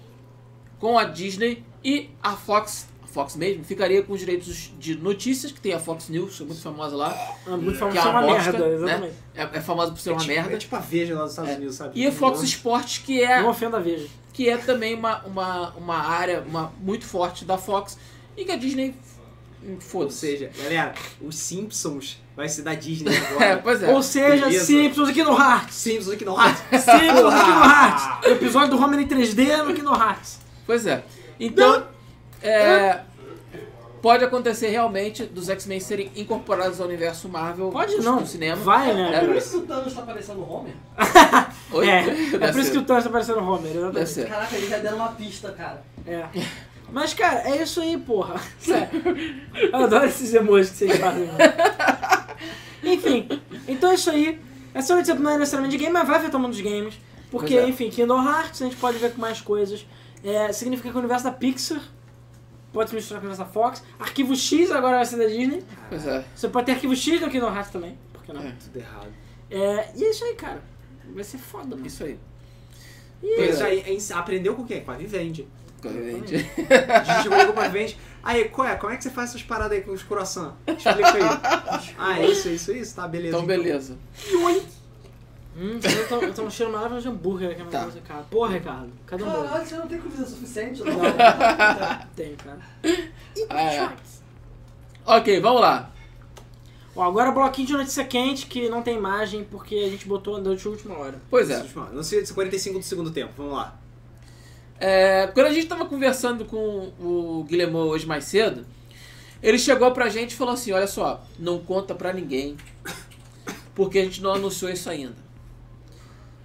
[SPEAKER 3] Com a Disney e a Fox, a Fox mesmo, ficaria com os direitos de notícias, que tem a Fox News, que é muito famosa lá.
[SPEAKER 2] Ah, muito
[SPEAKER 3] Que
[SPEAKER 2] famoso,
[SPEAKER 3] é
[SPEAKER 2] isso é
[SPEAKER 3] uma
[SPEAKER 2] uma
[SPEAKER 3] bosta,
[SPEAKER 2] merda,
[SPEAKER 3] né?
[SPEAKER 2] exatamente.
[SPEAKER 3] É, é famosa por ser uma
[SPEAKER 1] tipo, É
[SPEAKER 3] merda.
[SPEAKER 1] tipo a Veja lá dos Estados
[SPEAKER 3] É.
[SPEAKER 1] Unidos, sabe?
[SPEAKER 3] E a Fox Esporte, que é
[SPEAKER 2] Não ofenda a Veja.
[SPEAKER 3] que é também uma, uma, uma área uma, muito forte da Fox e que a Disney hum,
[SPEAKER 1] Ou
[SPEAKER 3] foda-se.
[SPEAKER 1] seja, galera, os Simpsons vai ser da Disney
[SPEAKER 3] É,
[SPEAKER 1] agora.
[SPEAKER 3] pois é.
[SPEAKER 2] Ou seja,
[SPEAKER 1] beleza.
[SPEAKER 2] Simpsons aqui no Hearts!
[SPEAKER 1] Simpsons aqui não. Simpsons
[SPEAKER 2] Simpsons no Kingdom Hearts! Episódio do Homer em 3D no Kingdom Hearts.
[SPEAKER 3] Pois é. Então, é, pode acontecer realmente dos X-Men serem incorporados ao universo Marvel
[SPEAKER 2] Pode
[SPEAKER 3] no-
[SPEAKER 2] não.
[SPEAKER 3] no cinema.
[SPEAKER 2] Vai, né?
[SPEAKER 3] É.
[SPEAKER 4] Por isso que o Thanos tá parecendo o Homer?
[SPEAKER 3] Oi?
[SPEAKER 2] É, é
[SPEAKER 3] Deve
[SPEAKER 2] por isso
[SPEAKER 3] ser.
[SPEAKER 2] que o Thanos tá parecendo o Homer,
[SPEAKER 3] Deve
[SPEAKER 2] exatamente.
[SPEAKER 1] É.
[SPEAKER 3] ser.
[SPEAKER 4] Caraca, eles já deram uma pista, cara.
[SPEAKER 2] É. Mas, cara, é isso aí, porra. Sério. Eu adoro esses emojis que vocês fazem, mano. Enfim, então é isso aí. Essa notícia não é necessariamente de game, mas vai afetar o mundo dos games. Porque,
[SPEAKER 3] Pois é.
[SPEAKER 2] enfim, Kingdom Hearts, a gente pode ver com mais coisas. É, significa que o universo da Pixar pode se misturar com o universo da Fox. Arquivo X agora vai ser da Disney.
[SPEAKER 3] Pois é.
[SPEAKER 2] Você pode ter Arquivo X no Kingdom Hearts também, por que não?
[SPEAKER 3] É.
[SPEAKER 1] Tudo errado.
[SPEAKER 2] É, e é isso aí, cara. Vai ser foda, mano.
[SPEAKER 3] Isso aí.
[SPEAKER 2] E
[SPEAKER 1] Então isso aí é ens- aprendeu com o quê? Com a vivende.
[SPEAKER 3] Gente,
[SPEAKER 1] Gesticulou com a vivende. Aí, qual é? Como é que você faz essas paradas aí com os croissants? Explica aí. Ah, é isso, é isso, é isso. Tá, beleza.
[SPEAKER 3] Então, beleza.
[SPEAKER 2] Hum, eu tô, eu tô um cheiro maravilhoso de hambúrguer aqui é na
[SPEAKER 3] Tá.
[SPEAKER 2] minha mesa, cara. Porra, Ricardo, cadê o hambúrguer?
[SPEAKER 4] Caralho, você não tem comida suficiente? Não.
[SPEAKER 2] Tem, cara.
[SPEAKER 3] Ah, é. Ok, vamos lá.
[SPEAKER 2] Ó, agora bloquinho de notícia quente que não tem imagem porque a gente botou durante a última hora.
[SPEAKER 3] Pois é.
[SPEAKER 1] Isso, Não sei, 45 do segundo tempo, vamos lá.
[SPEAKER 3] É, quando a gente tava conversando com o Guilherme hoje mais cedo, ele chegou pra gente e falou assim: Olha só, não conta pra ninguém, porque a gente não anunciou isso ainda.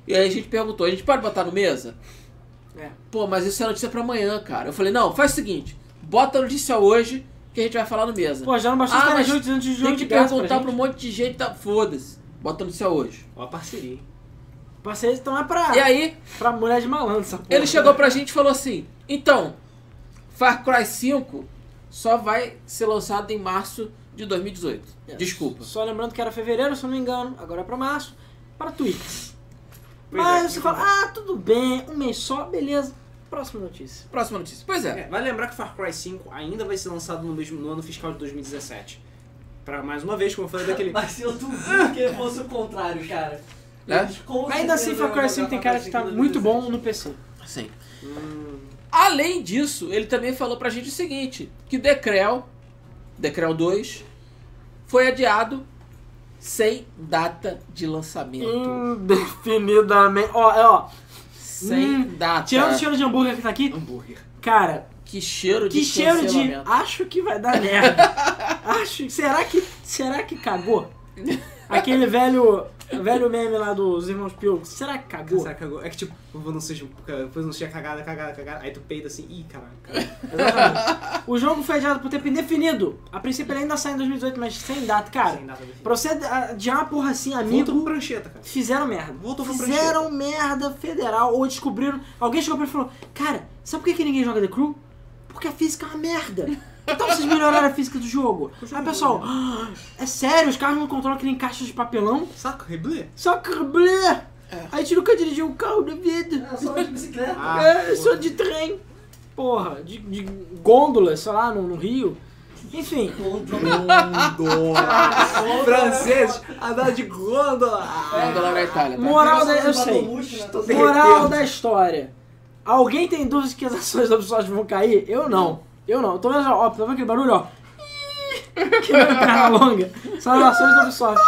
[SPEAKER 3] E aí a gente perguntou: A gente pode botar no mesa?
[SPEAKER 2] É.
[SPEAKER 3] Pô, mas isso é notícia pra amanhã, cara. Eu falei: Não, faz o seguinte, bota a notícia hoje que a gente vai falar no mesa.
[SPEAKER 2] Pô, já não baixou os
[SPEAKER 3] Ah,
[SPEAKER 2] caras
[SPEAKER 3] mas
[SPEAKER 2] juntos antes de jogo
[SPEAKER 3] Tem
[SPEAKER 2] de
[SPEAKER 3] que
[SPEAKER 2] graça pra
[SPEAKER 3] perguntar
[SPEAKER 2] gente.
[SPEAKER 3] pra um monte de gente, tá? Foda-se, bota a notícia hoje.
[SPEAKER 1] Ó a parceria, hein?
[SPEAKER 2] Parceiro, então é pra,
[SPEAKER 3] E aí,
[SPEAKER 2] pra mulher de malandro, essa porra.
[SPEAKER 3] Ele chegou pra gente e falou assim: então, Far Cry 5 só vai ser lançado em março de 2018.
[SPEAKER 2] Yes.
[SPEAKER 3] Desculpa.
[SPEAKER 2] É. Só lembrando que era fevereiro, se eu não me engano, agora é pra março, para Twix.
[SPEAKER 1] Pois
[SPEAKER 2] Mas
[SPEAKER 1] é,
[SPEAKER 2] você fala,
[SPEAKER 3] então.
[SPEAKER 2] ah, tudo bem, um mês só, beleza. Próxima notícia.
[SPEAKER 3] Próxima notícia. Pois é.
[SPEAKER 1] É, vai lembrar que Far Cry 5 ainda vai ser lançado no, mesmo, no ano fiscal de 2017. Pra mais uma vez, como eu falei daquele.
[SPEAKER 4] Mas eu duvido que fosse o contrário, cara.
[SPEAKER 1] É?
[SPEAKER 3] Né?
[SPEAKER 4] Eles com
[SPEAKER 2] Ainda assim,
[SPEAKER 3] é,
[SPEAKER 4] certeza
[SPEAKER 2] Far Cry
[SPEAKER 4] iam
[SPEAKER 3] tá
[SPEAKER 2] 5 tem
[SPEAKER 4] jogar
[SPEAKER 2] cara de estar
[SPEAKER 4] Far Cry
[SPEAKER 2] muito
[SPEAKER 4] 2016.
[SPEAKER 2] bom no PC.
[SPEAKER 3] Sim.
[SPEAKER 2] Hum.
[SPEAKER 3] Além disso, ele também falou pra gente o seguinte: que Decrel, Decrel 2, foi adiado sem data de lançamento.
[SPEAKER 2] Hum. Indefinidamente. Ó, é, ó.
[SPEAKER 3] Sem
[SPEAKER 2] Hum.
[SPEAKER 3] data.
[SPEAKER 2] Tirando o cheiro de hambúrguer que tá aqui,
[SPEAKER 1] Hambúrguer.
[SPEAKER 2] cara,
[SPEAKER 3] Que cheiro de
[SPEAKER 2] que cheiro de.
[SPEAKER 3] cancelamento.
[SPEAKER 2] Acho que vai dar merda. acho. Será que. Será que cagou? Aquele velho. Velho meme lá dos irmãos Pio. Será que cagou?
[SPEAKER 1] Será que cagou? É que tipo, eu não seja, depois não seja cagada, cagada, cagada. Aí tu peida assim, ih, caralho. caralho.
[SPEAKER 2] Exatamente. o jogo foi adiado por tempo indefinido. A princípio ele ainda sai em 2018, mas sem data, cara.
[SPEAKER 1] Sem nada a ver.
[SPEAKER 2] Pra você adiar uma porra assim,
[SPEAKER 1] Voltou
[SPEAKER 2] amigo,
[SPEAKER 1] pra prancheta, cara.
[SPEAKER 2] fizeram merda.
[SPEAKER 1] Voltou pra
[SPEAKER 2] fizeram merda federal ou descobriram. Alguém chegou pra ele e falou: Cara, sabe por que, que ninguém joga The Crew? Porque a física é uma merda. Então vocês melhoraram a física do jogo. Aí pessoal, "Ah, é sério, os carros não controlam aquele encaixe de papelão?
[SPEAKER 1] Saco, reblê?
[SPEAKER 2] Só que blé! A gente nunca dirigiu um carro na vida.
[SPEAKER 4] É, só de bicicleta.
[SPEAKER 1] É. Ah,
[SPEAKER 2] É,
[SPEAKER 1] porra.
[SPEAKER 2] só de trem. Porra, de, de gôndola, sei lá, no, no Rio. Enfim,
[SPEAKER 1] Gondola. Francês, andar de gondola.
[SPEAKER 3] Gondola na Itália, tá?
[SPEAKER 2] moral da... Eu sei.
[SPEAKER 4] né?
[SPEAKER 1] de
[SPEAKER 2] Moral
[SPEAKER 1] repente.
[SPEAKER 2] da história. Alguém tem dúvidas que as ações da Ubisoft vão cair? Eu não. Eu não. Tô vendo, ó, tá vendo aquele barulho, ó? Que nem perna longa. São as ações da Ubisoft.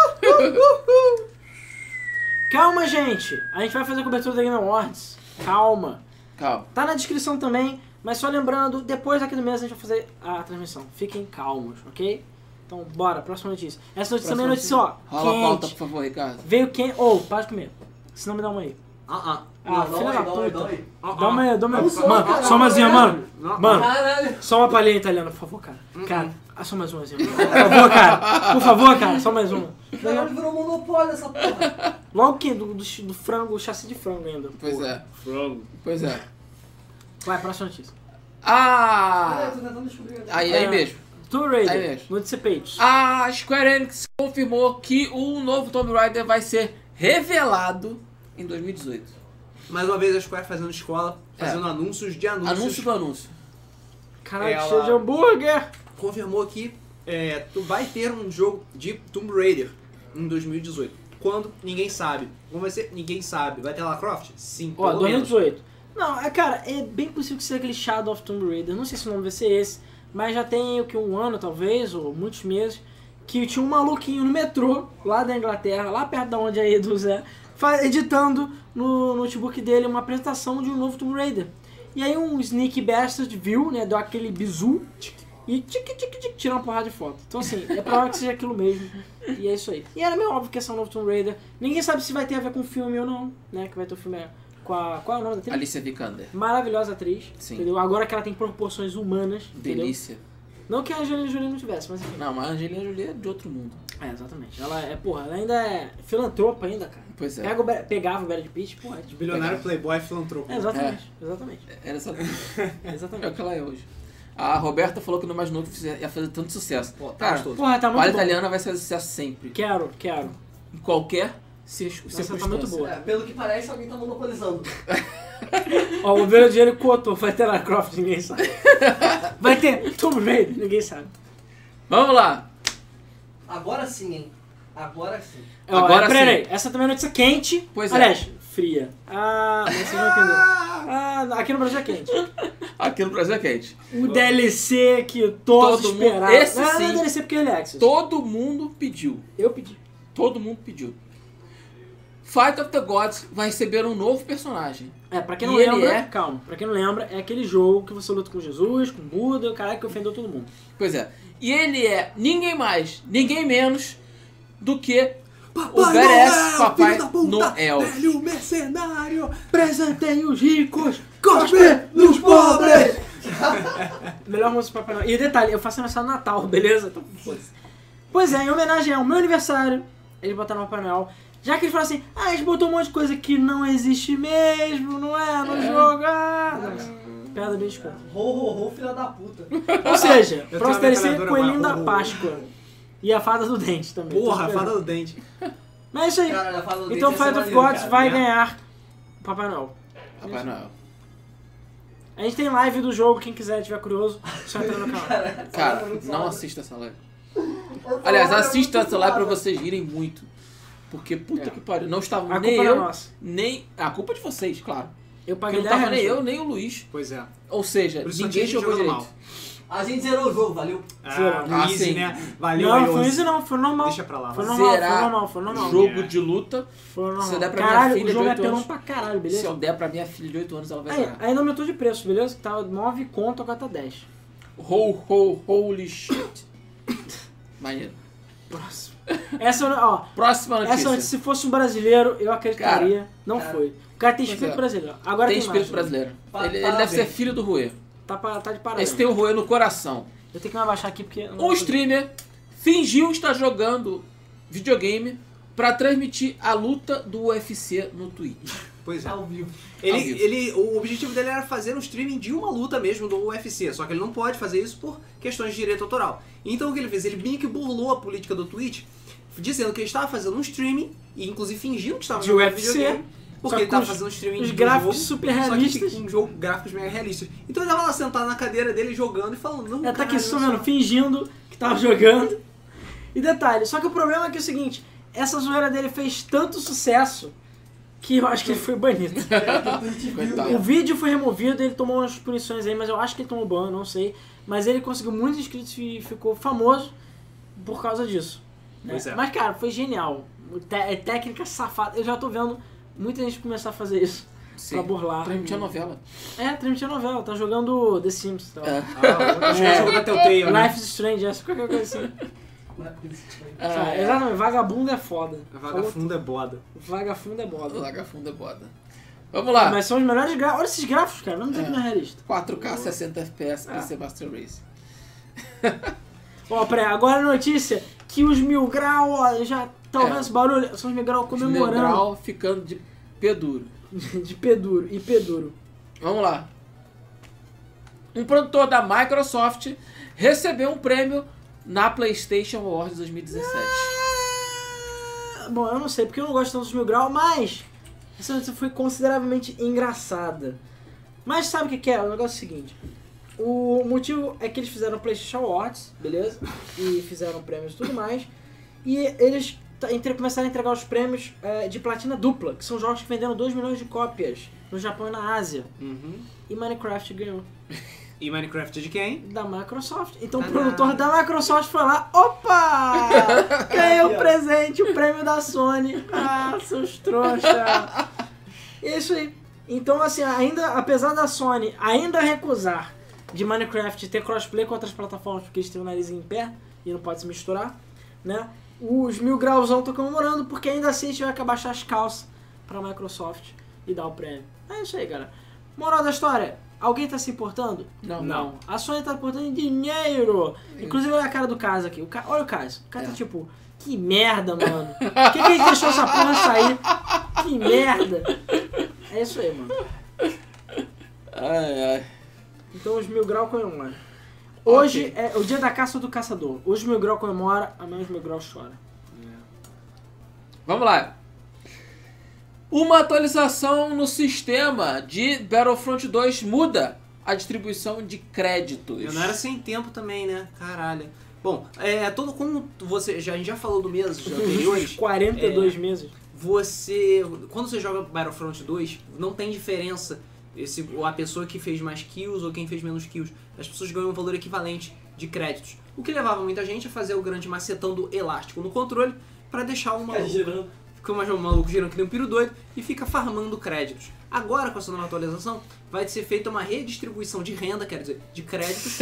[SPEAKER 2] Calma, gente. A gente vai fazer a cobertura da Game Awards. Calma.
[SPEAKER 3] Calma.
[SPEAKER 2] Tá na descrição também, mas só lembrando, depois aqui do mês a gente vai fazer a transmissão. Fiquem calmos, ok? Então, bora, próxima notícia. Essa notícia também é notícia, ó,
[SPEAKER 3] Rola a pauta, por
[SPEAKER 2] quente.
[SPEAKER 3] favor, Ricardo.
[SPEAKER 2] Veio quente... Ô, para de comer. Senão me dá um uma aí.
[SPEAKER 1] Ah, ah.
[SPEAKER 2] Ah,
[SPEAKER 4] Ah,
[SPEAKER 2] filha da
[SPEAKER 4] dói, dói,
[SPEAKER 2] puta.
[SPEAKER 4] dói.
[SPEAKER 1] ah,
[SPEAKER 2] Dá uma
[SPEAKER 1] ah.
[SPEAKER 2] aí, dá uma aí.
[SPEAKER 4] Não sou,
[SPEAKER 2] Mano,
[SPEAKER 4] cara,
[SPEAKER 2] só umazinha,
[SPEAKER 4] não,
[SPEAKER 2] mano.
[SPEAKER 1] não.
[SPEAKER 2] Mano,
[SPEAKER 4] Caralho.
[SPEAKER 2] só uma palhinha italiana, por favor, cara. Cara, ah, só mais umazinha. Por favor, cara. Por favor, cara, só mais uma.
[SPEAKER 4] Caralho, virou monopólio essa porra.
[SPEAKER 2] Logo que do, do, do frango, chassi de frango ainda.
[SPEAKER 3] Pois
[SPEAKER 2] porra.
[SPEAKER 3] é. Pois é.
[SPEAKER 2] Vai, próxima notícia.
[SPEAKER 4] Caralho, eu
[SPEAKER 3] Ah!
[SPEAKER 4] tô tentando descobrir.
[SPEAKER 3] Aí, aí
[SPEAKER 2] É.
[SPEAKER 3] mesmo.
[SPEAKER 2] Tomb
[SPEAKER 3] Aí
[SPEAKER 2] Raider,
[SPEAKER 3] mesmo.
[SPEAKER 2] Notícia Page.
[SPEAKER 3] A Square Enix confirmou que o novo Tomb Raider vai ser revelado em 2018.
[SPEAKER 1] Mais uma vez a Square fazendo escola, fazendo anúncios de anúncios.
[SPEAKER 3] Anúncio do anúncio.
[SPEAKER 2] Caralho,
[SPEAKER 1] Ela-
[SPEAKER 2] cheio de hambúrguer.
[SPEAKER 1] confirmou que é, tu vai ter um jogo de Tomb Raider em 2018. Quando? Ninguém sabe. Como vai ser? Ninguém sabe. Vai ter Lara Croft? Sim,
[SPEAKER 2] Ó,
[SPEAKER 1] pelo menos.
[SPEAKER 2] 2018. Não, é, cara, é bem possível que seja aquele Shadow of Tomb Raider. Não sei se o nome vai ser esse, mas já tem o que um ano, talvez, ou muitos meses, que tinha um maluquinho no metrô, lá da Inglaterra, lá perto da onde aí do Zé, fa- editando no notebook dele uma apresentação de um novo Tomb Raider. E aí um sneak bastard viu, né, deu aquele bizu e tic tic tic tirou uma porrada de foto. Então assim, é provável que seja aquilo mesmo. E é isso aí. E era meio óbvio que esse é um novo Tomb Raider. Ninguém sabe se vai ter a ver com o filme ou não, né? Que vai ter o filme é com a. Qual é o nome da atriz?
[SPEAKER 3] Alicia Vikander.
[SPEAKER 2] Maravilhosa atriz.
[SPEAKER 3] Sim.
[SPEAKER 2] Entendeu? Agora que ela tem proporções humanas. Entendeu?
[SPEAKER 3] Delícia.
[SPEAKER 2] Não que a Angelina Jolie não tivesse, mas enfim.
[SPEAKER 3] Não, mas a Angelina Jolie é de outro mundo.
[SPEAKER 2] É, exatamente. Ela é, porra, ela ainda é filantropa ainda, cara.
[SPEAKER 3] Pois é.
[SPEAKER 2] Pega o Bre- pegava o Brad Pitt, porra. é tipo-
[SPEAKER 1] Bilionário, playboy, filantropo.
[SPEAKER 2] É, exatamente, exatamente.
[SPEAKER 3] Era só... É o
[SPEAKER 2] Exatamente.
[SPEAKER 3] que ela é hoje. A Roberta falou que no Mais Novo fizer- ia fazer tanto sucesso.
[SPEAKER 1] Pô, tá
[SPEAKER 3] Cara,
[SPEAKER 1] gostoso.
[SPEAKER 2] Porra, tá
[SPEAKER 3] a
[SPEAKER 2] muito bom.
[SPEAKER 3] italiana vai ser sucesso sempre.
[SPEAKER 2] Quero, quero.
[SPEAKER 3] Em qualquer cir-
[SPEAKER 2] Nossa,
[SPEAKER 3] circunstância.
[SPEAKER 2] tá muito boa.
[SPEAKER 4] É, pelo que parece, alguém tá monopolizando.
[SPEAKER 2] Ó, o Ovelha de Ouro cotou, vai ter Lara Croft, ninguém sabe. Vai ter Tomb Raider, ninguém sabe.
[SPEAKER 3] Vamos lá.
[SPEAKER 4] Agora sim, hein? Agora sim.
[SPEAKER 2] Ó,
[SPEAKER 3] Agora
[SPEAKER 2] peraí, essa também é notícia quente.
[SPEAKER 3] Pois é.
[SPEAKER 2] Aliás, fria. Ah, mas vocês vão entender. Ah, aqui no Brasil é quente.
[SPEAKER 3] Aqui no Brasil é quente.
[SPEAKER 2] O DLC que todos
[SPEAKER 3] Todo mundo-
[SPEAKER 2] esperavam.
[SPEAKER 3] esse
[SPEAKER 2] não, não é
[SPEAKER 3] sim.
[SPEAKER 2] DLC porque é Early Access.
[SPEAKER 3] Todo mundo pediu.
[SPEAKER 2] Eu pedi.
[SPEAKER 3] Todo mundo pediu. Fight of the Gods vai receber um novo personagem.
[SPEAKER 2] É, pra quem não
[SPEAKER 3] E ele
[SPEAKER 2] lembra,
[SPEAKER 3] é-
[SPEAKER 2] calma, pra quem não lembra, é aquele jogo que você luta com Jesus, com Buda, o caralho que ofendeu todo mundo.
[SPEAKER 3] Pois é. E ele é ninguém mais, ninguém menos do que
[SPEAKER 1] Papai
[SPEAKER 3] O BS,
[SPEAKER 1] Noel,
[SPEAKER 3] Papai
[SPEAKER 1] filho da puta,
[SPEAKER 3] Noel.
[SPEAKER 1] velho mercenário,
[SPEAKER 2] Presentem os ricos!
[SPEAKER 1] cospe nos pobres.
[SPEAKER 2] Melhor música do Papai Noel. E detalhe, eu faço aniversário no Natal, beleza? Então, foda-se. pois é, em homenagem ao meu aniversário, eles botaram o Papai Noel. Já que eles falam assim, ah, eles botou um monte de coisa que não existe mesmo, não é? No jogo, ah... Nossa, piada bem escura.
[SPEAKER 4] Ho, ho, ho, filha da puta.
[SPEAKER 2] Ou seja,
[SPEAKER 1] tenho
[SPEAKER 2] próximo
[SPEAKER 1] uma
[SPEAKER 2] DLC,
[SPEAKER 1] metralhadora
[SPEAKER 2] Coelhinho
[SPEAKER 1] agora.
[SPEAKER 2] da
[SPEAKER 1] Uh.
[SPEAKER 2] Páscoa. E a Fada do Dente também.
[SPEAKER 1] Porra,
[SPEAKER 2] Tudo bem.
[SPEAKER 1] fada do dente.
[SPEAKER 2] Mas é isso aí.
[SPEAKER 4] Cara, eu falo
[SPEAKER 2] Então
[SPEAKER 4] dente,
[SPEAKER 2] Fight
[SPEAKER 4] essa
[SPEAKER 2] of
[SPEAKER 4] é maneiro,
[SPEAKER 2] Gods
[SPEAKER 4] cara.
[SPEAKER 2] vai
[SPEAKER 1] né?
[SPEAKER 2] ganhar o Papai Noel.
[SPEAKER 3] Papai Noel.
[SPEAKER 2] A gente tem live do jogo, quem quiser, tiver curioso, só entra no canal. é
[SPEAKER 3] Cara,
[SPEAKER 4] muito
[SPEAKER 3] não
[SPEAKER 4] foda.
[SPEAKER 3] assista essa live.
[SPEAKER 4] Eu tô
[SPEAKER 3] Aliás,
[SPEAKER 4] falando,
[SPEAKER 3] assista
[SPEAKER 4] eu tô
[SPEAKER 3] essa live pra
[SPEAKER 4] falando.
[SPEAKER 3] vocês rirem muito. Porque puta
[SPEAKER 2] É.
[SPEAKER 3] que pariu, não estava
[SPEAKER 2] A
[SPEAKER 3] nem
[SPEAKER 2] culpa não é
[SPEAKER 3] eu,
[SPEAKER 2] nossa.
[SPEAKER 3] nem. A culpa é de vocês, claro.
[SPEAKER 2] Eu
[SPEAKER 3] Porque
[SPEAKER 2] paguei
[SPEAKER 3] não
[SPEAKER 2] 10
[SPEAKER 3] tava nem
[SPEAKER 2] reais.
[SPEAKER 3] eu, nem o Luiz.
[SPEAKER 1] Pois é.
[SPEAKER 3] Ou seja,
[SPEAKER 1] Por isso
[SPEAKER 3] ninguém
[SPEAKER 1] a gente
[SPEAKER 3] jogou
[SPEAKER 1] jogando
[SPEAKER 3] direito.
[SPEAKER 1] mal.
[SPEAKER 4] A gente zerou o jogo, valeu?
[SPEAKER 1] Ah, no
[SPEAKER 3] Ah,
[SPEAKER 1] easy,
[SPEAKER 3] sim.
[SPEAKER 1] né? Valeu,
[SPEAKER 2] Não,
[SPEAKER 1] aí,
[SPEAKER 2] foi
[SPEAKER 1] onze.
[SPEAKER 2] isso não, foi normal.
[SPEAKER 1] Deixa pra lá.
[SPEAKER 2] Foi
[SPEAKER 1] vai.
[SPEAKER 2] normal, foi
[SPEAKER 3] Zerar
[SPEAKER 2] normal, foi normal.
[SPEAKER 3] Jogo
[SPEAKER 1] É.
[SPEAKER 3] de luta.
[SPEAKER 2] Foi normal.
[SPEAKER 3] Se der pra minha
[SPEAKER 2] caralho,
[SPEAKER 3] filha
[SPEAKER 2] o
[SPEAKER 3] de
[SPEAKER 2] jogo é
[SPEAKER 3] oito
[SPEAKER 2] pelão
[SPEAKER 3] anos.
[SPEAKER 2] pra caralho,
[SPEAKER 3] Se eu
[SPEAKER 2] beleza?
[SPEAKER 3] der pra minha filha de 8 anos, ela vai
[SPEAKER 2] Aí,
[SPEAKER 3] zerar.
[SPEAKER 2] ainda aumentou de preço, beleza? Que tava 9 conto, agora tá 10.
[SPEAKER 3] Ho, ho, holy shit. Maneiro.
[SPEAKER 2] Próximo. Essa, ó,
[SPEAKER 3] Próxima notícia.
[SPEAKER 2] essa notícia, se fosse um brasileiro, eu acreditaria. não
[SPEAKER 4] cara.
[SPEAKER 2] foi. O cara tem
[SPEAKER 3] Pois
[SPEAKER 2] espírito
[SPEAKER 3] é.
[SPEAKER 2] brasileiro. Agora tem,
[SPEAKER 3] tem espírito
[SPEAKER 2] mais, né?
[SPEAKER 3] brasileiro.
[SPEAKER 4] Pa-
[SPEAKER 3] Ele, ele
[SPEAKER 4] parabéns.
[SPEAKER 3] deve ser filho do Rue.
[SPEAKER 2] Tá, pra- tá de parada.
[SPEAKER 3] Esse tem o Rue no coração.
[SPEAKER 2] Eu tenho que me abaixar aqui porque... eu não
[SPEAKER 3] Um
[SPEAKER 2] vou-
[SPEAKER 3] streamer fingiu estar jogando videogame pra transmitir a luta do UFC no Twitch.
[SPEAKER 1] Pois é.
[SPEAKER 4] Tá Ao vivo.
[SPEAKER 1] Ele,
[SPEAKER 3] Ao vivo.
[SPEAKER 1] ele, o objetivo dele era fazer um streaming de uma luta mesmo do UFC, só que ele não pode fazer isso por questões de direito autoral. Então o que ele fez? Ele meio que burlou a política do Twitch, dizendo que ele estava fazendo um streaming, e inclusive fingindo que estava
[SPEAKER 2] De
[SPEAKER 1] jogando
[SPEAKER 2] UFC,
[SPEAKER 1] videogame,
[SPEAKER 2] só
[SPEAKER 1] porque ele
[SPEAKER 2] com
[SPEAKER 1] estava
[SPEAKER 2] os-
[SPEAKER 1] fazendo um streaming
[SPEAKER 2] os
[SPEAKER 1] de um
[SPEAKER 2] gráficos
[SPEAKER 1] jogo,
[SPEAKER 2] super
[SPEAKER 1] só que
[SPEAKER 2] realistas.
[SPEAKER 1] um jogo gráficos mega realistas. Então ele estava lá sentado na cadeira dele jogando e falando, não,
[SPEAKER 2] Ela tá aqui
[SPEAKER 1] caralho,
[SPEAKER 2] sumindo,
[SPEAKER 1] só-
[SPEAKER 2] fingindo que tava jogando. E detalhe, só que o problema é que é o seguinte, essa zoeira dele fez tanto sucesso que eu acho que ele foi banido.
[SPEAKER 3] Coitado.
[SPEAKER 2] O vídeo foi removido, ele tomou umas punições aí, mas eu acho que ele tomou ban, não sei. Mas ele conseguiu muitos inscritos e ficou famoso por causa disso. né?
[SPEAKER 1] Pois é.
[SPEAKER 2] Mas, cara, foi genial. O te- É técnica safada. Eu já tô vendo muita gente começar a fazer isso
[SPEAKER 3] Sim.
[SPEAKER 2] pra burlar.
[SPEAKER 3] Transmitir a novela.
[SPEAKER 2] É, transmitir a novela. Tá jogando The Sims. Tá?
[SPEAKER 3] É.
[SPEAKER 1] Ah, outro jogo da Telltale, né?
[SPEAKER 2] Life is Strange, essa qualquer coisa assim.
[SPEAKER 3] Ah,
[SPEAKER 4] é
[SPEAKER 2] Sabe?
[SPEAKER 3] é.
[SPEAKER 2] Exatamente, vagabundo é foda.
[SPEAKER 1] A vaga funda é boda.
[SPEAKER 2] Falou- Vagafundo é boda.
[SPEAKER 3] Laga funda é boda. Vamos lá.
[SPEAKER 2] Mas são os melhores gráficos. Olha esses gráficos, cara. Vamos dizer que não é realista.
[SPEAKER 3] 4K 60 FPS
[SPEAKER 2] É.
[SPEAKER 3] PC Master Race.
[SPEAKER 2] Ó, peraí, agora a notícia que os mil grau, ó, já tá ouvindo
[SPEAKER 3] É.
[SPEAKER 2] esse barulho. São os mil grau comemorando
[SPEAKER 3] Neutral ficando de pé duro.
[SPEAKER 2] de peduro e peduro.
[SPEAKER 3] Vamos lá. Um produtor da Microsoft recebeu um prêmio na PlayStation Awards 2017.
[SPEAKER 2] Ah, Bom, eu não sei porque eu não gosto tanto dos mil grau, mas essa notícia foi consideravelmente engraçada. Mas sabe o que, que é? O negócio é o seguinte. O motivo é que eles fizeram o PlayStation Awards, beleza? E fizeram prêmios e tudo mais. E eles t- entre- começaram a entregar os prêmios eh, de platina dupla, que são jogos que venderam 2 milhões de cópias no Japão e na Ásia. E Minecraft ganhou
[SPEAKER 1] E Minecraft é de quem?
[SPEAKER 2] da Microsoft. Então o
[SPEAKER 1] Ah.
[SPEAKER 2] produtor da Microsoft foi lá, opa! Ganhei o presente, o prêmio da Sony. Ah, seus trouxa! E é isso aí. Então, assim, ainda, apesar da Sony ainda recusar de Minecraft ter crossplay com outras plataformas, porque eles têm o nariz em pé e não pode se misturar, né? Os mil grauzão estão comemorando, porque ainda assim a gente vai acabar achar as calças pra Microsoft e dar o prêmio. É isso aí, galera. Moral da história, alguém tá se importando?
[SPEAKER 3] Não.
[SPEAKER 2] Não. A Sony tá importando em dinheiro. Inclusive, olha a cara do caso aqui. O ca... Olha o caso. O cara
[SPEAKER 3] É.
[SPEAKER 2] tá tipo, que merda, mano. Por que, que a gente deixou essa porra sair? Que merda. É isso aí, mano.
[SPEAKER 3] Ai, ai.
[SPEAKER 2] Então os Mil Grau comemoram. Hoje
[SPEAKER 3] Ok.
[SPEAKER 2] é o dia da caça do caçador. Hoje o Mil Grau comemora, amanhã os Mil Grau chora.
[SPEAKER 3] Vamos lá. Uma atualização no sistema de Battlefront 2 muda a distribuição de créditos.
[SPEAKER 1] Eu não era sem tempo também, né? Caralho. Bom, é, todo como você já, a gente já falou do meses anteriores,
[SPEAKER 3] É.
[SPEAKER 2] 42 meses.
[SPEAKER 1] você quando você joga Battlefront 2, não tem diferença esse ou a pessoa que fez mais kills ou quem fez menos kills. As pessoas ganham um valor equivalente de créditos, o que levava muita gente a fazer o grande macetão do elástico no controle pra deixar o
[SPEAKER 4] Fica
[SPEAKER 1] maluco
[SPEAKER 4] girando.
[SPEAKER 1] Fica mais um maluco girando que nem um piro doido e fica farmando créditos. Agora, com essa nova atualização, vai ser feita uma redistribuição de renda, quer dizer, de créditos,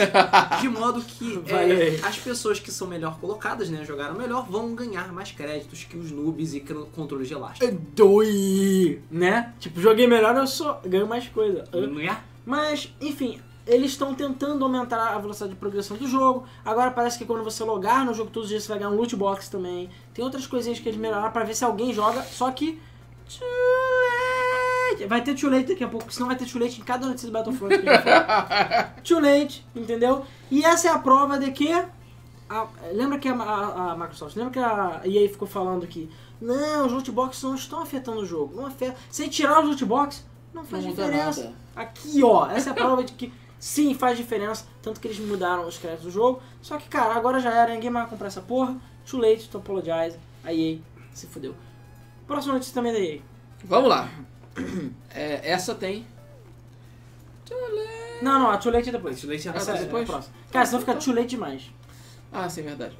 [SPEAKER 1] de modo que é,
[SPEAKER 2] Olha aí.
[SPEAKER 1] as pessoas que são melhor colocadas, né, jogaram melhor, vão ganhar mais créditos que os noobs e cr- controles de elástico.
[SPEAKER 2] Doi! Né? Tipo, joguei melhor, eu só ganho mais coisa.
[SPEAKER 1] Não é?
[SPEAKER 2] Mas, enfim, eles estão tentando aumentar a velocidade de progressão do jogo. Agora parece que quando você logar no jogo todos os dias, você vai ganhar um loot box também. Tem outras coisinhas que eles melhoraram pra ver se alguém joga, só que... too late. Vai ter too late daqui a pouco, senão vai ter too late em cada notícia do Battlefront que a gente fala. Too late, entendeu? E essa é a prova de que... a- lembra que a, a- a Microsoft, lembra que a EA ficou falando que não, os loot boxes não estão afetando o jogo, não afeta. Se tirar os loot boxes, não faz
[SPEAKER 3] muda
[SPEAKER 2] diferença.
[SPEAKER 3] nada.
[SPEAKER 2] Aqui, ó. Essa é a prova de que sim, faz diferença. Tanto que eles mudaram os créditos do jogo. Só que, cara, agora já era. Ninguém mais vai comprar essa porra. Too late, to apologize. A EA se fudeu. Próxima notícia também da EA.
[SPEAKER 3] Vamos lá. É, essa tem.
[SPEAKER 2] Não, não. A too late é depois.
[SPEAKER 1] Isso daí já- tá
[SPEAKER 2] Essa é
[SPEAKER 3] depois?
[SPEAKER 2] depois? próxima. Cara, senão fica too late demais.
[SPEAKER 3] Ah, sim, verdade.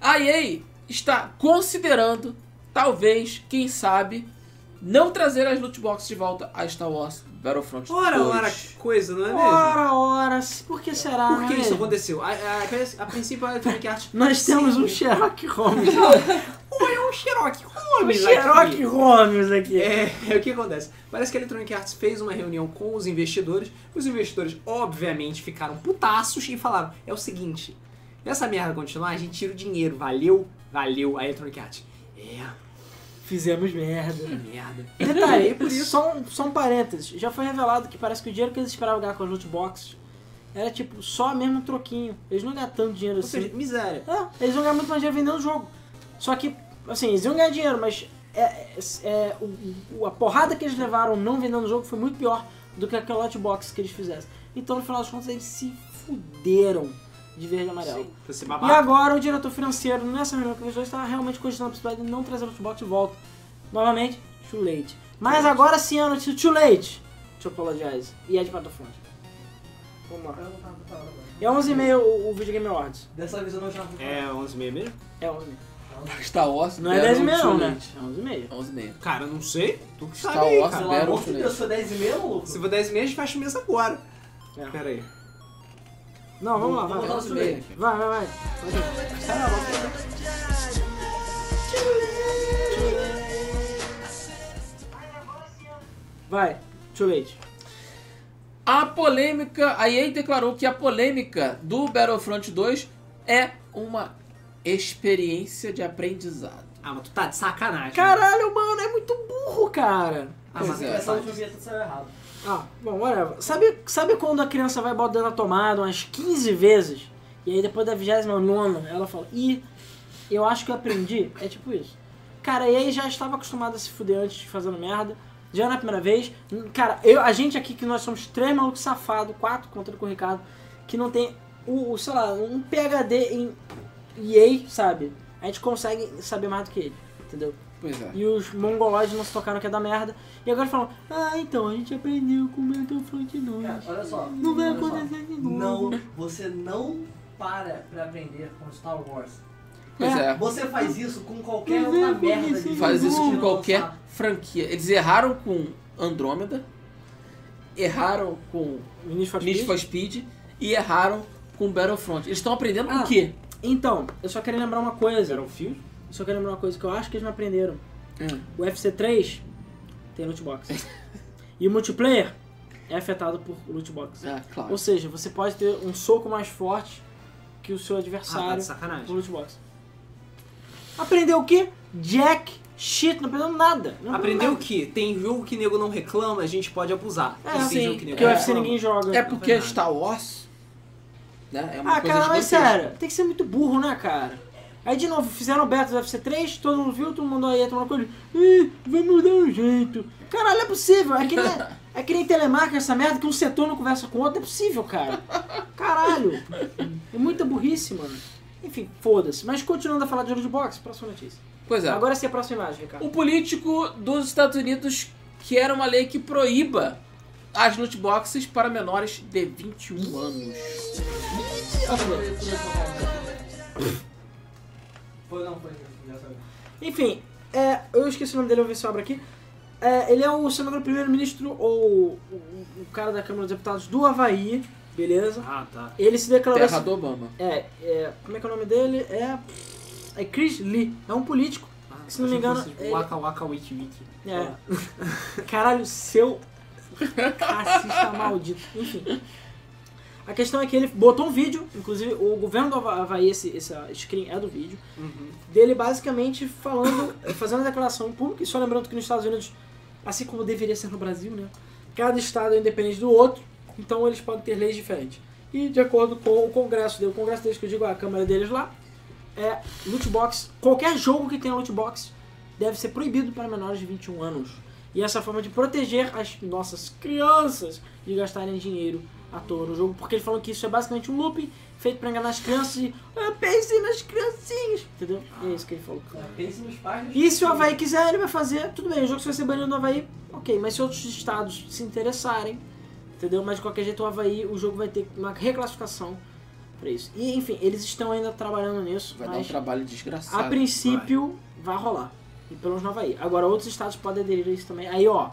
[SPEAKER 3] A EA está considerando, talvez, quem sabe, não trazer as loot boxes de volta a Star Wars Battlefront 2.
[SPEAKER 1] Ora, ora, coisa, não é mesmo?
[SPEAKER 2] Ora, ora. se- Por que será?
[SPEAKER 1] Por que
[SPEAKER 2] né?
[SPEAKER 1] isso aconteceu? A, a, a princípio, a Electronic Arts...
[SPEAKER 2] Nós temos um
[SPEAKER 1] Sim,
[SPEAKER 2] Sherlock Holmes.
[SPEAKER 1] é um Xerox. Um
[SPEAKER 2] um Sherlock Holmes aqui.
[SPEAKER 1] É, o que acontece? Parece que a Electronic Arts fez uma reunião com os investidores. Os investidores, obviamente, ficaram putaços e falaram: é o seguinte, nessa merda continuar, a gente tira o dinheiro. Valeu, valeu, a Electronic Arts. É,
[SPEAKER 2] Fizemos merda.
[SPEAKER 1] que merda.
[SPEAKER 2] Detalhe, por isso, só um, só um parênteses. Já foi revelado que parece que o dinheiro que eles esperavam ganhar com as loot boxes era tipo só mesmo um troquinho. Eles não ganham tanto dinheiro
[SPEAKER 1] Ou
[SPEAKER 2] assim.
[SPEAKER 1] seja, miséria.
[SPEAKER 2] É, eles vão ganhar muito mais dinheiro vendendo o jogo. Só que, assim, eles iam ganhar dinheiro, mas é, é- é, o- o- a porrada que eles levaram não vendendo o jogo foi muito pior do que aquela loot box que eles fizessem. Então, no final das contas, eles se fuderam de verde e amarelo.
[SPEAKER 1] Você
[SPEAKER 2] E
[SPEAKER 1] babaca.
[SPEAKER 2] agora o diretor financeiro, nessa reunião que os dois, está realmente cogitando a possibilidade de não trazer o Xbox de volta. Novamente, too late. Mas agora sim é a notícia, too late. To apologize. E é de Battlefront. Vamos lá.
[SPEAKER 4] Eu não tava- tava agora.
[SPEAKER 2] É 11h30 o, o Videogame Awards.
[SPEAKER 4] tá, Dessa vez eu não já vou
[SPEAKER 1] É 11 h mesmo?
[SPEAKER 2] É 11h30.
[SPEAKER 3] Star Wars
[SPEAKER 2] Não é 10
[SPEAKER 3] Battle
[SPEAKER 2] e meia não,
[SPEAKER 3] Too
[SPEAKER 2] né?
[SPEAKER 3] Late.
[SPEAKER 2] É 11h30.
[SPEAKER 3] 11h30.
[SPEAKER 1] Cara, não sei. Tu que
[SPEAKER 3] Star
[SPEAKER 1] sabe aí,
[SPEAKER 3] Wars,
[SPEAKER 1] cara.
[SPEAKER 4] Pelo amor de
[SPEAKER 3] Battlefront.
[SPEAKER 4] Deus, foi 10 e meia, maluco?
[SPEAKER 1] Se for 10 e meia, a gente fecha o mês agora.
[SPEAKER 2] É.
[SPEAKER 1] Pera aí.
[SPEAKER 2] Não, vamos lá, vai.
[SPEAKER 4] Vamos
[SPEAKER 2] Vai,
[SPEAKER 4] botar os e-mails.
[SPEAKER 2] vai, vai. vai. Vai, too late.
[SPEAKER 3] A polêmica, a EA declarou que a polêmica do Battlefront 2 é uma experiência de aprendizado.
[SPEAKER 1] Ah, mas tu tá de sacanagem.
[SPEAKER 2] Caralho, mano, é muito burro, cara.
[SPEAKER 1] Ah, mas
[SPEAKER 3] Pois é.
[SPEAKER 4] Essa última vinheta saiu errado.
[SPEAKER 2] Ah, bom, whatever. Sabe, sabe quando a criança vai botando a tomada umas 15 vezes? E aí depois da 29 ela fala, ih, eu acho que eu aprendi. É tipo isso. Cara, e aí já estava acostumado a se fuder antes de fazendo merda. Já na primeira vez. Cara, eu, a gente aqui que nós somos três malucos safados, quatro contando com o Ricardo, que não tem o, o, sei lá, um PHD em EA, sabe? A gente consegue saber mais do que ele, entendeu?
[SPEAKER 3] Pois é.
[SPEAKER 2] E os mongoloides não se tocaram que é da merda. E agora falam, ah, então, a gente aprendeu com o Battlefront 2.
[SPEAKER 4] Cara, olha só.
[SPEAKER 2] não vai
[SPEAKER 4] olha só.
[SPEAKER 2] acontecer de
[SPEAKER 4] Não,
[SPEAKER 2] novo.
[SPEAKER 4] você não para pra aprender com Star Wars.
[SPEAKER 3] Pois é.
[SPEAKER 4] Você faz isso com qualquer
[SPEAKER 2] Não vai
[SPEAKER 4] outra merda
[SPEAKER 2] acontecer
[SPEAKER 4] de
[SPEAKER 3] Faz
[SPEAKER 4] jogo
[SPEAKER 3] isso
[SPEAKER 4] que
[SPEAKER 3] com
[SPEAKER 4] não
[SPEAKER 3] qualquer
[SPEAKER 4] lançar.
[SPEAKER 3] franquia. Eles erraram com Andrômeda, erraram com
[SPEAKER 2] Need for
[SPEAKER 3] Need
[SPEAKER 2] Speed?
[SPEAKER 3] for Speed e erraram com Battlefront. Eles estão aprendendo com
[SPEAKER 2] Ah.
[SPEAKER 3] o quê?
[SPEAKER 2] Então, eu só queria lembrar uma coisa.
[SPEAKER 1] Era um filme?
[SPEAKER 2] Eu só queria lembrar uma coisa que eu acho que eles não aprenderam.
[SPEAKER 1] É.
[SPEAKER 2] O UFC 3 tem loot box. e o multiplayer é afetado por loot box.
[SPEAKER 3] Ah, claro.
[SPEAKER 2] Ou seja, você pode ter um soco mais forte que o seu
[SPEAKER 1] Ah, tá de
[SPEAKER 2] adversário com
[SPEAKER 1] sacanagem.
[SPEAKER 2] loot box. Aprendeu o quê? Jack shit, não aprendeu nada. Não
[SPEAKER 1] Aprendeu
[SPEAKER 2] nada.
[SPEAKER 1] que tem jogo que nego não reclama, a gente pode abusar.
[SPEAKER 2] É,
[SPEAKER 1] tem
[SPEAKER 3] sim,
[SPEAKER 1] jogo que nego
[SPEAKER 2] Porque o
[SPEAKER 1] não
[SPEAKER 2] UFC
[SPEAKER 1] reclama.
[SPEAKER 2] ninguém joga.
[SPEAKER 3] É
[SPEAKER 1] Não
[SPEAKER 3] porque
[SPEAKER 1] foi nada.
[SPEAKER 3] Star Wars né, é uma
[SPEAKER 2] ah,
[SPEAKER 3] coisa
[SPEAKER 2] cara, mas
[SPEAKER 3] gigantesca.
[SPEAKER 2] sério, tem que ser muito burro, né, cara? Aí de novo, fizeram o beta do UFC 3, todo mundo viu, todo mundo aí tomando coisa. Ih, vamos dar um jeito. Caralho, é possível. É que nem, é que nem telemarca essa merda que um setor não conversa com o outro. É possível, cara. Caralho. É muita burrice, mano. Enfim, foda-se. Mas continuando a falar de jogo de boxe, próxima notícia.
[SPEAKER 3] Pois é.
[SPEAKER 2] Agora sim a próxima imagem, Ricardo.
[SPEAKER 3] Um político dos Estados Unidos quer uma lei que proíba as loot boxes para menores de 21 anos.
[SPEAKER 4] Foi, não, foi. Já sabe.
[SPEAKER 2] Enfim, é, eu esqueci o nome dele, eu vou ver se sobra aqui. É, ele é o senador primeiro-ministro, ou o, o cara da Câmara dos Deputados do Havaí, beleza?
[SPEAKER 1] Ah, tá.
[SPEAKER 2] Ele se declarou...
[SPEAKER 3] Terra do Obama.
[SPEAKER 2] É, é, como é que é o nome dele? É, é Chris Lee, é um político.
[SPEAKER 1] Ah,
[SPEAKER 2] Se não me
[SPEAKER 1] achei que
[SPEAKER 2] engano, é-
[SPEAKER 1] fosse, tipo,
[SPEAKER 2] ele-
[SPEAKER 1] Waka Waka Wiki Wiki.
[SPEAKER 2] É. Caralho, seu racista maldito. Enfim. A questão é que ele botou um vídeo, inclusive o governo do Hava- Havaí, esse, essa screen é do vídeo, dele basicamente falando, fazendo a declaração em público, e só lembrando que nos Estados Unidos, assim como deveria ser no Brasil, né? Cada estado é independente do outro, então eles podem ter leis diferentes. E de acordo com o Congresso dele, o Congresso deles, que eu digo, a Câmara deles lá, é loot box, qualquer jogo que tenha loot box deve ser proibido para menores de 21 anos. E essa é a forma de proteger as nossas crianças de gastarem dinheiro à toa no jogo, porque eles falam que isso é basicamente um looping feito para enganar as crianças e ah, pense nas criancinhas, entendeu? E é isso que ele falou.
[SPEAKER 4] É, Pense nos pais.
[SPEAKER 2] E se o Havaí quiser, ele vai fazer, tudo bem, o jogo só vai ser banido no Havaí, ok, mas se outros estados se interessarem, entendeu? Mas de qualquer jeito o Havaí, o jogo vai ter uma reclassificação para isso. E enfim, eles estão ainda trabalhando nisso,
[SPEAKER 3] Vai dar um
[SPEAKER 2] mas
[SPEAKER 3] trabalho
[SPEAKER 2] a
[SPEAKER 3] desgraçado.
[SPEAKER 2] princípio vai. rolar. E pelo menos no Havaí. Agora outros estados podem aderir a isso também. Aí ó,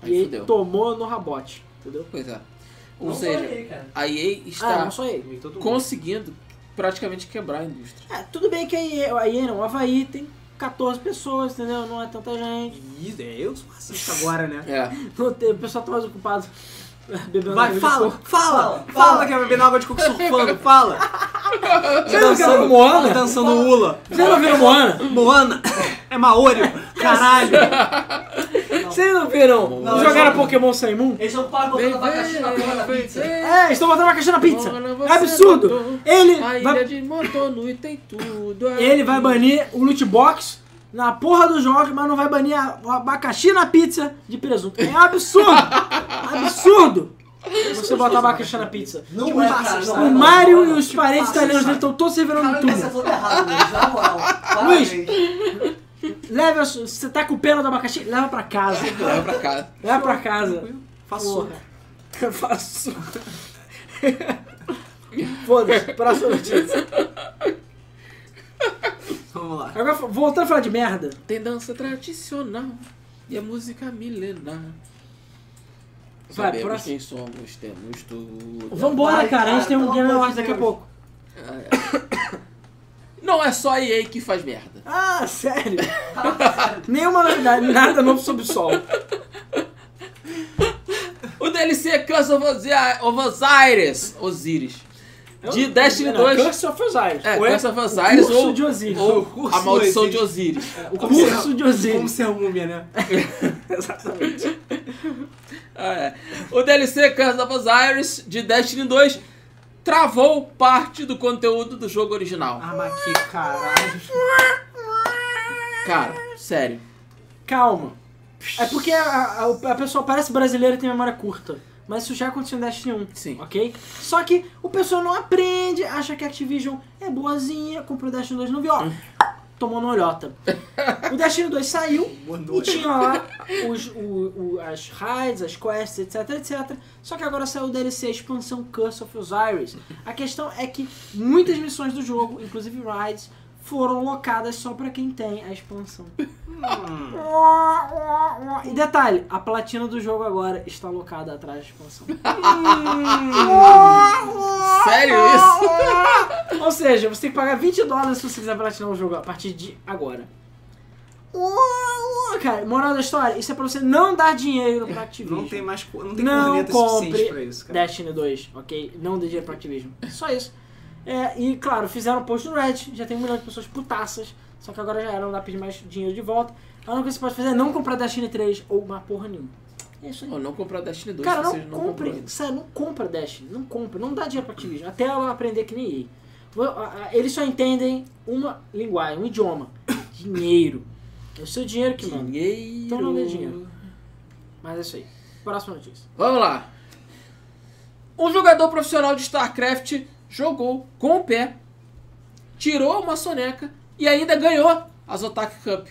[SPEAKER 3] Aí
[SPEAKER 2] e ele
[SPEAKER 3] fudeu.
[SPEAKER 2] tomou no rabote, entendeu?
[SPEAKER 3] Pois é. Ou
[SPEAKER 4] Não
[SPEAKER 3] seja,
[SPEAKER 4] foi, cara.
[SPEAKER 3] a EA
[SPEAKER 2] Ah,
[SPEAKER 3] está
[SPEAKER 2] não só ele.
[SPEAKER 1] E todo mundo.
[SPEAKER 3] conseguindo praticamente quebrar a indústria.
[SPEAKER 2] É, tudo bem que aí, aí não, o Havaí tem 14 pessoas, entendeu? Não é tanta gente.
[SPEAKER 1] Ih, é, eu sou racista agora, né?
[SPEAKER 3] É.
[SPEAKER 2] Não tem- O pessoal tá mais ocupado bebendo
[SPEAKER 1] Vai,
[SPEAKER 2] água de
[SPEAKER 1] fala,
[SPEAKER 2] coco.
[SPEAKER 1] fala,
[SPEAKER 4] Fala,
[SPEAKER 1] fala que é bebendo água de coco surfando, fala.
[SPEAKER 2] Você não viu Moana?
[SPEAKER 1] dançando Ula.
[SPEAKER 2] Você não viu Moana?
[SPEAKER 1] Moana é Maori, caralho.
[SPEAKER 2] Vocês não viram?
[SPEAKER 4] Não,
[SPEAKER 2] Jogaram
[SPEAKER 4] eu só-
[SPEAKER 2] Pokémon sem mundo?
[SPEAKER 4] Eles estão quase botando tá a abacaxi na porra da
[SPEAKER 3] Vem,
[SPEAKER 4] pizza.
[SPEAKER 3] vem, vem.
[SPEAKER 2] É, estão botando uma caixinha na pizza.
[SPEAKER 3] Moana,
[SPEAKER 2] É
[SPEAKER 3] você
[SPEAKER 2] absurdo.
[SPEAKER 3] botou
[SPEAKER 2] Ele
[SPEAKER 3] A
[SPEAKER 2] vai
[SPEAKER 3] ilha de Montonu e tem tudo. aqui.
[SPEAKER 2] Ele vai banir o loot box na porra do jogo, mas não vai banir a- o abacaxi na pizza de presunto. É um absurdo! absurdo! Você botar abacaxi na pizza.
[SPEAKER 4] Não
[SPEAKER 1] Tipo,
[SPEAKER 4] é,
[SPEAKER 1] passa,
[SPEAKER 4] cara,
[SPEAKER 1] tipo,
[SPEAKER 4] não é,
[SPEAKER 2] O
[SPEAKER 4] não é,
[SPEAKER 2] Mario
[SPEAKER 4] não
[SPEAKER 2] e
[SPEAKER 4] é.
[SPEAKER 2] os parentes
[SPEAKER 1] passa,
[SPEAKER 2] italianos
[SPEAKER 1] sabe?
[SPEAKER 2] dele estão todos revirando
[SPEAKER 4] Caralho, você é
[SPEAKER 2] tudo.
[SPEAKER 4] todo errado, Luiz. Na moral. Parabéns.
[SPEAKER 2] Leva, a su- você tá com pena do abacaxi? Leva pra casa.
[SPEAKER 3] Vai pra casa.
[SPEAKER 2] Leva pra casa.
[SPEAKER 1] Passou.
[SPEAKER 2] Porra. Faço. Foda-se, próxima notícia.
[SPEAKER 1] Vamos lá.
[SPEAKER 2] Agora, voltando a falar de merda.
[SPEAKER 3] Tem dança tradicional e a música milenar.
[SPEAKER 2] Vai,
[SPEAKER 3] Sabemos
[SPEAKER 2] próximo.
[SPEAKER 3] quem somos, temos tudo.
[SPEAKER 2] Vambora,
[SPEAKER 4] Vai,
[SPEAKER 2] cara, a gente
[SPEAKER 4] cara,
[SPEAKER 2] tem um
[SPEAKER 4] pelo
[SPEAKER 2] Game
[SPEAKER 4] amor de
[SPEAKER 2] Awards daqui a
[SPEAKER 4] Deus.
[SPEAKER 2] pouco.
[SPEAKER 3] Não é só a EA que faz merda.
[SPEAKER 2] Ah, sério? Nenhuma novidade, nada novo sob o sol.
[SPEAKER 3] O DLC Curse é of Osi- of Osiris. Osiris. De Destiny
[SPEAKER 2] Não,
[SPEAKER 3] 2.
[SPEAKER 2] Curse É of Osiris.
[SPEAKER 3] É,
[SPEAKER 2] Ou
[SPEAKER 3] Curse of Osiris
[SPEAKER 2] o curso
[SPEAKER 3] ou,
[SPEAKER 2] de Osiris.
[SPEAKER 3] ou
[SPEAKER 1] O curso
[SPEAKER 3] a maldição
[SPEAKER 1] do
[SPEAKER 3] de Osiris.
[SPEAKER 2] o
[SPEAKER 1] Como ser-
[SPEAKER 2] curso de Osiris.
[SPEAKER 1] Como ser múmia, né?
[SPEAKER 2] Exatamente.
[SPEAKER 3] Ah, é. O DLC Curse of Osiris de Destiny 2 travou parte do conteúdo do jogo original.
[SPEAKER 2] Tá,
[SPEAKER 1] Ah, mas que caralho.
[SPEAKER 3] Cara, sério.
[SPEAKER 2] Calma. É porque a, a- a pessoa parece brasileira e tem memória curta. Mas isso já aconteceu em Destiny 1.
[SPEAKER 3] Sim.
[SPEAKER 2] Ok? Só que o pessoal não aprende, acha que a Activision é boazinha, comprou o Destiny 2 não viu, ó. Tomou no olhota. O Destiny 2 saiu,
[SPEAKER 1] Mandou.
[SPEAKER 2] E tinha lá os, o- o- as raids, as quests, etc, etc. Só que agora saiu o DLC, a expansão Curse of Osiris. A questão é que muitas missões do jogo, inclusive raids, foram locadas só pra quem tem a expansão. E detalhe, a platina do jogo agora está locada atrás da expansão.
[SPEAKER 3] Sério isso?
[SPEAKER 2] Ou seja, você tem que pagar 20 dólares se você quiser platinar o jogo a partir de agora. Uh, Cara, moral da história, isso é pra você não dar dinheiro pra Activision.
[SPEAKER 1] Não tem mais. co- Não tem
[SPEAKER 2] Não
[SPEAKER 1] corneta suficiente pra
[SPEAKER 2] compre
[SPEAKER 1] isso, cara.
[SPEAKER 2] Destiny 2, ok? Não dê dinheiro pra Activision. Só isso. É, e claro, fizeram um post no Reddit, já tem um milhão de pessoas putaças, só que agora já era, não dá pra pedir mais dinheiro de volta. A única coisa que você pode fazer é não comprar Destiny 3 ou uma porra nenhuma. É isso aí.
[SPEAKER 3] Não, não comprar Destiny 2
[SPEAKER 2] Cara,
[SPEAKER 3] se
[SPEAKER 2] não
[SPEAKER 3] vocês não
[SPEAKER 2] compre,
[SPEAKER 3] compram ainda.
[SPEAKER 2] sério, não compra Destiny, não compra, não dá dinheiro pra Activision, até ela aprender que nem EA. vo- a- a- eles só entendem uma linguagem, um idioma. Dinheiro. É o seu dinheiro que manda.
[SPEAKER 3] Dinheiro.
[SPEAKER 2] Então não dê dinheiro. Mas é isso aí. Próxima notícia.
[SPEAKER 3] Vamos lá. Um jogador profissional de StarCraft jogou com o pé, tirou uma soneca e ainda ganhou a Zotac Cup.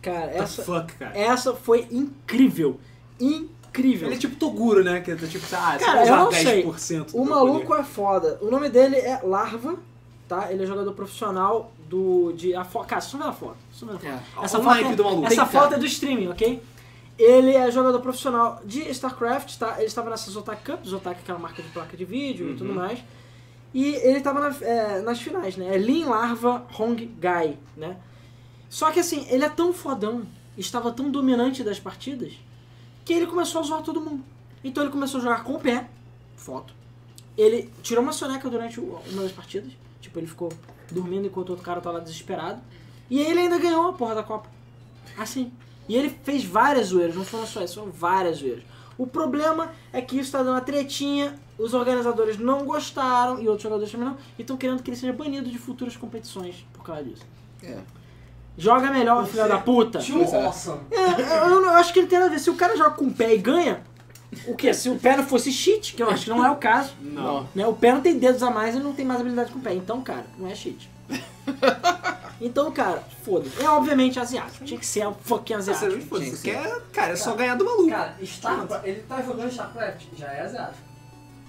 [SPEAKER 2] Cara,
[SPEAKER 1] What
[SPEAKER 2] essa,
[SPEAKER 1] the fuck, cara?
[SPEAKER 2] Tá essa foi incrível. Incrível.
[SPEAKER 1] Ele é tipo Toguro, né? Que é tipo, ah, você
[SPEAKER 2] Cara,
[SPEAKER 1] vai
[SPEAKER 2] eu
[SPEAKER 1] usar
[SPEAKER 2] não sei.
[SPEAKER 1] 10% do
[SPEAKER 2] O
[SPEAKER 1] meu
[SPEAKER 2] maluco
[SPEAKER 1] poder.
[SPEAKER 2] é foda. O nome dele é Larva, tá? Ele é jogador profissional do. De, a fo... Cara, suma na foto. Suma na foto.
[SPEAKER 1] É, o naipe do maluco.
[SPEAKER 2] Essa
[SPEAKER 1] Tem que
[SPEAKER 2] foto é do streaming, ok? Ele é jogador profissional de StarCraft, tá? Ele estava nessa Zotac Cup, Zotac que é uma marca de placa de vídeo e
[SPEAKER 1] Uhum.
[SPEAKER 2] tudo mais. E ele estava na- é, nas finais, né? É Lin Larva Hong Gai, né? Só que assim, ele é tão fodão, estava tão dominante das partidas, que ele começou a zoar todo mundo. Então ele começou a jogar com o pé, foto. Ele tirou uma soneca durante o- uma das partidas. Tipo, ele ficou dormindo enquanto o outro cara tava lá desesperado. E ele ainda ganhou a porra da Copa. Assim. E ele fez várias zoeiras, não foram só essas, foram várias zoeiras. O problema é que isso tá dando uma tretinha, os organizadores não gostaram e outros jogadores também não, e estão querendo que ele seja banido de futuras competições por causa disso.
[SPEAKER 3] É.
[SPEAKER 2] Joga melhor,
[SPEAKER 4] Você-
[SPEAKER 2] filha da puta!
[SPEAKER 4] Tio awesome.
[SPEAKER 2] É, eu, eu não- eu acho que ele tem nada a ver. Se o cara joga com o pé e ganha, o quê? Se o pé não fosse cheat, que eu acho que não é o caso,
[SPEAKER 1] Não.
[SPEAKER 2] né? O pé não tem dedos a mais e não tem mais habilidade com o pé. Então, cara, não é cheat. Então, cara, foda-se. É obviamente asiático. Tinha que ser um fucking
[SPEAKER 1] Você
[SPEAKER 2] asiático.
[SPEAKER 1] não foda,
[SPEAKER 3] Gente,
[SPEAKER 1] você quer, cara, é só ganhar do maluco.
[SPEAKER 4] Cara, Starcraft, ele tá jogando Starcraft, já é asiático.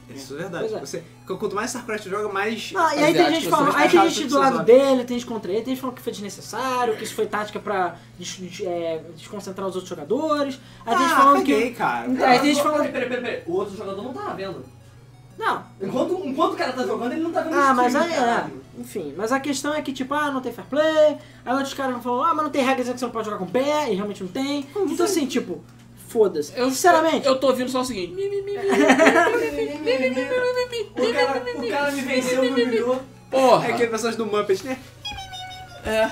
[SPEAKER 1] Isso é verdade.
[SPEAKER 2] Pois é.
[SPEAKER 1] Você, quanto mais StarCraft joga, mais.
[SPEAKER 2] Não, Ah, e aí tem
[SPEAKER 3] Asiático,
[SPEAKER 2] gente
[SPEAKER 3] eu
[SPEAKER 2] falando,
[SPEAKER 1] sou
[SPEAKER 2] aí tem
[SPEAKER 1] asiático,
[SPEAKER 2] gente do
[SPEAKER 1] sou
[SPEAKER 2] lado
[SPEAKER 1] asiático.
[SPEAKER 2] dele, tem gente contra ele, tem gente falando que foi desnecessário, que isso foi tática pra des- des- é, desconcentrar os outros jogadores. Aí tem gente
[SPEAKER 1] ah,
[SPEAKER 2] falando
[SPEAKER 1] caguei,
[SPEAKER 2] que.
[SPEAKER 1] cara.
[SPEAKER 2] Então, aí tem gente
[SPEAKER 4] Peraí,
[SPEAKER 2] falando.
[SPEAKER 4] Peraí, peraí, peraí. O outro jogador não tá vendo.
[SPEAKER 2] Não,
[SPEAKER 4] Enquanto, enquanto o cara tá jogando, ele não tá vendo
[SPEAKER 2] Ah,
[SPEAKER 4] o
[SPEAKER 2] mas
[SPEAKER 4] stream,
[SPEAKER 2] aí,
[SPEAKER 4] caralho.
[SPEAKER 2] é, enfim, mas a questão é que, tipo, ah, não tem fair play, aí outros caras vão falar, ah, mas não tem regra dizendo que você não pode jogar com o pé, e realmente não tem. Então, assim, tipo, foda-se.
[SPEAKER 3] Eu,
[SPEAKER 2] Sinceramente,
[SPEAKER 3] Eu, tô ouvindo só o seguinte. Mi, mi, mi, mi,
[SPEAKER 4] O cara, o cara me venceu, me humilhou.
[SPEAKER 3] Porra.
[SPEAKER 1] É aquele personagem do Muppet, né?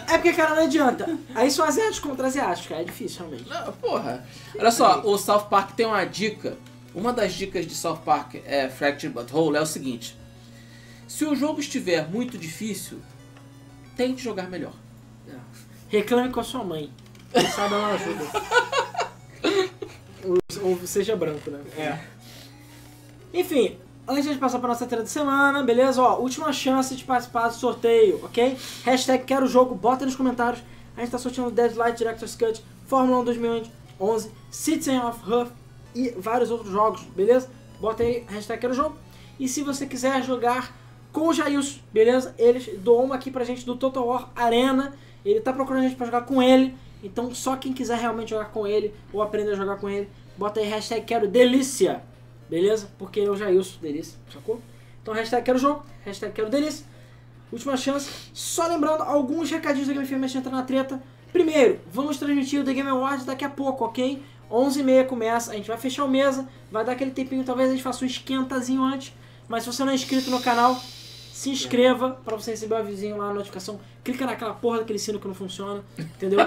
[SPEAKER 2] é porque, cara, não adianta. Aí são asiáticos contra asiáticos, cara, é difícil, realmente.
[SPEAKER 3] Não, porra. Olha só, o South Park tem uma dica. Uma das dicas de South Park é Fractured But Whole é o seguinte. Se o jogo estiver muito difícil, tente jogar melhor.
[SPEAKER 2] Reclame com a sua mãe. Quem sabe ela ajuda. ou, ou seja branco, né?
[SPEAKER 1] É.
[SPEAKER 2] Enfim, antes de passar para nossa tela de semana, beleza? Ó, última chance de participar do sorteio, ok? Hashtag quero o jogo, bota aí nos comentários. A gente tá sorteando Deadlight, Director's Cut, Fórmula 1 2011, Citizen of Huff e vários outros jogos, beleza? Bota aí, hashtag quero o jogo. E se você quiser jogar com o Jailson, beleza? Ele doou uma aqui pra gente do Total War Arena. Ele tá procurando gente pra jogar com ele. Então só quem quiser realmente jogar com ele ou aprender a jogar com ele, bota aí hashtag quero delícia, beleza? Porque eu já uso delícia, sacou? Então hashtag quero jogo, hashtag quero delícia. Última chance. Só lembrando alguns recadinhos da Game FM antes de entrar na treta. Primeiro, vamos transmitir o The Game Awards daqui a pouco, ok? 11h30 começa, a gente vai fechar o mesa, vai dar aquele tempinho, talvez a gente faça um esquentazinho antes. Mas se você não é inscrito no canal, se inscreva pra você receber o avisinho lá, a notificação. Clica naquela porra daquele sino que não funciona, entendeu?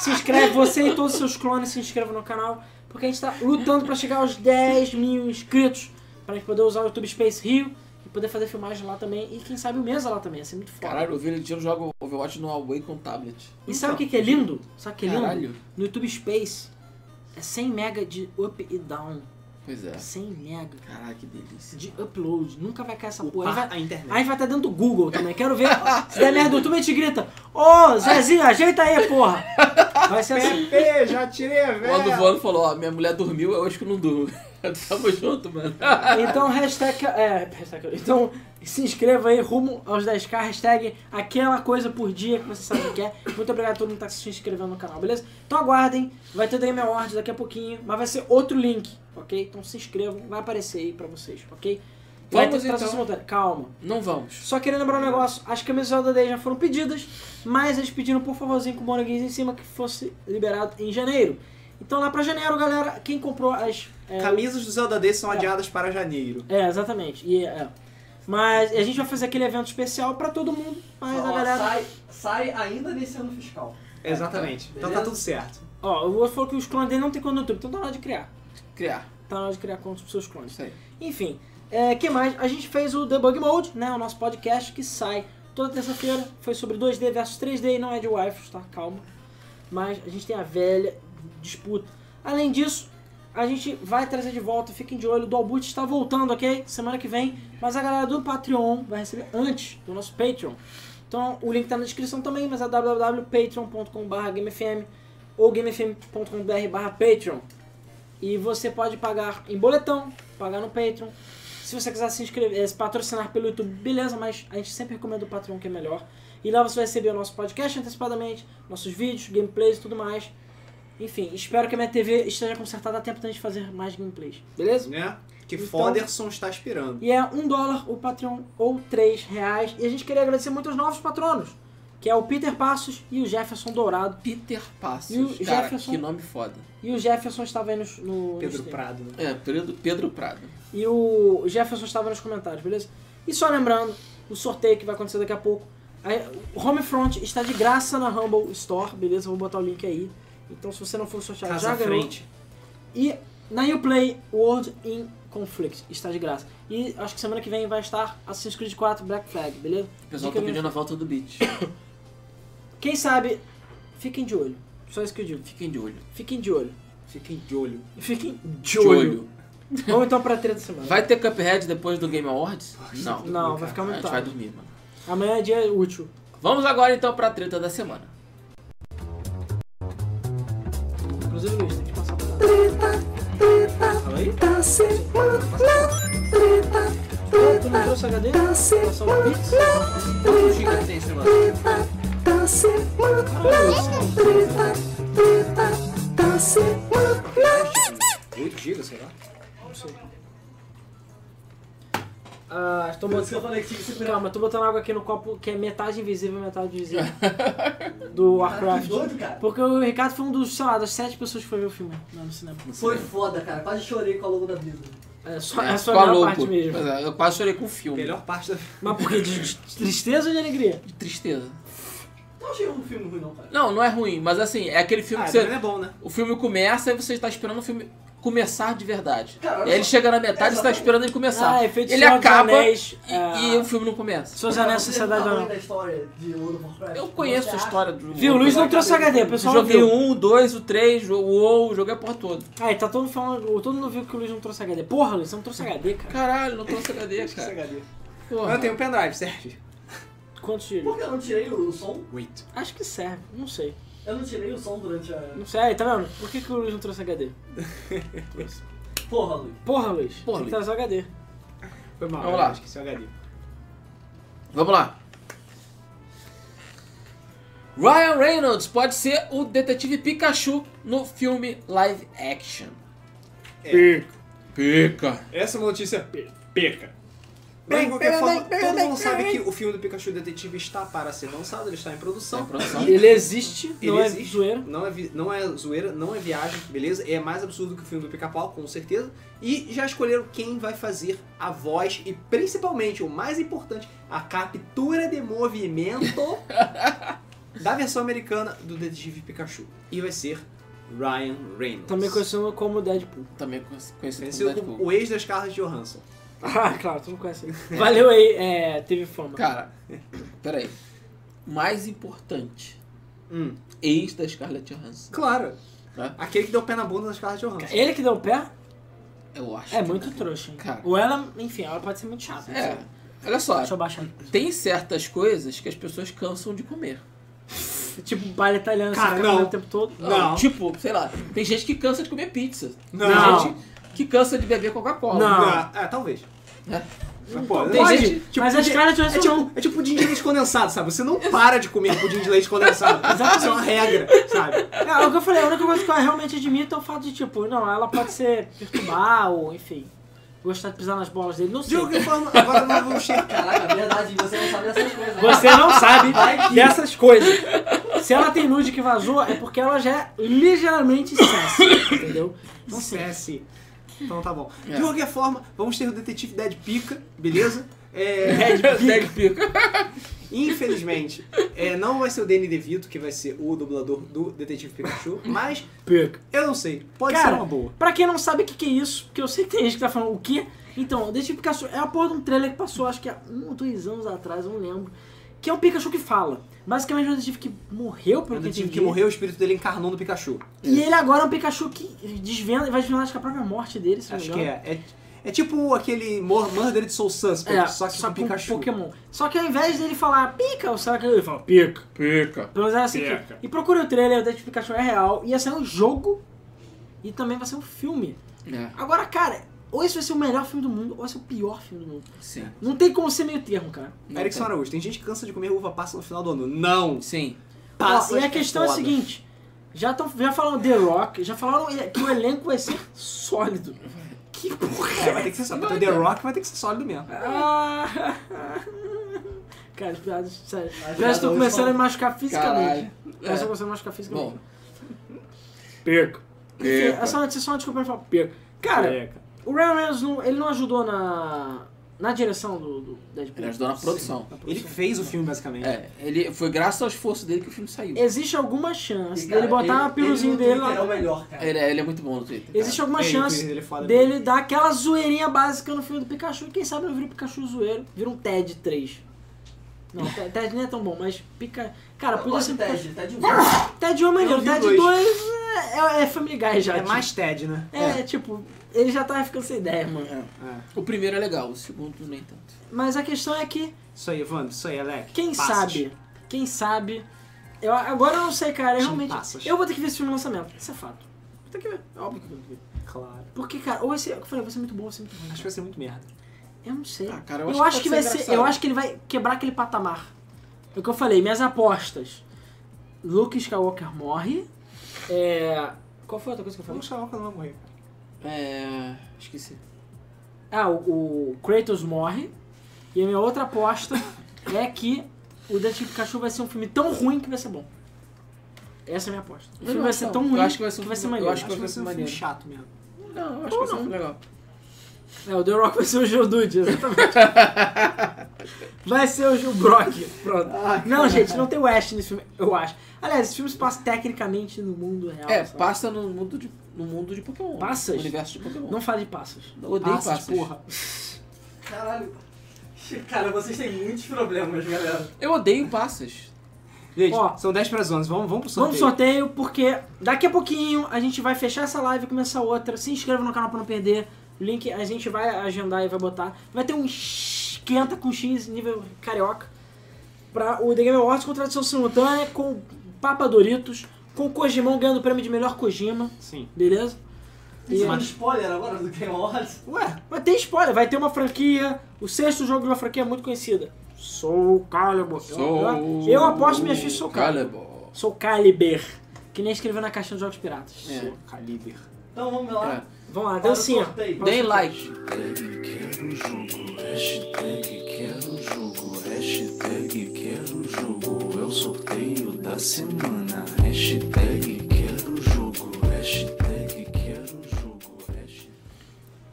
[SPEAKER 2] se inscreve, você e todos os seus clones se inscrevam no canal, porque a gente tá lutando pra chegar aos 10 mil inscritos, pra gente poder usar o YouTube Space Rio e poder fazer filmagem lá também, e quem sabe o Mesa lá também, ia ser muito foda.
[SPEAKER 3] Caralho, o Villageiro joga Overwatch no Away com tablet.
[SPEAKER 2] E sabe o que, que é lindo? Sabe o que é lindo?
[SPEAKER 3] Caralho.
[SPEAKER 2] No YouTube Space é 100 mega de up e down.
[SPEAKER 3] Pois é.
[SPEAKER 2] 100 mega
[SPEAKER 3] Caralho, que delícia.
[SPEAKER 2] de upload. Nunca vai cair essa porra. Aí vai-
[SPEAKER 1] Upar Ah, a internet.
[SPEAKER 2] Aí vai estar dentro do Google também. Quero ver. Se der merda do YouTube, a gente grita: Ô, Zezinho, ajeita aí, porra. Vai ser assim.
[SPEAKER 1] Pepe, já tirei
[SPEAKER 2] Tá
[SPEAKER 1] a
[SPEAKER 3] O Aldo
[SPEAKER 1] velha.
[SPEAKER 3] Voando falou, ó, minha mulher dormiu, eu acho que não durmo. Tamo junto, mano.
[SPEAKER 2] Então, hashtag. É, hashtag. Então, se inscreva aí rumo aos 10k. Hashtag aquela coisa por dia que você sabe o que é. Muito obrigado a todo mundo que tá se inscrevendo no canal, beleza? Então, aguardem. Vai ter DM Awards daqui a pouquinho. Mas vai ser outro link, ok? Então, se inscrevam. Vai aparecer aí pra vocês, ok? Vai
[SPEAKER 3] Vamos,
[SPEAKER 2] ter tradução
[SPEAKER 3] então.
[SPEAKER 2] simultânea. Calma.
[SPEAKER 3] Não vamos.
[SPEAKER 2] Só queria lembrar um negócio, as camisas da Day já foram pedidas, mas eles pediram por favorzinho com o Monoguins em cima que fosse liberado em janeiro. Então lá pra janeiro, galera, quem comprou as. É,
[SPEAKER 1] Camisas do Zelda D são adiadas para janeiro.
[SPEAKER 2] é, exatamente. E, é. Mas a gente vai fazer aquele evento especial pra todo mundo, mas a
[SPEAKER 4] Ó,
[SPEAKER 2] galera.
[SPEAKER 4] sai, sai ainda nesse ano fiscal.
[SPEAKER 1] Exatamente. Então tá
[SPEAKER 4] Beleza?
[SPEAKER 1] tudo certo.
[SPEAKER 2] Ó, o outro falou que os clones dele não tem conta no YouTube, então tá na hora de criar.
[SPEAKER 3] Criar.
[SPEAKER 2] Tá na hora de criar conta pros seus clones.
[SPEAKER 3] Isso aí.
[SPEAKER 2] Enfim, É, que mais? A gente fez o Debug Mode, né? O nosso podcast que sai toda terça-feira. Foi sobre 2D versus 3D e não é de waifus, tá? Calma. Mas a gente tem a velha disputa. Além disso, a gente vai trazer de volta, fiquem de olho, o Dolboot está voltando, ok? Semana que vem. Mas a galera do Patreon vai receber antes do nosso Patreon. Então o link tá na descrição também, mas é www.patreon.com.br GameFM ou gamefm.com.br barra Patreon. E você pode pagar em boletão, pagar no Patreon. Se você quiser se inscrever, eh, se patrocinar pelo YouTube, beleza, mas a gente sempre recomenda o Patreon que é melhor. E lá você vai receber o nosso podcast antecipadamente, nossos vídeos, gameplays e tudo mais. Enfim, espero que a minha TV esteja consertada a tempo da gente fazer mais gameplays, beleza?
[SPEAKER 1] Né? Que
[SPEAKER 2] Então-
[SPEAKER 1] Foderson está aspirando.
[SPEAKER 2] E é um dólar o Patreon ou três reais. E a gente queria agradecer muito aos novos patronos, que é o Peter Passos e o Jefferson Dourado.
[SPEAKER 3] Peter Passos.
[SPEAKER 2] E o
[SPEAKER 3] cara,
[SPEAKER 2] Jefferson?
[SPEAKER 3] que nome foda.
[SPEAKER 2] E o Jefferson estava aí nos- no, no
[SPEAKER 1] Pedro
[SPEAKER 2] stream.
[SPEAKER 1] Prado, né?
[SPEAKER 3] É, Pedro, Pedro Prado.
[SPEAKER 2] E o Jefferson estava nos comentários, beleza? E só lembrando, o sorteio que vai acontecer daqui a pouco. aí, O Homefront está de graça na Humble Store, beleza? Vou botar o link aí. Então se você não for sorteado,
[SPEAKER 1] Casa
[SPEAKER 2] já
[SPEAKER 1] à
[SPEAKER 2] ganhou.
[SPEAKER 1] frente.
[SPEAKER 2] E na Uplay World in Conflict está de graça. E acho que semana que vem vai estar Assassin's Creed 4 Black Flag, beleza?
[SPEAKER 3] O pessoal
[SPEAKER 2] Fica
[SPEAKER 3] tá
[SPEAKER 2] aí
[SPEAKER 3] pedindo
[SPEAKER 2] no-
[SPEAKER 3] a volta do beat.
[SPEAKER 2] Quem sabe, fiquem de olho. Só isso que eu digo.
[SPEAKER 3] Fiquem de olho.
[SPEAKER 2] Fiquem de olho.
[SPEAKER 1] Fiquem de olho.
[SPEAKER 2] Fiquem de
[SPEAKER 3] De
[SPEAKER 2] olho.
[SPEAKER 3] olho.
[SPEAKER 2] Vamos então pra treta da semana.
[SPEAKER 3] Vai ter Cuphead depois do Game Awards? Não.
[SPEAKER 2] Não, tá. vai ficar
[SPEAKER 3] A
[SPEAKER 2] muito
[SPEAKER 3] gente vai
[SPEAKER 2] tarde.
[SPEAKER 3] dormir, mano.
[SPEAKER 2] Amanhã é dia útil.
[SPEAKER 3] Vamos agora então pra treta da semana.
[SPEAKER 2] Inclusive, Luiz, tem que passar pra
[SPEAKER 1] Fala aí.
[SPEAKER 5] Da tá semana, treta, tá
[SPEAKER 2] Tu não trouxe HD? Passar o Pix?
[SPEAKER 1] Quantos gigas tem esse negócio?
[SPEAKER 5] da semana, treta, treta, da semana.
[SPEAKER 1] 8 gigas, sei lá.
[SPEAKER 2] Ah, estou
[SPEAKER 4] Por isso que eu
[SPEAKER 2] botando...
[SPEAKER 4] falei que tinha que se cuidar.
[SPEAKER 2] Calma, eu tô botando água aqui no copo que é metade invisível e metade visível do
[SPEAKER 4] Cara,
[SPEAKER 2] Warcraft.
[SPEAKER 4] que doido, cara.
[SPEAKER 2] Porque o Ricardo foi um dos, sei lá, das sete pessoas que foi ver o filme lá no cinema.
[SPEAKER 4] Foi foda, cara. Quase chorei com a logo da Blizzard.
[SPEAKER 2] É só,
[SPEAKER 3] É,
[SPEAKER 2] é só
[SPEAKER 3] ficou
[SPEAKER 2] a melhor
[SPEAKER 3] louco.
[SPEAKER 2] parte mesmo.
[SPEAKER 3] Pois é, eu quase chorei com o filme.
[SPEAKER 1] Melhor parte da.
[SPEAKER 2] Mas por quê? De, de tristeza ou de alegria?
[SPEAKER 3] De tristeza.
[SPEAKER 4] Não achei um filme ruim, não, cara.
[SPEAKER 3] Não, não é ruim, mas assim, é aquele filme
[SPEAKER 1] Ah,
[SPEAKER 3] que você.
[SPEAKER 1] também é bom, né?
[SPEAKER 3] O filme começa e você está esperando o filme começar de verdade.
[SPEAKER 4] Cara, olha
[SPEAKER 3] e aí ele
[SPEAKER 4] só.
[SPEAKER 3] chega na metade e você está
[SPEAKER 4] Exatamente.
[SPEAKER 3] esperando ele começar.
[SPEAKER 2] Ah, efeito
[SPEAKER 3] ele
[SPEAKER 2] Senhor dos
[SPEAKER 3] acaba
[SPEAKER 2] Anéis,
[SPEAKER 3] e,
[SPEAKER 2] é.
[SPEAKER 3] e o filme não começa.
[SPEAKER 2] Seus Anéis,
[SPEAKER 4] Você
[SPEAKER 2] Sociedade
[SPEAKER 4] sabe o tamanho
[SPEAKER 2] não.
[SPEAKER 4] da história de World of Warcraft?
[SPEAKER 3] Eu conheço
[SPEAKER 4] Você
[SPEAKER 3] a
[SPEAKER 4] acha?
[SPEAKER 3] história do.
[SPEAKER 2] Viu, o Luiz não trouxe HD, o pessoal
[SPEAKER 3] Joguei
[SPEAKER 2] viu.
[SPEAKER 3] um, dois, o três, o WoW, joguei a porra toda.
[SPEAKER 2] Aí, tá todo mundo falando, todo mundo viu que o Luiz não trouxe HD. Porra, Luiz, você não trouxe HD, cara.
[SPEAKER 3] Caralho, não trouxe HD, cara.
[SPEAKER 2] é
[SPEAKER 3] Porra.
[SPEAKER 1] Eu tenho um pendrive, serve.
[SPEAKER 2] Quantos tiros?
[SPEAKER 4] Por que eu não tirei o som?
[SPEAKER 1] Wait.
[SPEAKER 2] Acho que serve, não sei.
[SPEAKER 4] Eu não tirei o som durante a.
[SPEAKER 2] Não sei, aí, tá vendo? Por que, que o Luiz não trouxe HD?
[SPEAKER 4] Porra, Luiz.
[SPEAKER 2] Porra, Luiz.
[SPEAKER 3] Porra,
[SPEAKER 2] tem que
[SPEAKER 3] Luiz.
[SPEAKER 2] trazer o HD.
[SPEAKER 1] Foi mal.
[SPEAKER 3] Vamos lá.
[SPEAKER 1] eu Esqueci o HD.
[SPEAKER 3] Vamos lá. Ryan Reynolds pode ser o detetive Pikachu no filme live action.
[SPEAKER 1] É.
[SPEAKER 3] Pica.
[SPEAKER 1] Essa é uma notícia pe- peca. Mas, de qualquer forma, todo mundo sabe que o filme do Pikachu Detetive está para ser lançado, ele está em produção.
[SPEAKER 3] Está em produção.
[SPEAKER 1] E
[SPEAKER 2] Ele existe,
[SPEAKER 1] ele
[SPEAKER 2] não
[SPEAKER 1] existe.
[SPEAKER 2] é zoeira.
[SPEAKER 1] Não é, vi- não é zoeira, não é viagem, beleza? É mais absurdo que o filme do Pica-Pau, com certeza. E já escolheram quem vai fazer a voz e, principalmente, o mais importante, a captura de movimento da versão americana do Detetive Pikachu. E vai ser Ryan Reynolds.
[SPEAKER 2] Também conhecido como Deadpool.
[SPEAKER 3] Também conheci- conhecido como
[SPEAKER 1] Conhecido
[SPEAKER 3] Deadpool.
[SPEAKER 1] como o ex das Carlas Johansson.
[SPEAKER 2] Ah, claro, tu não conhece. ele. Valeu aí, é, teve fama.
[SPEAKER 3] Cara, peraí. Mais importante,
[SPEAKER 1] Hum,
[SPEAKER 3] ex da Scarlett Johansson,
[SPEAKER 1] claro.
[SPEAKER 3] tá?
[SPEAKER 1] Aquele que deu pé na bunda das Carlas Johansson.
[SPEAKER 2] Ele que deu o pé
[SPEAKER 3] Eu acho.
[SPEAKER 2] é
[SPEAKER 3] que
[SPEAKER 2] muito
[SPEAKER 3] não.
[SPEAKER 2] trouxa, hein?
[SPEAKER 3] Cara.
[SPEAKER 2] Ou ela, enfim, ela pode ser muito chata. não sei.
[SPEAKER 3] É. Olha só,
[SPEAKER 2] Deixa eu baixar aqui.
[SPEAKER 3] tem certas coisas que as pessoas cansam de comer.
[SPEAKER 2] Tipo, baile italiano,
[SPEAKER 1] Cara,
[SPEAKER 2] você fica
[SPEAKER 1] não.
[SPEAKER 2] comendo o tempo todo.
[SPEAKER 1] Não.
[SPEAKER 3] Tipo, sei lá, tem gente que cansa de comer pizza.
[SPEAKER 1] Não.
[SPEAKER 3] Tem gente que cansa de beber Coca-Cola.
[SPEAKER 2] Não.
[SPEAKER 1] Ah, é, talvez.
[SPEAKER 3] né?
[SPEAKER 1] Mas, pô,
[SPEAKER 3] Tem
[SPEAKER 1] pode.
[SPEAKER 3] gente-
[SPEAKER 1] Tipo,
[SPEAKER 2] mas as
[SPEAKER 1] de-
[SPEAKER 2] caras
[SPEAKER 1] É
[SPEAKER 2] tinham não.
[SPEAKER 1] tipo, é tipo pudim de leite condensado, sabe? Você não para de comer pudim de leite condensado. Isso é uma regra, sabe?
[SPEAKER 2] É, o que eu falei, a única coisa que eu realmente admito é o fato de, tipo, não, ela pode ser perturbar ou, enfim, gostar de pisar nas bolas dele, não
[SPEAKER 1] De
[SPEAKER 2] sei.
[SPEAKER 1] qualquer forma, agora nós vamos checar.
[SPEAKER 4] Caraca, é verdade, você não sabe essas coisas.
[SPEAKER 2] Você não sabe
[SPEAKER 4] Vai que-
[SPEAKER 2] dessas coisas. Se ela tem nude que vazou, é porque ela já é ligeiramente sassy, entendeu?
[SPEAKER 1] Não cesse. Então tá bom.
[SPEAKER 3] É.
[SPEAKER 1] De qualquer forma, vamos ter o detetive Dead Pica, beleza? É,
[SPEAKER 3] Dead pica.
[SPEAKER 1] Infelizmente, é, não vai ser o Danny DeVito que vai ser o dublador do Detetive Pikachu, mas eu não sei, pode
[SPEAKER 2] Cara,
[SPEAKER 1] ser uma boa.
[SPEAKER 2] Pra quem não sabe o que, que é isso, porque eu sei que tem gente que tá falando o quê? Então, deixa eu Pikachu. É a porra de um trailer que passou, acho que há um ou dois anos atrás, eu não lembro. Que é um Pikachu que fala. Basicamente, é um detetive que morreu, pelo
[SPEAKER 1] O
[SPEAKER 2] que eu
[SPEAKER 1] detetive
[SPEAKER 2] entendi.
[SPEAKER 1] É que morreu, o espírito dele encarnou no Pikachu.
[SPEAKER 2] E ele agora é um Pikachu que desvenda, vai desvendar acho que a própria morte dele, se não me
[SPEAKER 1] Acho que
[SPEAKER 2] engano.
[SPEAKER 1] é. É, é tipo aquele Mor- Murder de Soul Suspect, é. só que com
[SPEAKER 2] É,
[SPEAKER 1] um
[SPEAKER 2] com
[SPEAKER 1] Pikachu.
[SPEAKER 2] Pokémon. Só que ao invés dele falar pica, ou será que ele fala pica?
[SPEAKER 3] Pica.
[SPEAKER 2] Pelo menos era assim. que-
[SPEAKER 3] Pica.
[SPEAKER 2] E procura o trailer, o Detetive Pikachu é real. Ia sair um jogo e também vai ser um filme.
[SPEAKER 3] É,
[SPEAKER 2] Agora, cara, ou esse vai ser o melhor filme do mundo, ou vai ser o pior filme do mundo.
[SPEAKER 3] sim.
[SPEAKER 2] Não tem como ser meio termo, cara.
[SPEAKER 3] Não
[SPEAKER 1] Erickson
[SPEAKER 3] tem.
[SPEAKER 1] Araújo, tem gente que cansa de comer uva passa no final do ano. Não!
[SPEAKER 3] Sim.
[SPEAKER 1] Passa
[SPEAKER 2] Ó, e a questão é a seguinte. Já, tão, já falaram The Rock, já falaram que o elenco vai ser sólido.
[SPEAKER 1] Uhum.
[SPEAKER 2] Que porra
[SPEAKER 1] É, vai ter que ser sólido.
[SPEAKER 3] Vai,
[SPEAKER 1] The
[SPEAKER 3] cara.
[SPEAKER 1] Rock vai ter que ser sólido mesmo.
[SPEAKER 2] Ah, cara, as piadas, sério. As piadas
[SPEAKER 4] piadas
[SPEAKER 2] estão
[SPEAKER 4] hoje
[SPEAKER 2] começando a
[SPEAKER 4] são-
[SPEAKER 2] me machucar fisicamente. Elas
[SPEAKER 3] É.
[SPEAKER 2] estão começando a machucar fisicamente.
[SPEAKER 3] Bom. Pica.
[SPEAKER 2] Enfim, essa notícia é só uma desculpa pra falar. Perco. Cara, o Ryan Reynolds não, ele não ajudou na, na direção do, do Deadpool.
[SPEAKER 3] Ele ajudou na produção.
[SPEAKER 2] Na produção.
[SPEAKER 1] Ele fez o filme, basicamente.
[SPEAKER 3] É, ele foi graças ao esforço dele que o filme saiu.
[SPEAKER 2] Existe alguma chance
[SPEAKER 4] E, cara,
[SPEAKER 2] dele botar
[SPEAKER 4] ele-
[SPEAKER 2] um piruzinho
[SPEAKER 4] ele no
[SPEAKER 2] dele lá. tá
[SPEAKER 4] Twitter É o melhor, cara.
[SPEAKER 3] Ele é, ele é muito bom no Twitter. cara.
[SPEAKER 2] Existe um- alguma
[SPEAKER 1] Ele-
[SPEAKER 2] chance
[SPEAKER 1] ele é foda
[SPEAKER 2] dele dar aquela zoeirinha básica no filme do Pikachu. E quem sabe não vira o Pikachu zoeiro, vira um Ted 3. Não, Ted Ted nem é tão bom, mas pica. Cara,
[SPEAKER 4] Eu
[SPEAKER 2] podia
[SPEAKER 4] gosto
[SPEAKER 2] ser
[SPEAKER 4] do
[SPEAKER 2] um
[SPEAKER 4] Ted, ele tá de
[SPEAKER 2] Ted 1 é maneiro,
[SPEAKER 1] Eu vi
[SPEAKER 2] Ted
[SPEAKER 1] dois.
[SPEAKER 2] 2 é, é Family Guy já.
[SPEAKER 1] É
[SPEAKER 2] tipo.
[SPEAKER 1] mais Ted, né?
[SPEAKER 2] É, tipo, ele já tava ficando sem ideia, mano.
[SPEAKER 3] É.
[SPEAKER 1] É.
[SPEAKER 3] O primeiro é legal, o segundo nem tanto.
[SPEAKER 2] Mas a questão é que,
[SPEAKER 1] Isso aí, Evandro. Isso aí, Alec.
[SPEAKER 2] quem
[SPEAKER 1] Passas.
[SPEAKER 2] sabe? Quem sabe? Eu, agora eu não sei, cara. Eu
[SPEAKER 1] Tim
[SPEAKER 2] realmente.
[SPEAKER 1] Passas.
[SPEAKER 2] Eu vou ter que ver esse filme no lançamento. Isso é fato. Vou ter que ver. É Óbvio que eu vou ter que ver.
[SPEAKER 1] Claro.
[SPEAKER 2] Porque, cara, ou esse. Eu falei, vai ser muito bom, vai ser muito ruim.
[SPEAKER 1] Acho que vai ser muito merda.
[SPEAKER 2] Eu não sei.
[SPEAKER 3] Ah, cara,
[SPEAKER 2] eu,
[SPEAKER 3] eu
[SPEAKER 2] acho
[SPEAKER 3] acho que
[SPEAKER 2] que, vai
[SPEAKER 3] pode ser
[SPEAKER 2] ser.
[SPEAKER 3] engraçado.
[SPEAKER 2] Eu acho que ele vai quebrar aquele patamar. É o que eu falei, minhas apostas. Luke Skywalker morre. É. Qual foi a outra coisa que eu falei?
[SPEAKER 1] Vamos chamar quando vai morrer. cara.
[SPEAKER 3] É. Esqueci.
[SPEAKER 2] Ah, o, o Kratos morre. E a minha outra aposta é que o Detetive Pikachu vai ser um filme tão ruim que vai ser bom. Essa é a minha aposta. O filme vai ser tão ruim
[SPEAKER 3] Eu acho que vai ser, um filme-
[SPEAKER 2] maneiro.
[SPEAKER 3] Eu acho que
[SPEAKER 1] Acho que
[SPEAKER 3] vai ser
[SPEAKER 1] um filme
[SPEAKER 3] maneiro.
[SPEAKER 1] chato mesmo.
[SPEAKER 3] Não, eu acho que vai ser um filme legal.
[SPEAKER 2] É, o The Rock vai ser o Geodude, exatamente. vai ser o Gil Brock. Pronto. não, gente, não tem o Ash nesse filme, eu acho. Aliás, esse filme se passa tecnicamente no mundo real.
[SPEAKER 3] É,
[SPEAKER 2] sabe?
[SPEAKER 3] passa no mundo de, no mundo de Pokémon.
[SPEAKER 2] Passas?
[SPEAKER 3] No universo de Pokémon.
[SPEAKER 2] Não fala de passos.
[SPEAKER 3] Eu odeio
[SPEAKER 1] Passas,
[SPEAKER 3] passas.
[SPEAKER 1] porra.
[SPEAKER 4] Caralho. Cara, vocês têm muitos problemas, galera.
[SPEAKER 3] Eu odeio passas.
[SPEAKER 1] Gente,
[SPEAKER 2] Ó.
[SPEAKER 1] são 10 para as 11. Vamos, vamos pro sorteio.
[SPEAKER 2] Vamos pro sorteio, porque daqui a pouquinho a gente vai fechar essa live e começar outra. Se inscreva no canal pra não perder. O link a gente vai agendar e vai botar. Vai ter um esquenta com X nível carioca. Pra o The Game Awards com tradução simultânea, com Papa Doritos, com o Kojimão ganhando o prêmio de melhor Kojima,
[SPEAKER 1] Sim.
[SPEAKER 2] beleza? E-
[SPEAKER 4] Isso é um spoiler agora do Game Awards?
[SPEAKER 1] Ué,
[SPEAKER 2] Vai ter spoiler, vai ter uma franquia, o sexto jogo de uma franquia muito conhecida. Soul Calibur. Eu, eu aposto minhas fichas em Soul Calibur.
[SPEAKER 3] Calibur.
[SPEAKER 2] Soul Calibur. Que nem escreveu na caixinha dos Jogos Piratas.
[SPEAKER 3] É.
[SPEAKER 1] Pô, Caliber.
[SPEAKER 4] Então vamos
[SPEAKER 3] É.
[SPEAKER 4] lá.
[SPEAKER 2] Vamos lá, então assim,
[SPEAKER 4] Para o
[SPEAKER 2] dancinha.
[SPEAKER 4] sorteio.
[SPEAKER 3] Deem like.
[SPEAKER 5] Hashtag quero jogo, hashtag quero jogo, hashtag quero jogo, é o sorteio da semana. Hashtag quero jogo, hashtag quero jogo, hashtag...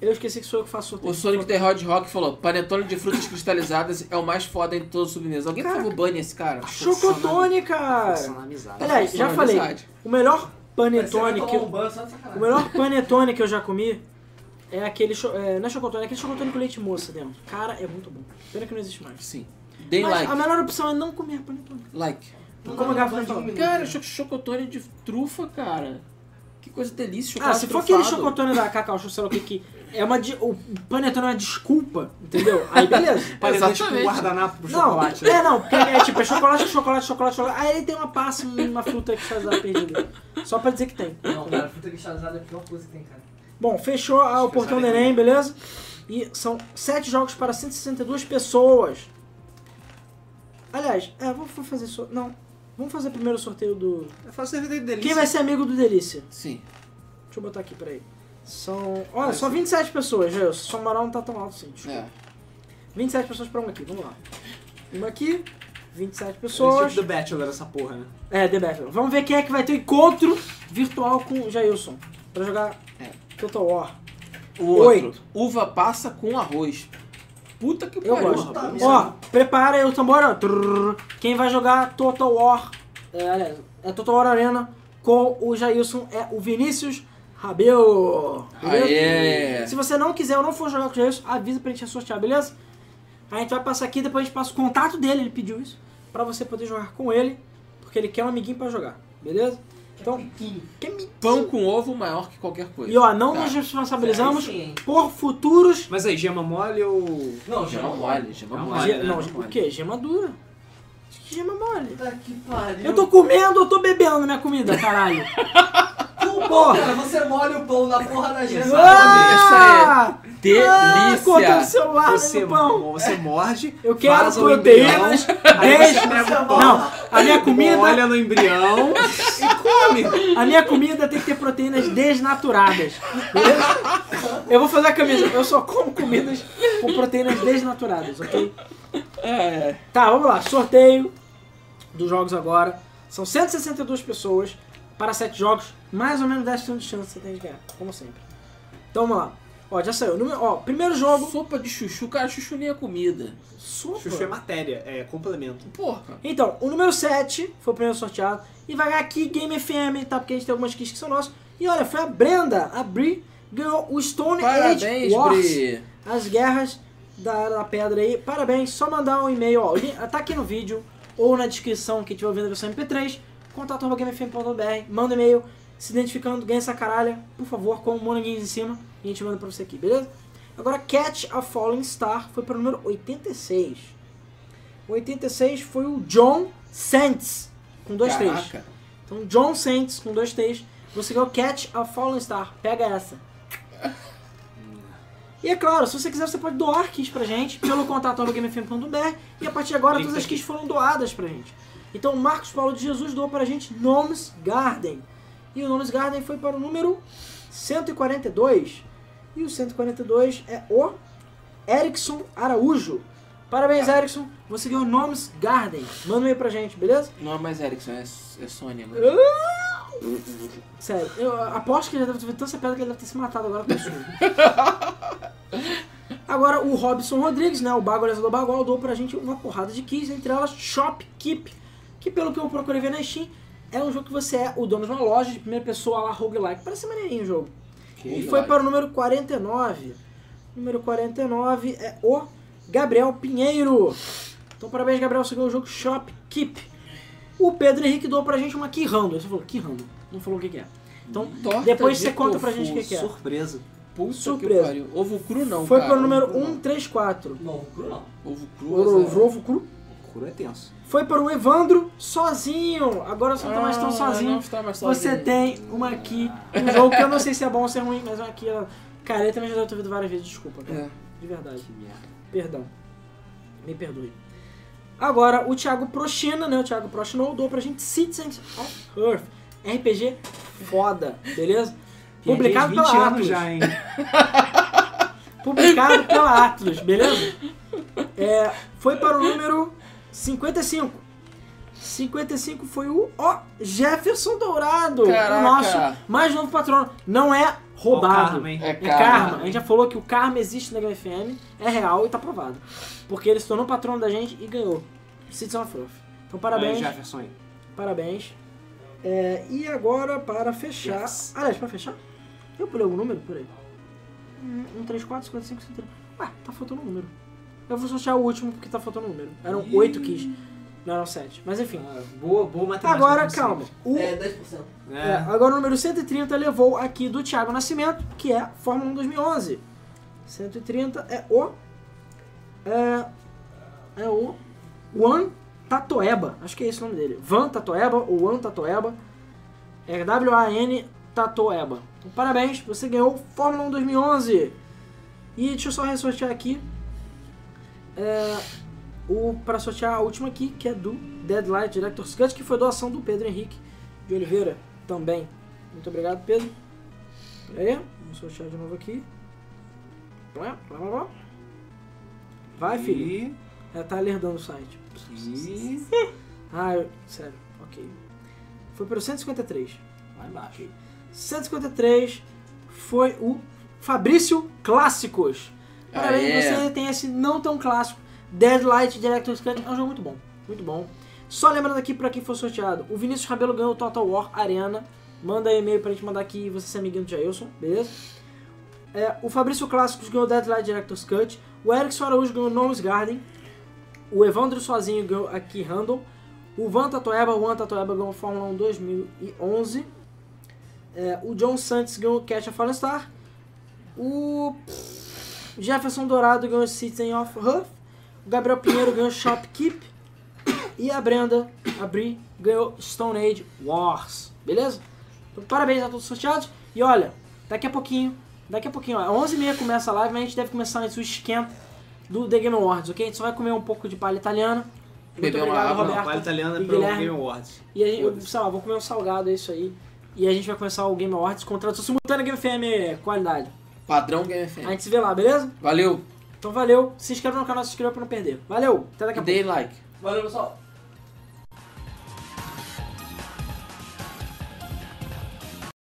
[SPEAKER 2] Eu esqueci que sou eu que faço sorteio.
[SPEAKER 3] O Sonic the Hedgehog falou: panetone de frutas cristalizadas é o mais foda em todo sobremesa. Alguém, por
[SPEAKER 2] Caraca.
[SPEAKER 3] favor, bane esse cara.
[SPEAKER 2] Chocotone, cara!
[SPEAKER 1] São na amizade.
[SPEAKER 2] Aliás, já falei,
[SPEAKER 3] amizade.
[SPEAKER 2] o melhor
[SPEAKER 4] Vai ser
[SPEAKER 2] panetone
[SPEAKER 4] vai
[SPEAKER 2] que
[SPEAKER 4] tomar um
[SPEAKER 2] eu, é
[SPEAKER 4] banho só de
[SPEAKER 2] o
[SPEAKER 4] sacanagem.
[SPEAKER 2] melhor panetone que eu já comi é aquele cho- é, não é chocotone, é aquele chocotone com leite moça dentro. Cara, é muito bom. Pena que não existe mais.
[SPEAKER 3] Sim. Deem
[SPEAKER 2] Mas a
[SPEAKER 3] like.
[SPEAKER 2] melhor opção é não comer panetone.
[SPEAKER 3] Like.
[SPEAKER 4] Não
[SPEAKER 2] Como a
[SPEAKER 4] dá pra
[SPEAKER 2] garrafa de
[SPEAKER 4] tomar
[SPEAKER 2] um
[SPEAKER 4] banho.
[SPEAKER 3] Cara, cho- chocotone de trufa, cara. Que coisa delícia.
[SPEAKER 2] Ah,
[SPEAKER 3] chocolate
[SPEAKER 2] se for aquele
[SPEAKER 3] trufado.
[SPEAKER 2] chocotone da Cacau Show, sei lá o que que é uma di- o panetone é uma desculpa, entendeu? Aí beleza.
[SPEAKER 1] Parece tipo um
[SPEAKER 3] Exatamente.
[SPEAKER 1] guardanapo pro
[SPEAKER 2] Não,
[SPEAKER 1] chocolate. né?
[SPEAKER 2] é não, porque é tipo, é chocolate, chocolate, chocolate, chocolate. Aí ele tem uma passa, uma fruta que faz a perdida. Só pra dizer que tem.
[SPEAKER 4] Não, cara, fruta cristalizada é a pior coisa que tem, cara.
[SPEAKER 2] Bom, fechou ah, o portão do Enem, beleza? E são sete jogos para 162 pessoas. Aliás, é, vamos fazer só. Não. Vamos fazer primeiro o sorteio do.
[SPEAKER 1] Eu faço sorteio de delícia.
[SPEAKER 2] Quem vai ser amigo do Delícia?
[SPEAKER 3] Sim.
[SPEAKER 2] Deixa eu botar aqui, peraí. São. Olha, só 27 pessoas, viu? Sua moral não tá tão alto assim. desculpa.
[SPEAKER 3] É.
[SPEAKER 2] 27 pessoas pra uma aqui, vamos lá. Uma aqui, 27
[SPEAKER 1] Ele é
[SPEAKER 2] pessoas.
[SPEAKER 1] tipo The Bachelor, essa porra, né?
[SPEAKER 2] É, The Battle. Vamos ver quem é que vai ter o encontro virtual com o Jailson. Pra jogar
[SPEAKER 3] É.
[SPEAKER 2] Total War.
[SPEAKER 3] O outro.
[SPEAKER 2] Oito.
[SPEAKER 3] Uva passa com arroz. Puta que
[SPEAKER 2] Eu
[SPEAKER 3] pariu,
[SPEAKER 2] gosto.
[SPEAKER 4] tá
[SPEAKER 3] rapaz.
[SPEAKER 4] mesmo.
[SPEAKER 2] Ó, prepara aí o tambor. ó. Trrr. Quem vai jogar Total War, é, aliás, é Total War Arena com o Jailson é o Vinícius Rabelo. beleza?
[SPEAKER 3] Aê.
[SPEAKER 2] Se você não quiser ou não for jogar com o Jailson, avisa pra gente sortear, beleza? A gente vai passar aqui, depois a gente passa o contato dele, ele pediu isso, pra você poder jogar com ele, porque ele quer um amiguinho pra jogar, beleza? Então, que amiguinho.
[SPEAKER 3] Pão com ovo maior que qualquer coisa.
[SPEAKER 2] E ó, não
[SPEAKER 3] Tá.
[SPEAKER 2] nos responsabilizamos
[SPEAKER 4] Aí sim, hein?
[SPEAKER 2] por futuros.
[SPEAKER 1] Mas aí, gema mole ou.
[SPEAKER 4] Não, já
[SPEAKER 3] Gema
[SPEAKER 4] não
[SPEAKER 3] mole, gema
[SPEAKER 1] Não,
[SPEAKER 3] mole.
[SPEAKER 1] olha,
[SPEAKER 2] Ge-
[SPEAKER 1] né?
[SPEAKER 2] não, o quê? Gema dura. Que gema mole.
[SPEAKER 4] Puta que pariu.
[SPEAKER 2] Eu tô comendo, eu tô bebendo minha comida, caralho.
[SPEAKER 4] com
[SPEAKER 2] porra.
[SPEAKER 4] Cara, você molha o pão na porra da gema.
[SPEAKER 2] Ah! Ah, corta o
[SPEAKER 3] Delícia.
[SPEAKER 2] celular
[SPEAKER 1] Você,
[SPEAKER 2] no pão.
[SPEAKER 1] você morde.
[SPEAKER 2] Eu quero
[SPEAKER 1] vaza o
[SPEAKER 2] proteínas,
[SPEAKER 1] embrião, aí
[SPEAKER 2] beijo.
[SPEAKER 1] você pega o pão,
[SPEAKER 2] Não, a minha comida,
[SPEAKER 1] Olha no embrião e come.
[SPEAKER 2] a minha comida tem que ter proteínas desnaturadas. beleza? Eu vou fazer a camisa, eu só como comidas com proteínas desnaturadas, ok?
[SPEAKER 3] É.
[SPEAKER 2] Tá, vamos lá. Sorteio dos jogos agora. São 162 pessoas para 7 jogos. Mais ou menos 10% de chance você tem de ganhar, como sempre. Então vamos lá. Ó, já saiu. Número- ó, primeiro jogo.
[SPEAKER 3] Sopa de chuchu, cara, chuchu nem é comida.
[SPEAKER 2] Sopa.
[SPEAKER 1] Chuchu é matéria, é complemento.
[SPEAKER 3] Porra.
[SPEAKER 2] Então, o número 7 foi o primeiro sorteado. E vai ganhar aqui Game FM, tá? Porque a gente tem algumas kits que são nossas. E olha, foi a Brenda, a Bri, ganhou o Stone
[SPEAKER 3] Parabéns,
[SPEAKER 2] Age Wars.
[SPEAKER 3] Bri.
[SPEAKER 2] as guerras da Era da Pedra aí. Parabéns, só mandar um e-mail, ó. o link Tá aqui no vídeo ou na descrição que tiver ouvindo a versão MP3, contato.gamefm.br, manda um e-mail, se identificando, ganha essa caralha, por favor, com o Monoguinhos em cima, e a gente manda pra você aqui, beleza? Agora, Catch a Falling Star foi pro número 86. O 86 foi o John Sands, com dois três.
[SPEAKER 3] Caraca.
[SPEAKER 2] Então, John Saints com dois T's. Você ganhou Catch a Fallen Star. Pega essa. E é claro, se você quiser, você pode doar kits pra gente pelo contato gamefm.br e a partir de agora
[SPEAKER 1] Link
[SPEAKER 2] todas as
[SPEAKER 1] tá
[SPEAKER 2] kits foram doadas pra gente. Então, Marcos Paulo de Jesus doou pra gente Nomes Garden. E o Nomes Garden foi para o número 142. E o 142 é o Erickson Araújo. Parabéns, Erickson. Você ganhou Nomes Garden. Manda um e-mail pra gente, beleza?
[SPEAKER 3] Não é mais Erickson, é, é Sony agora.
[SPEAKER 2] Uh! Sério, eu aposto que ele já deve ter feito tanta pedra que ele deve ter se matado agora com o sumo. Agora, o Robson Rodrigues, né, o bagulho do Bagol, doou pra gente uma porrada de keys, entre elas Shopkeep, que pelo que eu procurei ver na Steam, é um jogo que você é o dono de uma loja de primeira pessoa lá, roguelike. Parece maneirinho o jogo. E foi para o número 49. Número 49 é o Gabriel Pinheiro. Então parabéns, Gabriel, você ganhou o jogo Shopkeep. O Pedro Henrique doou pra gente uma key random. Você falou, key random. Não falou o que que é. Então,
[SPEAKER 3] Torta
[SPEAKER 2] depois
[SPEAKER 3] de
[SPEAKER 2] você conta pra gente o que
[SPEAKER 3] tofu,
[SPEAKER 2] que é.
[SPEAKER 1] Surpresa.
[SPEAKER 3] Puta
[SPEAKER 2] Surpresa.
[SPEAKER 3] que pariu. Ovo cru não,
[SPEAKER 2] Foi
[SPEAKER 3] cara.
[SPEAKER 2] para o número
[SPEAKER 3] Ovo cru não. é.
[SPEAKER 2] 134.
[SPEAKER 4] Não, cru não.
[SPEAKER 3] Ovo cru. azar.
[SPEAKER 2] Ovo cru.
[SPEAKER 1] Cura é tenso.
[SPEAKER 2] Foi para o Evandro sozinho. Agora você não tá mais tão
[SPEAKER 3] Ah,
[SPEAKER 2] sozinho.
[SPEAKER 3] Não está mais sozinho.
[SPEAKER 2] Você tem uma key. Um jogo que eu não sei se é bom ou se é ruim, mas uma key. ela- Cara, eu também já deve ter ouvido várias vezes, desculpa, cara.
[SPEAKER 3] É.
[SPEAKER 2] De verdade.
[SPEAKER 1] Que merda.
[SPEAKER 2] Perdão. Me perdoe. Agora, o Thiago Prochina, né? O Thiago Prochina doou pra gente Citizens of Earth. RPG foda, beleza? Publicado
[SPEAKER 1] Tem 20
[SPEAKER 2] pela
[SPEAKER 1] anos
[SPEAKER 2] Atlas.
[SPEAKER 1] já, hein?
[SPEAKER 2] Publicado pela Atlas, beleza? É, foi para o número 55. 55 foi o ó, Jefferson Dourado,
[SPEAKER 3] Caraca.
[SPEAKER 2] o nosso mais novo patrono. Não é
[SPEAKER 1] Ó,
[SPEAKER 2] roubado.
[SPEAKER 1] Karma, hein?
[SPEAKER 3] É
[SPEAKER 2] É
[SPEAKER 3] karma.
[SPEAKER 2] karma. A gente já falou que o karma existe na Game FM, é real e tá provado. Porque ele se tornou patrono da gente e ganhou. Citizen of Earth. Então parabéns,
[SPEAKER 1] Aí, Jefferson aí.
[SPEAKER 2] parabéns. É, e agora para fechar.
[SPEAKER 1] Yes.
[SPEAKER 2] Aliás, para fechar? Eu pulei Um, algum número por aí? 1, 3, 4, 5, 5, 5, 3. Ué, tá faltando um número. Eu vou sortear o último porque tá faltando um número. Eram 8 keys, não eram 7. Mas enfim.
[SPEAKER 1] Ah, boa, boa matemática.
[SPEAKER 2] Agora,
[SPEAKER 1] como
[SPEAKER 2] calma. O
[SPEAKER 4] É 10%.
[SPEAKER 1] sempre.
[SPEAKER 2] é,
[SPEAKER 1] É.
[SPEAKER 2] agora o número 130 levou aqui do Thiago Nascimento, que é Fórmula 1 2011. 130 é o. É, é o. Juan Tatoeba. Acho que é esse o nome dele. Van Tatoeba ou Juan Tatoeba. É W-A-N Tatoeba. Então, parabéns, você ganhou Fórmula 1 2011. E deixa eu só ressortear aqui. É, o, pra sortear a última aqui, que é do Deadlight Director's Cut, que foi doação do Pedro Henrique de Oliveira também. Muito obrigado, Pedro. Pera aí, vamos sortear de novo aqui. é? Plá, plá, plá, plá. Vai, filho.
[SPEAKER 1] E...
[SPEAKER 2] Ela tá alerdando o site.
[SPEAKER 1] e-
[SPEAKER 2] Ah, eu- sério, ok. Foi para o 153.
[SPEAKER 1] Lá embaixo.
[SPEAKER 2] 153 foi o Fabrício Clássicos. Parabéns,
[SPEAKER 3] Aê.
[SPEAKER 2] você tem esse não tão clássico. Deadlight Director's Cut é um jogo muito bom. Muito bom. Só lembrando aqui pra quem foi sorteado, o Vinícius Rabelo ganhou o Total War Arena. Manda e-mail pra gente mandar aqui você ser amiguinho do Jailson, beleza? É, o Fabrício Clássicos ganhou Deadlight Director's Cut. O Erickson Araújo ganhou Norris Garden. O Evandro Sozinho ganhou aqui Handle. O Van Tatoeba, o Van Tatoeba ganhou Fórmula 1 2011. É, o John Santos ganhou Catch a Fallen Star. O Jefferson Dourado ganhou Citizen of Huff. O Gabriel Pinheiro ganhou Shopkeep. E a Brenda, a Bri, ganhou Stone Age Wars. Beleza? Então, parabéns a todos os sorteados. E olha, daqui a pouquinho, daqui a pouquinho, ó, é 11h30 começa a live, mas a gente deve começar antes o esquenta do The Game Awards, ok? A gente só vai comer um pouco de palha italiana.
[SPEAKER 3] Beber uma água.
[SPEAKER 1] Não, vale italiana
[SPEAKER 2] e
[SPEAKER 1] pro
[SPEAKER 2] Guilherme.
[SPEAKER 3] um
[SPEAKER 1] Game Awards.
[SPEAKER 2] E aí, eu, sei lá, vou comer um salgado, é isso aí. E a gente vai começar o Game Awards com tradução simultânea Game FM qualidade.
[SPEAKER 3] Padrão Game
[SPEAKER 2] A
[SPEAKER 3] FM.
[SPEAKER 2] gente se vê lá, beleza?
[SPEAKER 3] Valeu,
[SPEAKER 2] Então valeu. Se inscreve no canal, se inscreva pra não perder. Valeu, até daqui a pouco.
[SPEAKER 3] dei like.
[SPEAKER 4] Valeu, pessoal.